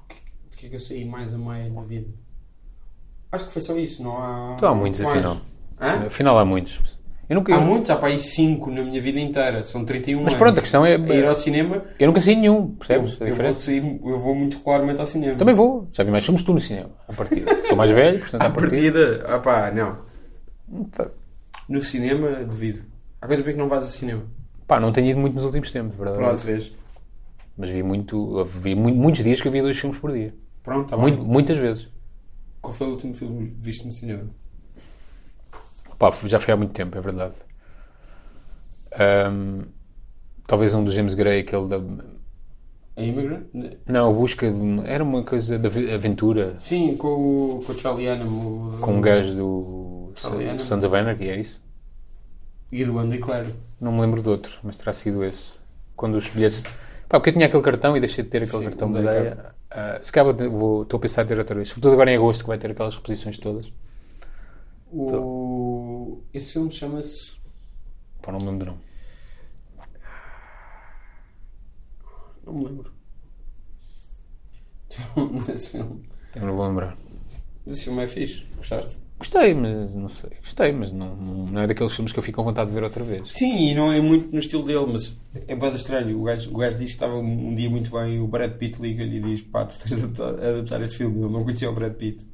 Speaker 2: o que- De que é que eu saí mais a meio na vida? Acho que foi só isso, não há.
Speaker 3: Então há muitos,
Speaker 2: mais.
Speaker 3: afinal.
Speaker 2: Hã?
Speaker 3: Afinal, há muitos. Eu nunca,
Speaker 2: Há
Speaker 3: eu-
Speaker 2: muitos, há para aí 5 na minha vida inteira, são 31
Speaker 3: Mas
Speaker 2: anos.
Speaker 3: pronto, a questão é-
Speaker 2: ir ao cinema,
Speaker 3: Eu nunca saí nenhum,
Speaker 2: eu,
Speaker 3: percebes? a
Speaker 2: eu vou
Speaker 3: diferença?
Speaker 2: sair, eu vou muito claramente ao cinema.
Speaker 3: Também vou. Já vi mais filmes que tu no cinema, a partir. Sou mais velho, portanto,
Speaker 2: À
Speaker 3: a partir.
Speaker 2: partida, ah pá, não. No cinema, devido. Há coisa bem que não vais ao cinema.
Speaker 3: Pá, não tenho ido muito nos últimos tempos, verdade.
Speaker 2: Pronto, vês.
Speaker 3: Mas vi muito, vi mu- muitos dias que eu vi dois filmes por dia.
Speaker 2: Pronto, tá
Speaker 3: Muito-
Speaker 2: bem.
Speaker 3: muitas vezes.
Speaker 2: Qual foi o último filme visto no cinema?
Speaker 3: Pá, já foi há muito tempo, é verdade. Ahm, talvez um do James Gray, aquele da.
Speaker 2: A Immigrant? né?
Speaker 3: Não, a busca de- Era uma coisa de ave- aventura
Speaker 2: Sim, com o, com o Charlie Hunnam o-
Speaker 3: com um gajo do
Speaker 2: Charlie Hunnam.
Speaker 3: Sons of Anarchy, é isso?
Speaker 2: e do Andy Clare.
Speaker 3: Não me lembro de outro, mas terá sido esse. Quando os bilhetes. Pá, porque eu tinha aquele cartão e deixei de ter aquele
Speaker 2: Sim,
Speaker 3: cartão de
Speaker 2: onde é
Speaker 3: ideia. Ah, se calhar vou- vou- estou a pensar em ter outra vez. Sobretudo agora em agosto, que vai ter aquelas reposições todas.
Speaker 2: O...
Speaker 3: Tá.
Speaker 2: Esse filme chama-se.
Speaker 3: Pá, não me lembro do nome.
Speaker 2: Não me lembro. Tem um nome Esse filme.
Speaker 3: Eu não vou lembrar.
Speaker 2: Esse filme é fixe. Gostaste?
Speaker 3: Gostei, mas não sei. Gostei, mas não, não é daqueles filmes que eu fico com vontade de ver outra vez.
Speaker 2: Sim, e não é muito no estilo dele, mas é bada estranho. O gajo, o gajo diz que estava um dia muito bem e o Brad Pitt liga-lhe e diz: pá, tu tens de adaptar- adaptar este filme. Ele não conhecia o Brad Pitt.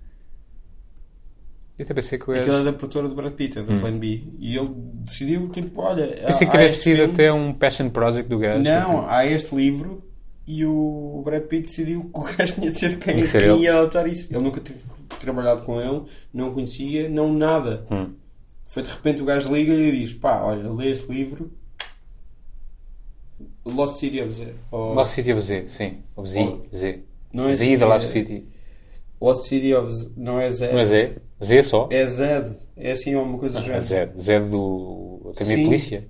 Speaker 3: Eu até pensei que eu era.
Speaker 2: Aquilo é da produtora do Brad Pitt, é do Plan B. E ele decidiu, tipo, olha.
Speaker 3: Hum. Pensei que
Speaker 2: há- há
Speaker 3: tivesse
Speaker 2: este
Speaker 3: sido
Speaker 2: filme.
Speaker 3: até um passion project do gajo. tipo,
Speaker 2: Não, há este livro e o Brad Pitt decidiu que o gajo tinha de ser quem,
Speaker 3: Tinha que ser
Speaker 2: quem
Speaker 3: ele.
Speaker 2: ia adotar isso. Ele nunca tinha trabalhado com ele, não conhecia, não nada.
Speaker 3: Hum.
Speaker 2: Foi de repente o gajo liga e diz: pá, olha, lê este livro. Lost City of Z. Ou-
Speaker 3: Lost City of Z, sim. Of Z. Z.
Speaker 2: não é
Speaker 3: Z da
Speaker 2: é-
Speaker 3: Lost City.
Speaker 2: Lost City of Z. Não é Z.
Speaker 3: Não é Z? Z só?
Speaker 2: É Zed. É assim alguma coisa do
Speaker 3: É
Speaker 2: género.
Speaker 3: Z. Z do. Academia de
Speaker 2: Sim.
Speaker 3: Polícia?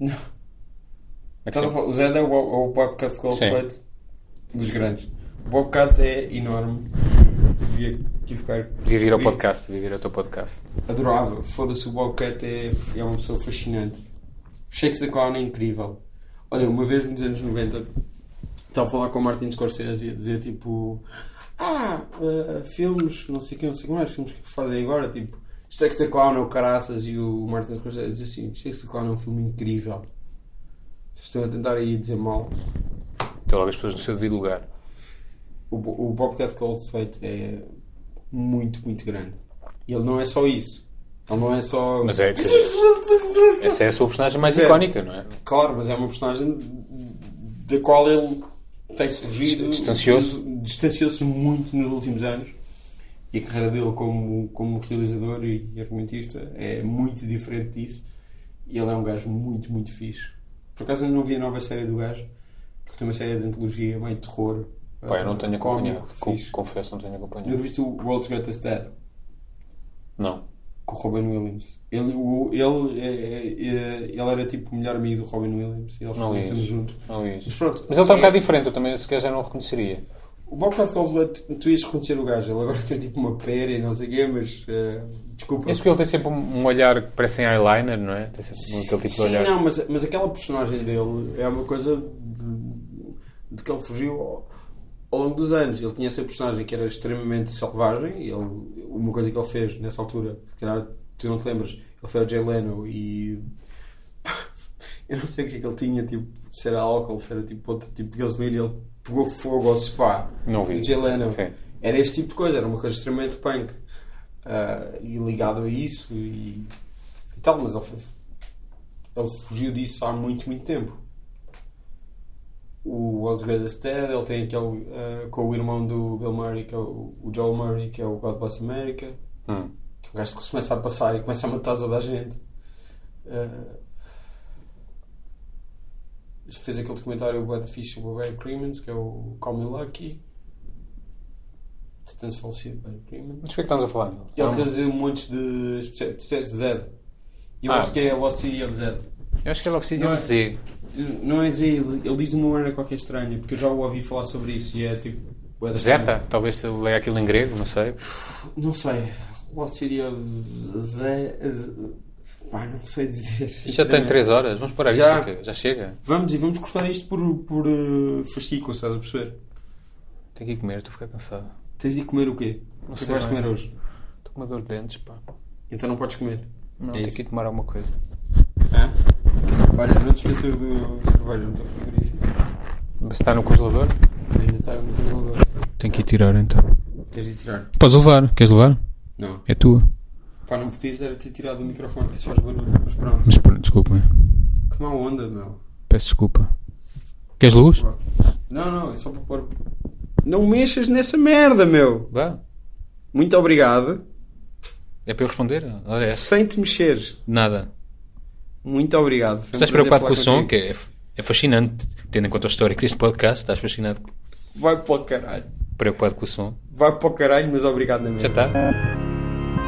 Speaker 2: Não.
Speaker 3: É que
Speaker 2: Estás a
Speaker 3: sim.
Speaker 2: falar- O Zed é o, Bob- é o Bobcat Goldthwait dos grandes. O Bobcat é enorme. Devia aqui ficar.
Speaker 3: Devia vir ao podcast, devia vir ao teu podcast.
Speaker 2: Adorava. Foda-se, o Bobcat é, é uma pessoa fascinante. Shakes the Clown é incrível. Olha, uma vez nos anos 90, estava a falar com o Martin Scorsese e a dizer tipo: Ah, eh, filmes, não sei o que, não sei o que mais, filmes que fazem agora, tipo. Shakes the Clown é o Caraças e o Martin Scorsese diz assim: Shakes the Clown é um filme incrível. Vocês estão a tentar aí dizer mal.
Speaker 3: Então logo as pessoas no seu devido lugar.
Speaker 2: O, Bo- o Bobcat Goldthwait é muito, muito grande. E ele não é só isso. Ele não é só.
Speaker 3: Mas é. Essa é a sua personagem mais
Speaker 2: Zero.
Speaker 3: icónica, não é?
Speaker 2: Claro, mas é uma personagem da qual ele tem surgido.
Speaker 3: Distanciou-se.
Speaker 2: Distanciou-se muito nos últimos anos. E a carreira dele como, como realizador e argumentista é muito diferente disso. E ele é um gajo muito, muito fixe. Por acaso eu não vi a nova série do gajo, porque tem uma série de antologia meio terror.
Speaker 3: Pá, eu não
Speaker 2: eh,
Speaker 3: tenho
Speaker 2: cómico,
Speaker 3: acompanhado. Com-
Speaker 2: fixe.
Speaker 3: Confesso, não tenho
Speaker 2: Nunca
Speaker 3: acompanhado.
Speaker 2: viste o World's Greatest Dad
Speaker 3: Não.
Speaker 2: com o Robin Williams. Ele, o- ele, é- é- ele era tipo o melhor amigo do Robin Williams. E eles fizeram
Speaker 3: Não vi isso.
Speaker 2: filmes juntos.
Speaker 3: Não vi isso.
Speaker 2: Mas pronto.
Speaker 3: Mas ele está um
Speaker 2: É-
Speaker 3: bocado diferente, eu também sequer já não o reconheceria.
Speaker 2: O Bobcat Goldthwait, tu ias reconhecer o gajo. Ele agora tem tipo uma pera e não sei o quê, mas... eh, desculpa.
Speaker 3: Esse porque ele tem sempre um um olhar que parece em eyeliner, não é? Tem sempre um- aquele tipo de
Speaker 2: Sim,
Speaker 3: olhar.
Speaker 2: não, mas, mas aquela personagem dele é uma coisa de, de que ele fugiu ao, ao longo dos anos. Ele tinha essa personagem que era extremamente selvagem. e Ele, uma coisa que ele fez nessa altura, se calhar tu não te lembras, ele foi ao Jay Leno e. Eu não sei o que é que ele tinha, tipo, se era álcool, se era tipo outro tipo de gasolina, ele pegou fogo ao sofá
Speaker 3: Não vi
Speaker 2: do
Speaker 3: isso.
Speaker 2: Jay Leno.
Speaker 3: Sim.
Speaker 2: Era este tipo de coisa, era uma coisa extremamente punk. Ah, e ligado a isso e, e tal, mas ele, foi- ele fugiu disso há muito, muito tempo. O World Greatest Dad, ele tem aquele ah, com o irmão do Bill Murray, que é o, o Joel Murray, que é o God Bless America,
Speaker 3: Hum.
Speaker 2: que é o gajo que se começa a passar e começa a matar toda a gente. Ah, fez aquele documentário Bad Fish sobre o Barry Cremens, que é o Call Me Lucky. Tanto falecido Barry Cremens.
Speaker 3: Mas o que é que estamos a falar?
Speaker 2: E ele realizou um monte de especiais. Tu disseste Zed. E eu
Speaker 3: Ah.
Speaker 2: acho que é Lost City of Zed.
Speaker 3: Eu acho que ele precisa
Speaker 2: Não é?
Speaker 3: de Z.
Speaker 2: Não é Zed, ele ele diz de uma maneira qualquer estranha, porque eu já o ouvi falar sobre isso e é tipo. bué da estranho.
Speaker 3: Zeta, talvez se eu leia aquilo em grego, não sei.
Speaker 2: Não sei. Lost City of Zed. Z- Pá, não sei dizer.
Speaker 3: Isto já tem
Speaker 2: sinceramente.
Speaker 3: 3 horas, vamos parar
Speaker 2: Já.
Speaker 3: isto, ok? já chega.
Speaker 2: Vamos e vamos cortar isto por, por eh, fascículos, estás a perceber?
Speaker 3: Tenho que ir comer, estou a ficar cansado.
Speaker 2: Tens de comer o quê? o que é
Speaker 3: Não
Speaker 2: que
Speaker 3: sei
Speaker 2: vais
Speaker 3: bem.
Speaker 2: comer hoje?
Speaker 3: Estou com uma dor de dentes, pá.
Speaker 2: Então não podes comer.
Speaker 3: Não,
Speaker 2: É
Speaker 3: tenho
Speaker 2: isso.
Speaker 3: que ir tomar alguma coisa.
Speaker 2: Hã? Olha, não te esqueças do cerveja no teu frigorífico.
Speaker 3: Mas está no congelador?
Speaker 2: Ainda está no congelador.
Speaker 3: Tenho que ir tirar então.
Speaker 2: Tens de tirar?
Speaker 3: Podes levar, queres levar?
Speaker 2: Não.
Speaker 3: É tua.
Speaker 2: Pá, não podias era ter tirado o microfone, que isso faz barulho. Mas pronto.
Speaker 3: Mas pronto, desculpa,
Speaker 2: Que má onda, meu.
Speaker 3: peço desculpa. Queres luz?
Speaker 2: Não, não, é só para pôr. Não mexas nessa merda, meu.
Speaker 3: Vá.
Speaker 2: Muito obrigado.
Speaker 3: É para eu responder? Olha, essa.
Speaker 2: Sem te mexeres.
Speaker 3: nada.
Speaker 2: Muito obrigado. Foi um
Speaker 3: Estás
Speaker 2: prazer
Speaker 3: preocupado
Speaker 2: falar
Speaker 3: com o som?
Speaker 2: contigo.
Speaker 3: Que é f- É fascinante, tendo em conta o histórico deste podcast, estás fascinado,
Speaker 2: Vai para o caralho.
Speaker 3: preocupado com o som.
Speaker 2: Vai para o caralho, mas obrigado na
Speaker 3: Já tá.
Speaker 2: mesma.
Speaker 3: está.